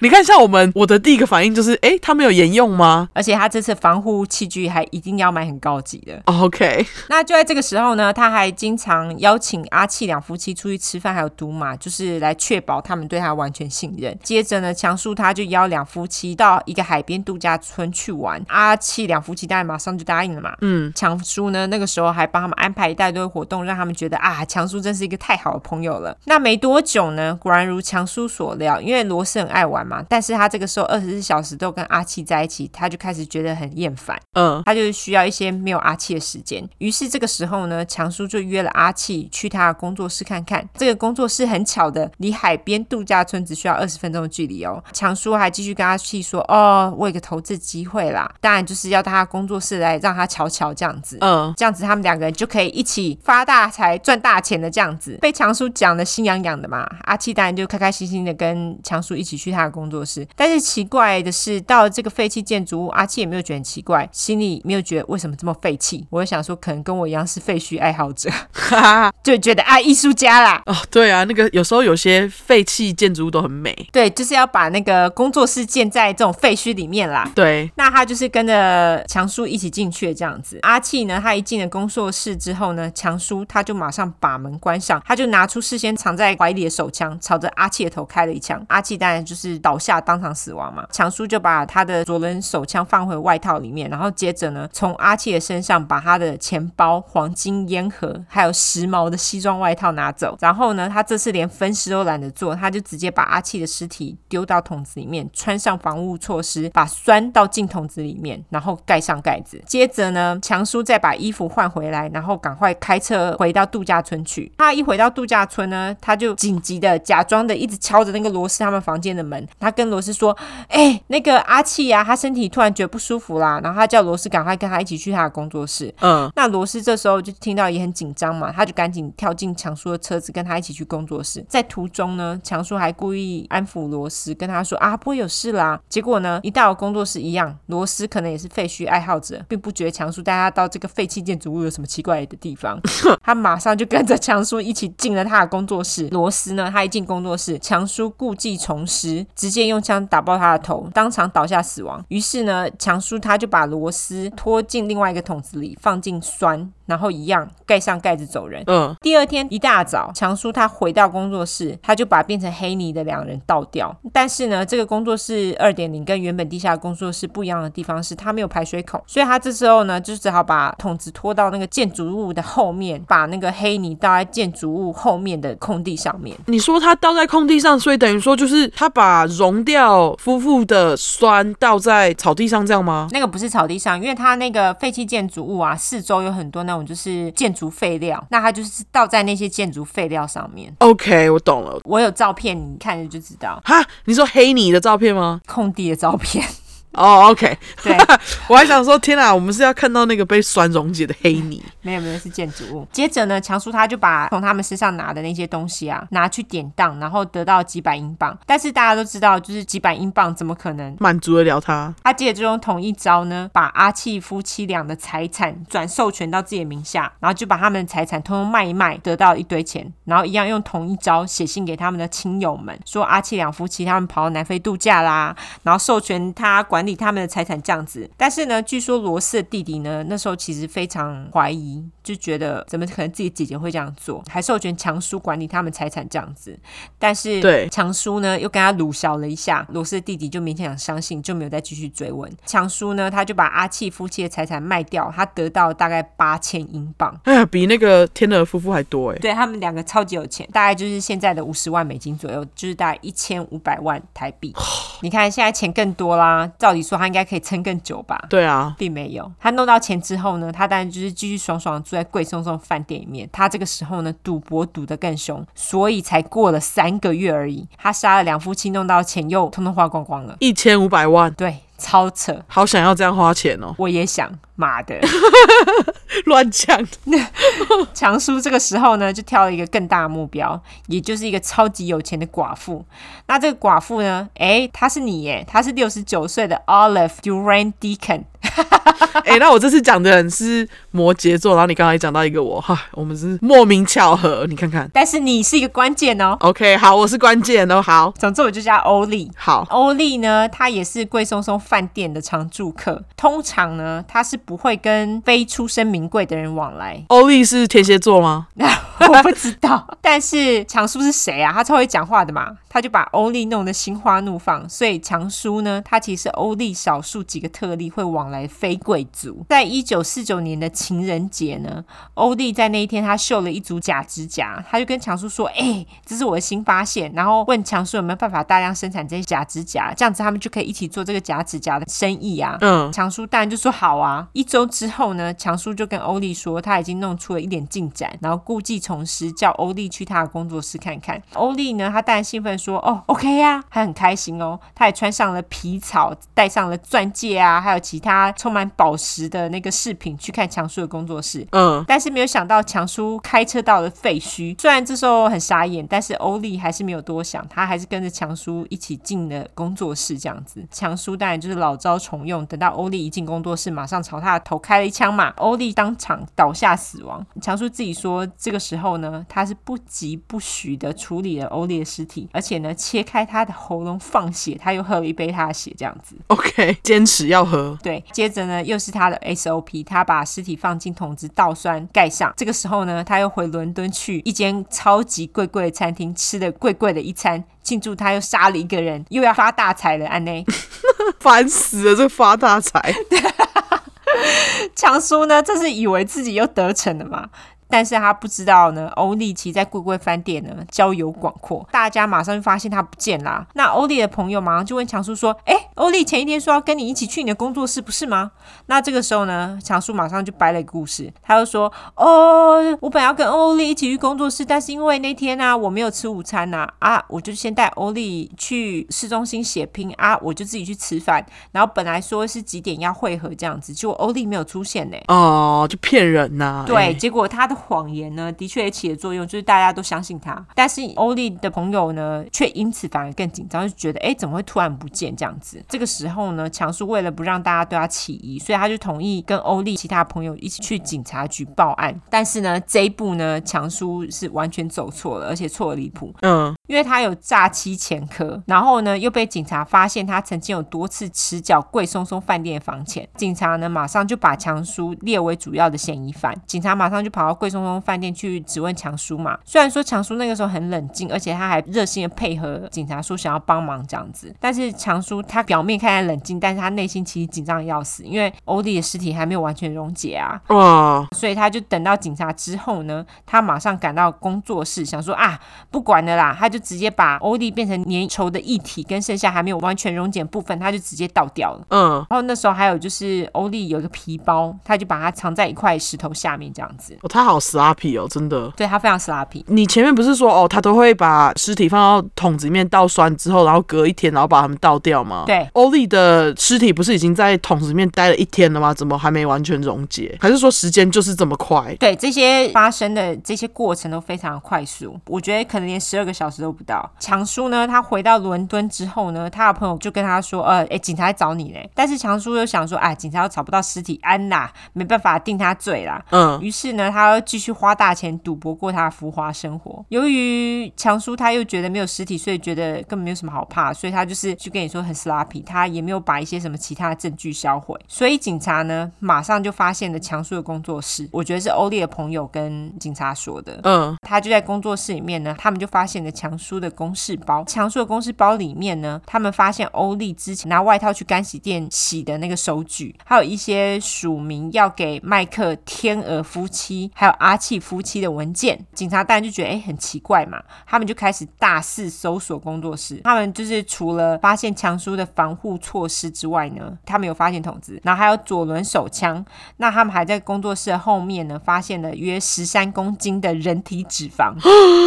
A: 你看，像我们，我的第一个反应就是，哎，他没有沿用吗
B: 而且他这次防护器具还一定要买很高级的。
A: 哦？OK，
B: 那就在这个时候呢，他还经常邀请阿气两夫妻出去吃饭，还有赌马，就是来确保他们对他完全信任。接着呢，强叔他就邀两夫妻到一个海边度假村去玩，阿气两夫妻当然马上就答应了嘛。嗯，强叔呢那个时候还帮他们安排一大堆活动，让他们觉得啊，强叔真是一个太好的朋友了。那没多久呢，果然如强叔所料，因为罗斯很爱玩嘛，但是他这个时候二十四小时都跟阿气在一起，他就开始觉得很厌烦。
A: 嗯，
B: 他就是需要一些没有阿气的时间。于是这个时候呢，强叔就约了阿气去他的工作室看看。这个工作室很巧的，离海边度假村只需要二十分钟的距离哦。强叔还继续跟阿气说：“哦，我有个投资机会啦，当然就是要到他工作室来让他瞧瞧这样子。”
A: 嗯，
B: 这样子，他们两个人就可以一起发大财、赚大钱的这样子，被强叔讲的心痒痒的嘛。阿七当然就开开心心的跟强叔一起去他的工作室。但是奇怪的是，到了这个废弃建筑物，阿七也没有觉得很奇怪，心里没有觉得为什么这么废弃。我就想说，可能跟我一样是废墟爱好者，
A: 哈哈，
B: 就觉得啊，艺术家啦。
A: 哦，对啊，那个有时候有些废弃建筑物都很美，
B: 对，就是要把那个工作室建在这种废墟里面啦。
A: 对，
B: 那他就是跟着强叔一起进去的这样子。阿气呢，他一进了工作室之后呢，强叔他就马上把门关上，他就拿出事先藏在怀里的手枪，朝着阿气的头开了一枪。阿气当然就是倒下，当场死亡嘛。强叔就把他的左轮手枪放回外套里面，然后接着呢，从阿气的身上把他的钱包、黄金烟盒还有时髦的西装外套拿走。然后呢，他这次连分尸都懒得做，他就直接把阿气的尸体丢到桶子里面，穿上防护措施，把酸倒进桶子里面，然后盖上盖子。接着呢，强叔再把衣服换回来，然后赶快开车回到度假村去。他一回到度假村呢，他就紧急的假装的一直敲着那个罗斯他们房间的门，他跟罗斯说：“哎、那个阿气呀、他身体突然觉得不舒服啦。”然后他叫罗斯赶快跟他一起去他的工作室。
A: 嗯，
B: 那罗斯这时候就听到也很紧张嘛，他就赶紧跳进强叔的车子，跟他一起去工作室。在途中呢，强叔还故意安抚罗斯，跟他说啊不会有事啦。结果呢，一到工作室一样，罗斯可能也是废墟爱好者，并不觉得强叔带他到这个废弃建筑物有什么奇怪的地方， 他马上就跟着强叔一起进了他的工作室。罗斯呢，他一进工作室，强叔故技重施，直接用枪打爆他的头，当场倒下死亡。于是呢，强叔他就把罗斯拖进另外一个桶子里，放进酸，然后一样盖上盖子走人。
A: 嗯，
B: 第二天一大早，强叔他回到工作室，他就把变成黑泥的两人倒掉。但是呢，这个工作室二点零跟原本地下工作室不一样的地方是，它没有排水孔，所以他这时候呢，就只好把桶子拖到那个建筑物的后面，把那个黑泥倒在建筑物后面的空地上面。
A: 你说他倒在空地上，所以等于说就是他把溶掉夫妇的酸倒在草地上，这样吗？
B: 那个不是草地上，因为它那个废弃建筑物啊，四周有很多那种就是建筑废料，那它就是倒在那些建筑废料上面。
A: OK，我懂了。
B: 我有照片，你看着就知道，
A: 哈，你说黑你的照片吗？
B: 空地的照片。
A: 哦、o k
B: 对，
A: 我还想说，天啊哪，我们是要看到那个被酸溶解的黑泥。
B: 没有没有是建筑物。接着呢，强叔他就把从他们身上拿的那些东西啊，拿去典当，然后得到几百英镑。但是大家都知道，就是几百英镑怎么可能？
A: 满足得了他，
B: 他接着就用同一招呢，把阿契夫妻俩的财产转授权到自己的名下，然后就把他们的财产通通卖一卖，得到一堆钱，然后一样用同一招写信给他们的亲友们，说阿契两夫妻他们跑到南非度假啦，然后授权他管理他们的财产这样子。但是呢，据说罗斯的弟弟呢，那时候其实非常怀疑，就觉得怎么可能自己姐姐会这样做，还授权强叔管理他们财产这样子。但是
A: 对
B: 强叔呢又跟他鲁小了一下，罗斯的弟弟就勉强相信，就没有再继续追问。强叔呢，他就把阿契夫妻的财产卖掉，他得到大概八千英镑。
A: 哎呀，比那个天鹅夫妇还多哎。
B: 对他们两个超级有钱，大概就是现在的五十万美金左右，就是大概一千五百万台币。你看现在钱更多啦，照理说他应该可以撑更久吧？
A: 对啊，
B: 并没有，他弄到钱之后呢，他当然就是继续爽爽地住在贵松松饭店里面。他这个时候呢，赌博赌得更凶，所以才过了三个月而已，他杀了两夫妻，弄到钱又通通花光光了。
A: 一千五百万，
B: 对，超扯！
A: 好想要这样花钱哦，
B: 我也想，妈的！
A: 乱讲。
B: 强叔这个时候呢，就挑了一个更大的目标，也就是一个超级有钱的寡妇。那这个寡妇呢，诶，她是你耶，她是六十九岁的 Olive Duran Deacon。
A: 哎、那我这次讲的人是摩羯座，然后你刚才讲到一个我，哈，我们是莫名巧合，你看看。
B: 但是你是一个关键哦。
A: OK，好，我是关键哦，好
B: 总之，我就叫欧丽。
A: 好，
B: 欧丽呢，她也是贵松松饭店的常住客。通常呢，她是不会跟非出身名贵的人往来。
A: 欧丽是天蝎座吗？
B: 我不知道，但是强叔是谁啊？他超会讲话的嘛，他就把欧丽弄得心花怒放。所以强叔呢，他其实是欧丽少数几个特例会往来非贵族。在一九四九年的情人节呢，欧丽在那一天她绣了一组假指甲，她就跟强叔说：“哎、这是我的新发现。”然后问强叔有没有办法大量生产这些假指甲，这样子他们就可以一起做这个假指甲的生意啊。
A: 嗯，
B: 强叔当然就说好啊。一周之后呢，强叔就跟欧丽说，他已经弄出了一点进展，然后故技重施，叫欧丽去他的工作室看看。欧丽呢，他当然兴奋说，哦，OK 呀、啊，他很开心哦。他也穿上了皮草，戴上了钻戒啊，还有其他充满宝石的那个饰品去看强叔的工作室。
A: 嗯，
B: 但是没有想到强叔开车到了废墟，虽然这时候很傻眼，但是欧丽还是没有多想，他还是跟着强叔一起进了工作室这样子。强叔当然就是老招重用，等到欧丽一进工作室，马上朝他的头开了一枪嘛，欧丽当场倒下死亡。强叔自己说，这个时候呢，他是不疾不徐的处理了欧丽的尸体，而且呢，切开他的喉咙放血，他又喝了一杯他的血这样子。
A: OK，坚持要喝。
B: 对，接着呢又是他的 SOP，他把尸体放进桶子倒酸盖上。这个时候呢，他又回伦敦去一间超级贵贵的餐厅吃了贵贵的一餐，庆祝他又杀了一个人，又要发大财了。安内
A: 烦死了，这发大财。
B: 强叔呢，这是以为自己又得逞了嘛。但是他不知道呢，欧丽其实在贵贵饭店呢交友广阔，大家马上就发现他不见啦。那欧丽的朋友马上就问强叔说：“哎，欧丽前一天说要跟你一起去你的工作室，不是吗？”那这个时候呢，强叔马上就掰了一个故事，他就说：“哦，我本来要跟欧丽一起去工作室，但是因为那天呢、我没有吃午餐呐、啊，我就先带欧丽去市中心血拼啊，我就自己去吃饭。然后本来说是几点要汇合这样子，结果欧丽没有出现呢、
A: 哦，就骗人呐、
B: 对，
A: 哎
B: 结果他的谎言呢，的确也起了作用，就是大家都相信他。但是欧丽的朋友呢，却因此反而更紧张，就觉得哎，怎么会突然不见这样子？这个时候呢，强叔为了不让大家对他起疑，所以他就同意跟欧丽其他朋友一起去警察局报案。但是呢，这一步呢，强叔是完全走错了，而且错的离谱。
A: 嗯，
B: 因为他有诈欺前科，然后呢又被警察发现他曾经有多次持缴贵松松饭店的房钱，警察呢马上就把强叔列为主要的嫌疑犯，警察马上就跑到贵松松饭店去质问强叔嘛。虽然说强叔那个时候很冷静，而且他还热心的配合警察说想要帮忙这样子，但是强叔他表面看起来冷静，但是他内心其实紧张的要死，因为欧弟的尸体还没有完全溶解啊，
A: 哇，
B: 所以他就等到警察之后呢，他马上赶到工作室，想说啊，不管了啦，他就直接把欧丽变成粘稠的液体，跟剩下还没有完全溶解的部分，他就直接倒掉了。
A: 嗯，
B: 然后那时候还有就是欧丽有一个皮包，他就把它藏在一块石头下面这样子。
A: 哦，他好 sloppy 哦，真的。
B: 对他非常 sloppy，
A: 你前面不是说哦，他都会把尸体放到桶子里面倒酸之后，然后隔一天，然后把它们倒掉吗？
B: 对
A: 欧丽的尸体不是已经在桶子里面待了一天了吗？怎么还没完全溶解？还是说时间就是这么快？
B: 对这些发生的这些过程都非常的快速，我觉得可能连十二个小时都不到。强叔呢，他回到伦敦之后呢，他的朋友就跟他说，呃，哎，警察在找你嘞。但是强叔又想说，哎，警察又找不到尸体，安啦，没办法定他罪啦。
A: 嗯，
B: 于是呢，他又继续花大钱赌博过他的浮华生活。由于强叔他又觉得没有尸体，所以觉得根本没有什么好怕，所以他就是就跟你说很 sloppy，他也没有把一些什么其他的证据销毁。所以警察呢，马上就发现了强叔的工作室，我觉得是欧丽的朋友跟警察说的。
A: 嗯，
B: 他就在工作室里面呢，他们就发现了强叔的公事包。强叔的公事包里面呢，他们发现欧丽之前拿外套去干洗店洗的那个手举，还有一些署名要给麦克天鹅夫妻还有阿契夫妻的文件。警察当然就觉得哎很奇怪嘛，他们就开始大肆搜索工作室。他们就是除了发现强叔的防护措施之外呢，他们有发现筒子，然后还有左轮手枪。那他们还在工作室的后面呢，发现了约十三公斤的人体脂肪。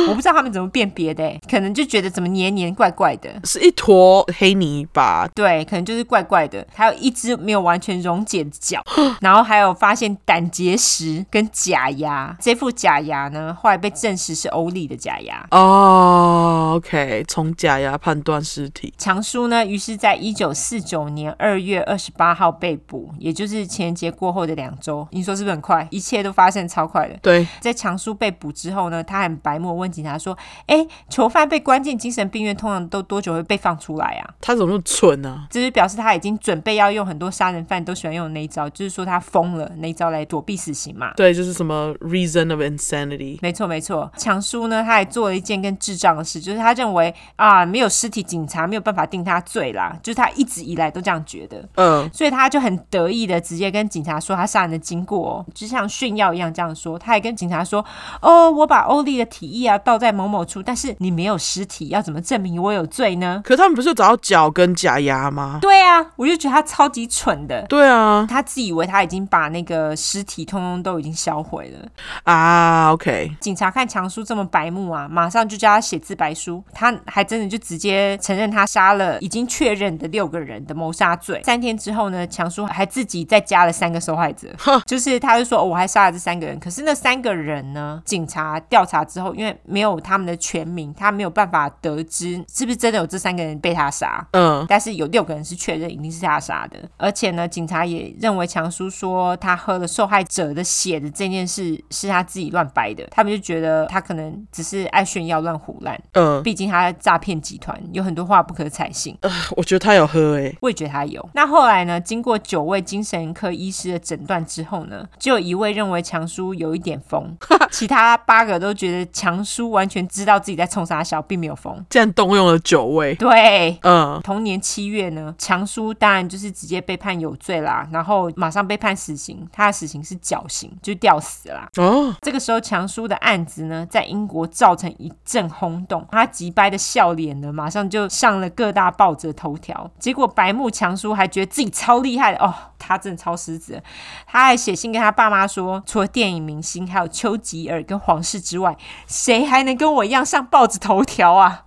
B: 我不知道他们怎么辨别的、哎可能就觉得怎么黏黏怪怪的。
A: 是一坨黑泥巴，
B: 对，可能就是怪怪的。还有一只没有完全溶解的脚，然后还有发现胆结石跟假牙。这副假牙呢，后来被证实是欧丽的假牙。
A: 哦、o k 从假牙判断尸体，
B: 强叔呢，于是在一九四九年二月二十八号被捕，也就是情人节过后的两周。你说是不是很快？一切都发生得超快的。
A: 对，
B: 在强叔被捕之后呢，他很白目地问警察说：“哎，囚犯被关进精神病院，通常都多久会被放出来啊？”
A: 他怎么那么蠢啊呢、
B: 这就表示他已经准备要用很多杀人犯都喜欢用的那一招，就是说他疯了那一招来躲避死刑嘛。
A: 对，就是什么 reason of insanity，
B: 没错，没错。强叔呢，他还做了一件更智障的事，就是他认为啊，没有尸体，警察没有办法定他罪啦，就是他一直以来都这样觉得，
A: 嗯，
B: 所以他就很得意的直接跟警察说他杀人的经过、哦，就像炫耀一样这样说。他还跟警察说：“哦，我把欧丽的体液啊倒在某某处，但是你没有尸体，要怎么证明我有罪呢
A: 可他们不是有找到脚跟假牙？”吗？
B: 对啊，我就觉得他超级蠢的。
A: 对啊，
B: 他自以为他已经把那个尸体通通都已经销毁了，
A: 啊，OK，
B: 警察看强叔这么白目啊，马上就叫他写自白书。他还真的就直接承认他杀了已经确认的六个人的谋杀罪。三天之后呢，强叔还自己再加了三个受害者，就是他就说、哦我还杀了这三个人。可是那三个人呢，警察调查之后，因为没有他们的全名，他没有办法得知是不是真的有这三个人被他杀。
A: 嗯，
B: 但是有六个人是确认一定是他杀的，而且呢，警察也认为强叔说他喝了受害者的血的这件事是他自己乱掰的，他们就觉得他可能只是爱炫耀乱胡乱，
A: 嗯，
B: 毕竟他诈骗集团有很多话不可采信。
A: 我觉得他有喝欸诶、
B: 我也觉得他有。那后来呢？经过九位精神科医师的诊断之后呢，只有一位认为强叔有一点疯， 其他八个都觉得强叔完全知道自己在冲啥小，并没有疯。
A: 竟然动用了酒味，
B: 对，
A: 嗯，
B: 同年七月呢，强叔当然就是直接被判有罪啦，然后马上被判死刑，他的死刑是绞刑，就是吊死啦。
A: 哦，
B: 这个时候，强叔的案子呢，在英国造成一阵轰动，他急掰的笑脸呢，马上就上了各大报纸的头条。结果白木强叔还觉得自己超厉害的哦，他真的超狮子的，他还写信跟他爸妈说，除了电影明星还有丘吉尔跟皇室之外，谁还能跟我一样上报纸头条啊？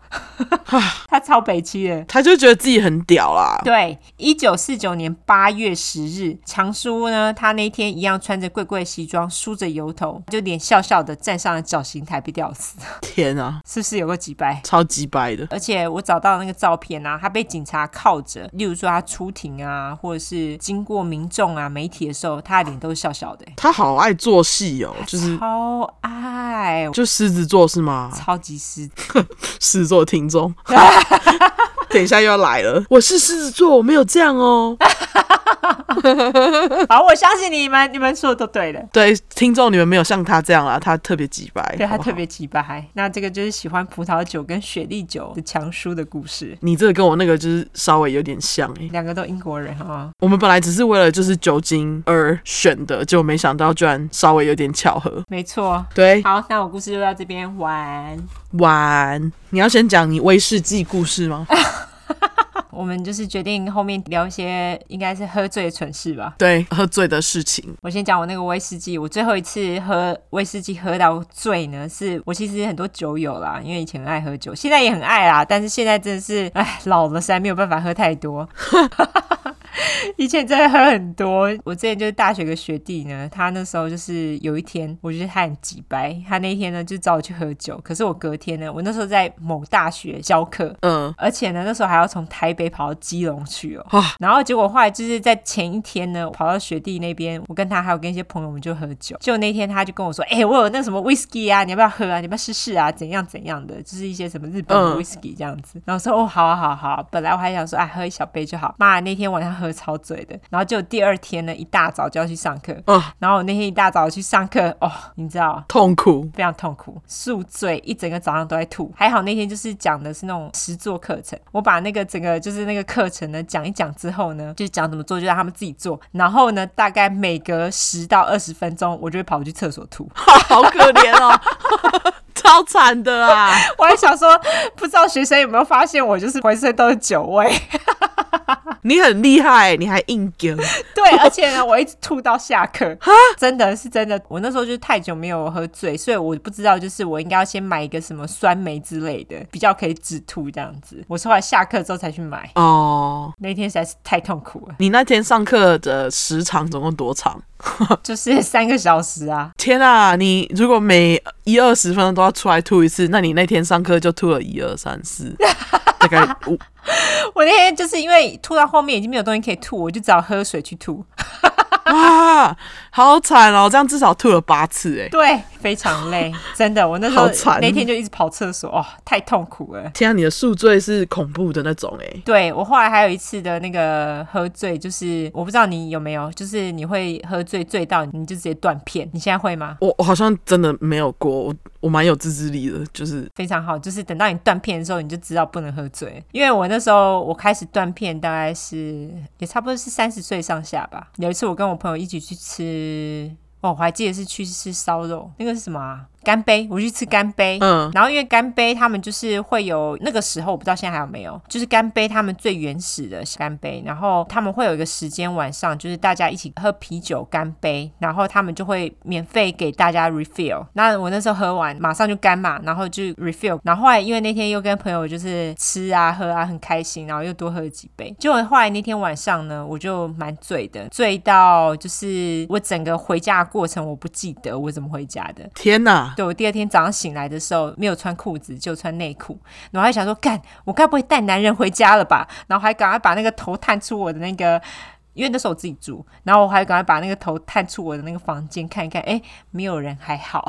B: 他超北气的。
A: 他就觉得自己很屌啦，
B: 对，一九四九年八月十日，强叔呢，他那天一样穿着贵贵的西装，梳着油头，就脸笑笑的站上了绞刑台被吊死，
A: 天啊，
B: 是不是有个几掰？
A: 超级白的，
B: 而且我找到那个照片啊，他被警察铐着，例如说他出庭啊，或者是经过民众啊、媒体的时候，他的脸都是笑笑的、欸
A: 他好爱做戏哦，就是。
B: 超爱，
A: 就狮子座是吗？
B: 超级狮子，
A: 狮子座的听 众，等一下又要来了。我是狮子座，我没有这样哦。
B: 好，我相信你们，你们说的都对的。
A: 对，听众你们没有像他这样啊啦，他特别鸡白，
B: 对他
A: 好不好
B: 特。别奇葩，那这个就是喜欢葡萄酒跟雪莉酒的强叔的故事。
A: 你这个跟我那个就是稍微有点像诶、
B: 两个都英国人哈、
A: 我们本来只是为了就是酒精而选的，结果没想到居然稍微有点巧合。
B: 没错。
A: 对，
B: 好，那我故事就到这边完。
A: 晚，你要先讲你威士忌故事 吗？
B: 我们就是决定后面聊一些应该是喝醉的蠢事吧。
A: 对，喝醉的事情。
B: 我先讲我那个威士忌，我最后一次喝威士忌喝到醉呢，是我其实很多酒友啦，因为以前很爱喝酒，现在也很爱啦，但是现在真的是哎老了，实在没有办法喝太多。 以前真的喝很多，我之前就是大学有个学弟呢，他那时候就是有一天，我觉得他很急白，他那一天呢就找我去喝酒，可是我隔天呢，我那时候在某大学教课，
A: 嗯，
B: 而且呢，那时候还要从台北跑到基隆去哦。
A: 哇
B: 然后结果后来就是在前一天呢，我跑到学弟那边，我跟他还有跟一些朋友，我们就喝酒。就那天他就跟我说：“哎、我有那什么 whisky 啊，你要不要喝啊？你要不要试试啊？怎样怎样的？就是一些什么日本
A: 嗯
B: 的 whisky 这样子。然后我说：“哦，好啊好啊好啊。”本来我还想说：“哎，喝一小杯就好。”妈，那天晚上喝喝超醉的，然后就第二天呢一大早就要去上课，
A: 哦
B: 然后我那天一大早去上课，哦，你知道。
A: 痛苦。
B: 非常痛苦，宿醉一整个早上都在吐。还好那天就是讲的是那种实作课程，我把那个整个就是那个课程呢讲一讲之后呢，就讲怎么做，就让他们自己做。然后呢，大概每隔十到二十分钟，我就会跑去厕所吐。
A: 好可怜哦， 超惨的啊！
B: 我还想说，不知道学生有没有发现我就是浑身都是酒味。
A: 你很厉害，你还硬顶，
B: 对，而且呢，我一直吐到下课，真的是真的。我那时候就是太久没有喝醉，所以我不知道，就是我应该要先买一个什么酸梅之类的，比较可以止吐这样子。我是后来下课之后才去买，
A: 哦。
B: 那天实在是太痛苦了，
A: 你那天上课的时长总共多长？
B: 就是三个小时啊。
A: 天啊！你如果每一二十分钟都要出来吐一次，那你那天上课就吐了一二三 四，大概五。
B: 我那天就是因为吐到后面已经没有东西可以吐，我就只好喝水去吐。
A: 啊，好惨哦！这样至少吐了八次哎。
B: 对，非 常累，真的。我那时候
A: 好惨
B: 那天就一直跑厕所，哦，太痛苦了。
A: 天啊，你的宿醉是恐怖的那种哎。
B: 对我后来还有一次的那个喝醉，就是我不知道你有没有，就是你会喝醉醉到你就直接断片，你现在会吗？
A: 我我好像真的没有过，我我蛮有自制力的，就是
B: 非常好，就是等到你断片的时候，你就知道不能喝醉。因为我那时候我开始断片，大概是也差不多是三十岁上下吧。有一次我跟我朋友一起去吃，哦，我还记得是去吃烧肉，那个是什么啊？干杯，我去吃干杯。
A: 嗯
B: 然后因为干杯，他们就是会有那个时候，我不知道现在还有没有，就是干杯他们最原始的干杯，然后他们会有一个时间晚上，就是大家一起喝啤酒干杯，然后他们就会免费给大家 refill。那我那时候喝完马上就干嘛，然后就 refill，然后后来因为那天又跟朋友就是吃啊喝啊很开心，然后又多喝了几杯，结果后来那天晚上呢，我就蛮醉的，醉到就是我整个回家的过程我不记得我怎么回家的，
A: 天哪！
B: 对我第二天早上醒来的时候，没有穿裤子，就穿内裤，然后还想说，干，我该不会带男人回家了吧？然后还赶快把那个头探出我的那个。因为那时候我自己住，然后我还赶快把那个头探出我的那个房间看一看，哎，没有人，还好。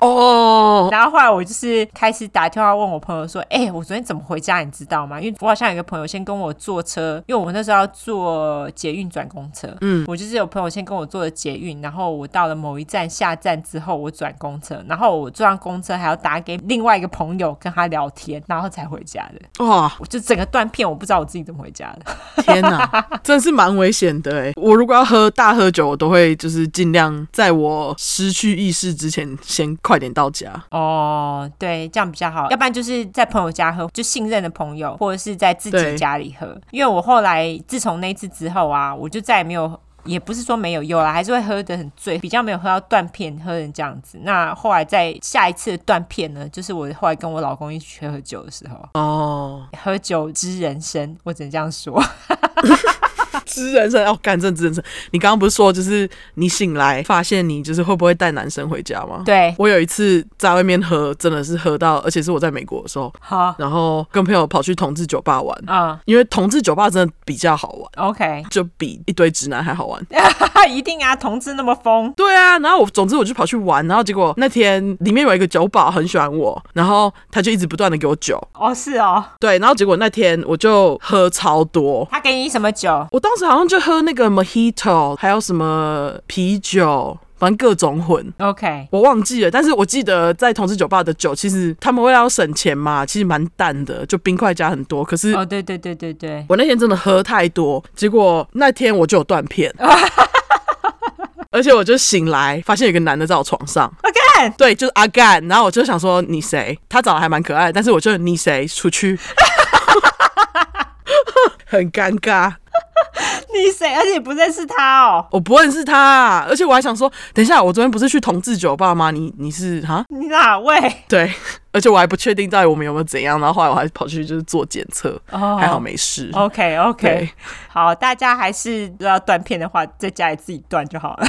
A: 哦，
B: 然后后来我就是开始打电话问我朋友说，哎，我昨天怎么回家，你知道吗？因为我好像有一个朋友先跟我坐车，因为我那时候要坐捷运转公车，嗯，我就是有朋友先跟我坐了捷运，然后我到了某一站下站之后，我转公车，然后我坐上公车还要打给另外一个朋友跟他聊天，然后才回家的。
A: 哇，
B: 我就整个断片，我不知道我自己怎么回家的。
A: 天哪，真是蛮危险的哎！我如果要喝大喝酒，我都会就是尽量在我失去意识之前，先快点到家。
B: 哦，对，这样比较好，要不然就是在朋友家喝，就信任的朋友，或者是在自己
A: 对
B: 家里喝。因为我后来自从那一次之后啊，我就再也没有。也不是说没有，有啦，还是会喝得很醉，比较没有喝到断片，喝成这样子。那后来在下一次的断片呢，就是我后来跟我老公一起去喝酒的时候，
A: 哦，
B: 喝酒知人生，我只能这样说。
A: 知人生哦，干这知人生。你刚刚不是说就是你醒来发现你就是会不会带男生回家吗？
B: 对，
A: 我有一次在外面喝，真的是喝到，而且是我在美国的时候，
B: 好，
A: 然后跟朋友跑去同志酒吧玩，
B: 嗯
A: 因为同志酒吧真的比较好玩，
B: ，OK，
A: 就比一堆直男还好玩。
B: 一定啊，同志那么疯，
A: 对啊，然后我总之我就跑去玩，然后结果那天里面有一个酒保很喜欢我，然后他就一直不断的给我酒，
B: 哦，是哦，
A: 对，然后结果那天我就喝超多。
B: 他给你什么酒？
A: 我当时好像就喝那个 Mojito，还有什么啤酒，反正各种混，
B: OK，
A: 我忘记了。但是我记得在同志酒吧的酒，其实他们为了要省钱嘛，其实蛮淡的，就冰块加很多。可是
B: 哦，对对对对对，
A: 我那天真的喝太多，结果那天我就有断片，而且我就醒来发现有个男的在我床上，
B: 我干，
A: 对，就是阿干，然后我就想说你谁？他长得还蛮可爱，但是我就你谁出去， 很尴尬。
B: 你谁？而且你不认识他哦，
A: 我不认识他啊、而且我还想说，等一下，我昨天不是去同志酒吧吗？你你是哈？
B: 你哪位？
A: 对，而且我还不确定到底我们有没有怎样，然后后来我还跑去就是做检测，
B: 哦
A: 还好没事。
B: OK OK，
A: 对
B: 好，大家还是如果要断片的话，在家里自己断就好了。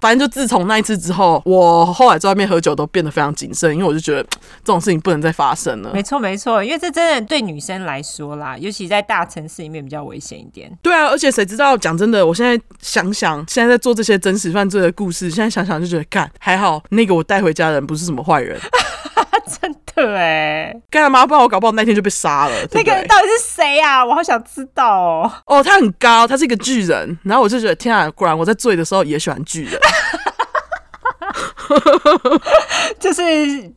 A: 反正就自从那一次之后，我后来在外面喝酒都变得非常谨慎，因为我就觉得这种事情不能再发生了。
B: 没错没错，因为这真的对女生来说啦，尤其在大城市里面比较危险一点。
A: 对啊，而且谁知道？讲真的，我现在想想，现在在做这些真实犯罪的故事，现在想想就觉得，干还好那个我带回家的人不是什么坏人。
B: 真的。课哎、
A: 干他妈，不然我搞不好那天就被杀了。对
B: 那
A: 不对
B: 个人到底是谁啊？我好想知道哦。
A: 哦，他很高，他是一个巨人，然后我就觉得天啊，果然我在醉的时候也喜欢巨人。
B: 就是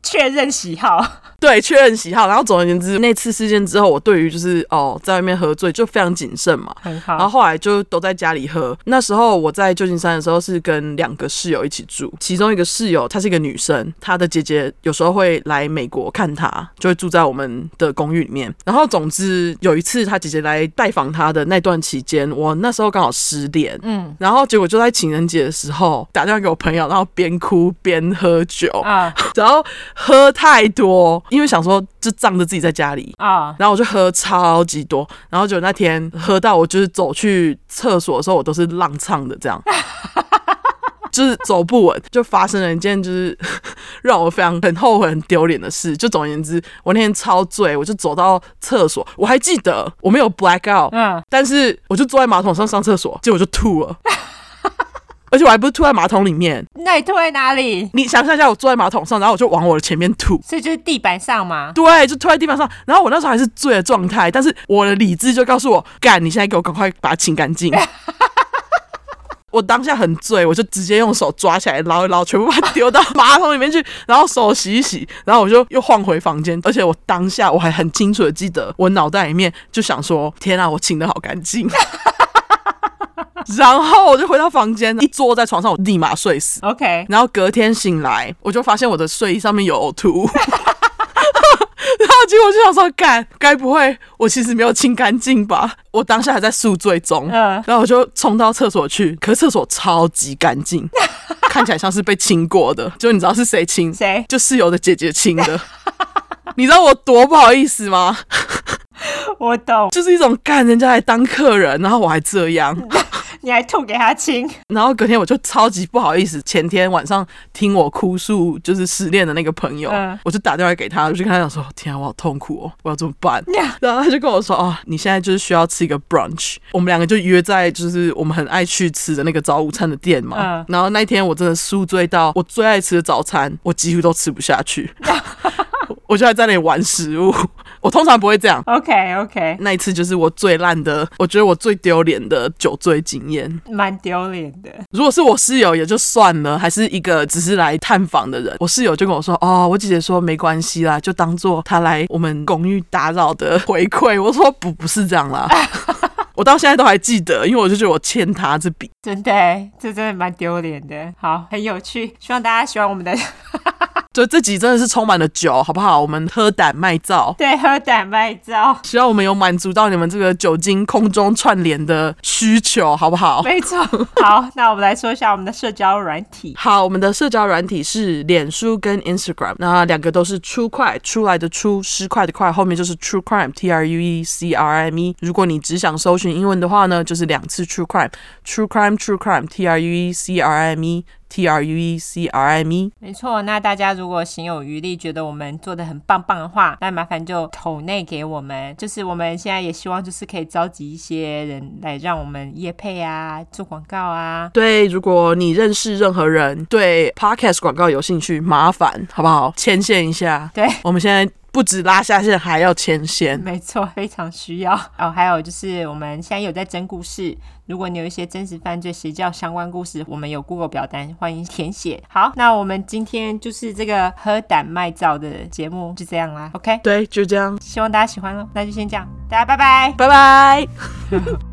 B: 确认喜好，
A: 对，确认喜好。然后总而言之，那次事件之后，我对于就是哦，在外面喝醉就非常谨慎嘛。
B: 很
A: 然后
B: 好。
A: 后来就都在家里喝。那时候我在旧金山的时候是跟两个室友一起住，其中一个室友她是一个女生，她的姐姐有时候会来美国看她，就会住在我们的公寓里面。然后总之有一次她姐姐来拜访她的那段期间，我那时候刚好失恋，嗯，然后结果就在情人节的时候打电话给我朋友，然后边哭边喝酒，
B: 啊
A: 然后喝太多，因为想说就仗着自己在家里，
B: 啊
A: 然后我就喝超级多，然后就那天喝到我就是走去厕所的时候，我都是踉跄的这样，就是走不稳，就发生了一件就是 让我非常很后悔、很丢脸的事。就总而言之，我那天超醉，我就走到厕所，我还记得我没有 black out，
B: 嗯，
A: 但是我就坐在马桶上上厕所，结果就吐了， 而且我还不是吐在马桶里面。
B: 那你吐在哪里？
A: 你想象一下，我坐在马桶上，然后我就往我的前面吐，
B: 所以就是地板上嘛。
A: 对，就吐在地板上。然后我那时候还是醉的状态，但是我的理智就告诉我，干，你现在给我赶快把它清干净。我当下很醉，我就直接用手抓起来捞一捞，全部把它丢到马桶里面去，然后手洗一洗，然后我就又晃回房间。而且我当下我还很清楚的记得，我脑袋里面就想说：天啊，我清的好干净。 然后我就回到房间，一坐在床上，我立马睡死。
B: OK，
A: 然后隔天醒来，我就发现我的睡衣上面有呕吐。 然后结果就想说，干，该不会我其实没有清干净吧？我当下还在宿醉中，
B: 嗯
A: 然后我就冲到厕所去，可是厕所超级干净，看起来像是被清过的。就你知道是谁清？
B: 谁？
A: 就室友的姐姐清的。 你知道我多不好意思吗？
B: 我懂，
A: 就是一种干人家来当客人，然后我还这样。
B: 你还吐给他亲。
A: 然后隔天我就超级不好意思，前天晚上听我哭诉就是失恋的那个朋友，
B: 嗯
A: 我就打电话给他，我就跟他讲说：“天啊，我好痛苦哦，我要怎么办？” 然后他就跟我说：“哦，你现在就是需要吃一个 brunch。”我们两个就约在就是我们很爱去吃的那个早午餐的店嘛。
B: 嗯
A: 然后那一天我真的宿醉到我最爱吃的早餐，我几乎都吃不下 去，我就还在那里玩食物。我通常不会这样。
B: OK OK，
A: 那一次就是我最烂的，我觉得我最丢脸的酒醉经验。
B: 蛮丢脸的。
A: 如果是我室友也就算了，还是一个只是来探访的人，我室友就跟我说：“哦，我姐姐说没关系啦，就当做她来我们公寓打扰的回馈。”我说：“不，不是这样啦。”我到现在都还记得，因为我就觉得我欠她这笔。
B: 真的欸，这真的蛮丢脸的。好，很有趣，希望大家喜欢我们的
A: 就这集真的是充满了酒，好不好？我们喝胆卖照，
B: 对喝胆麦照。
A: 希望我们有满足到你们这个酒精空中串联的需求，好不好？
B: 没错。好，那我们来说一下我们的社交软体。
A: 好，我们的社交软体是脸书跟 Instagram，那两个都是出块出来的出，失块的块，后面就是 True Crime，T R U E C R I M E。如果你只想搜寻英文的话呢，就是两次 True Crime，True Crime，True Crime，T R U E C R I M E，T R U E C R I M E。
B: 没错，那大家如果行有余力，觉得我们做的很棒棒的话，那麻烦就投内给我们。就是我们现在也希望，就是可以召集一些人来让我们业配啊，做广告啊。
A: 对，如果你认识任何人对 Podcast 广告有兴趣，麻烦好不好牵线一下？
B: 对，
A: 我们现在不止拉下线，还要牵线。
B: 没错，非常需要哦。还有就是，我们现在有在征故事，如果你有一些真实犯罪、邪教相关故事，我们有 Google 表单，欢迎填写。好，那我们今天就是这个喝胆卖照的节目就这样啦。OK，
A: 对，就这样，
B: 希望大家喜欢喽。那就先这样，大家拜拜。
A: 拜拜。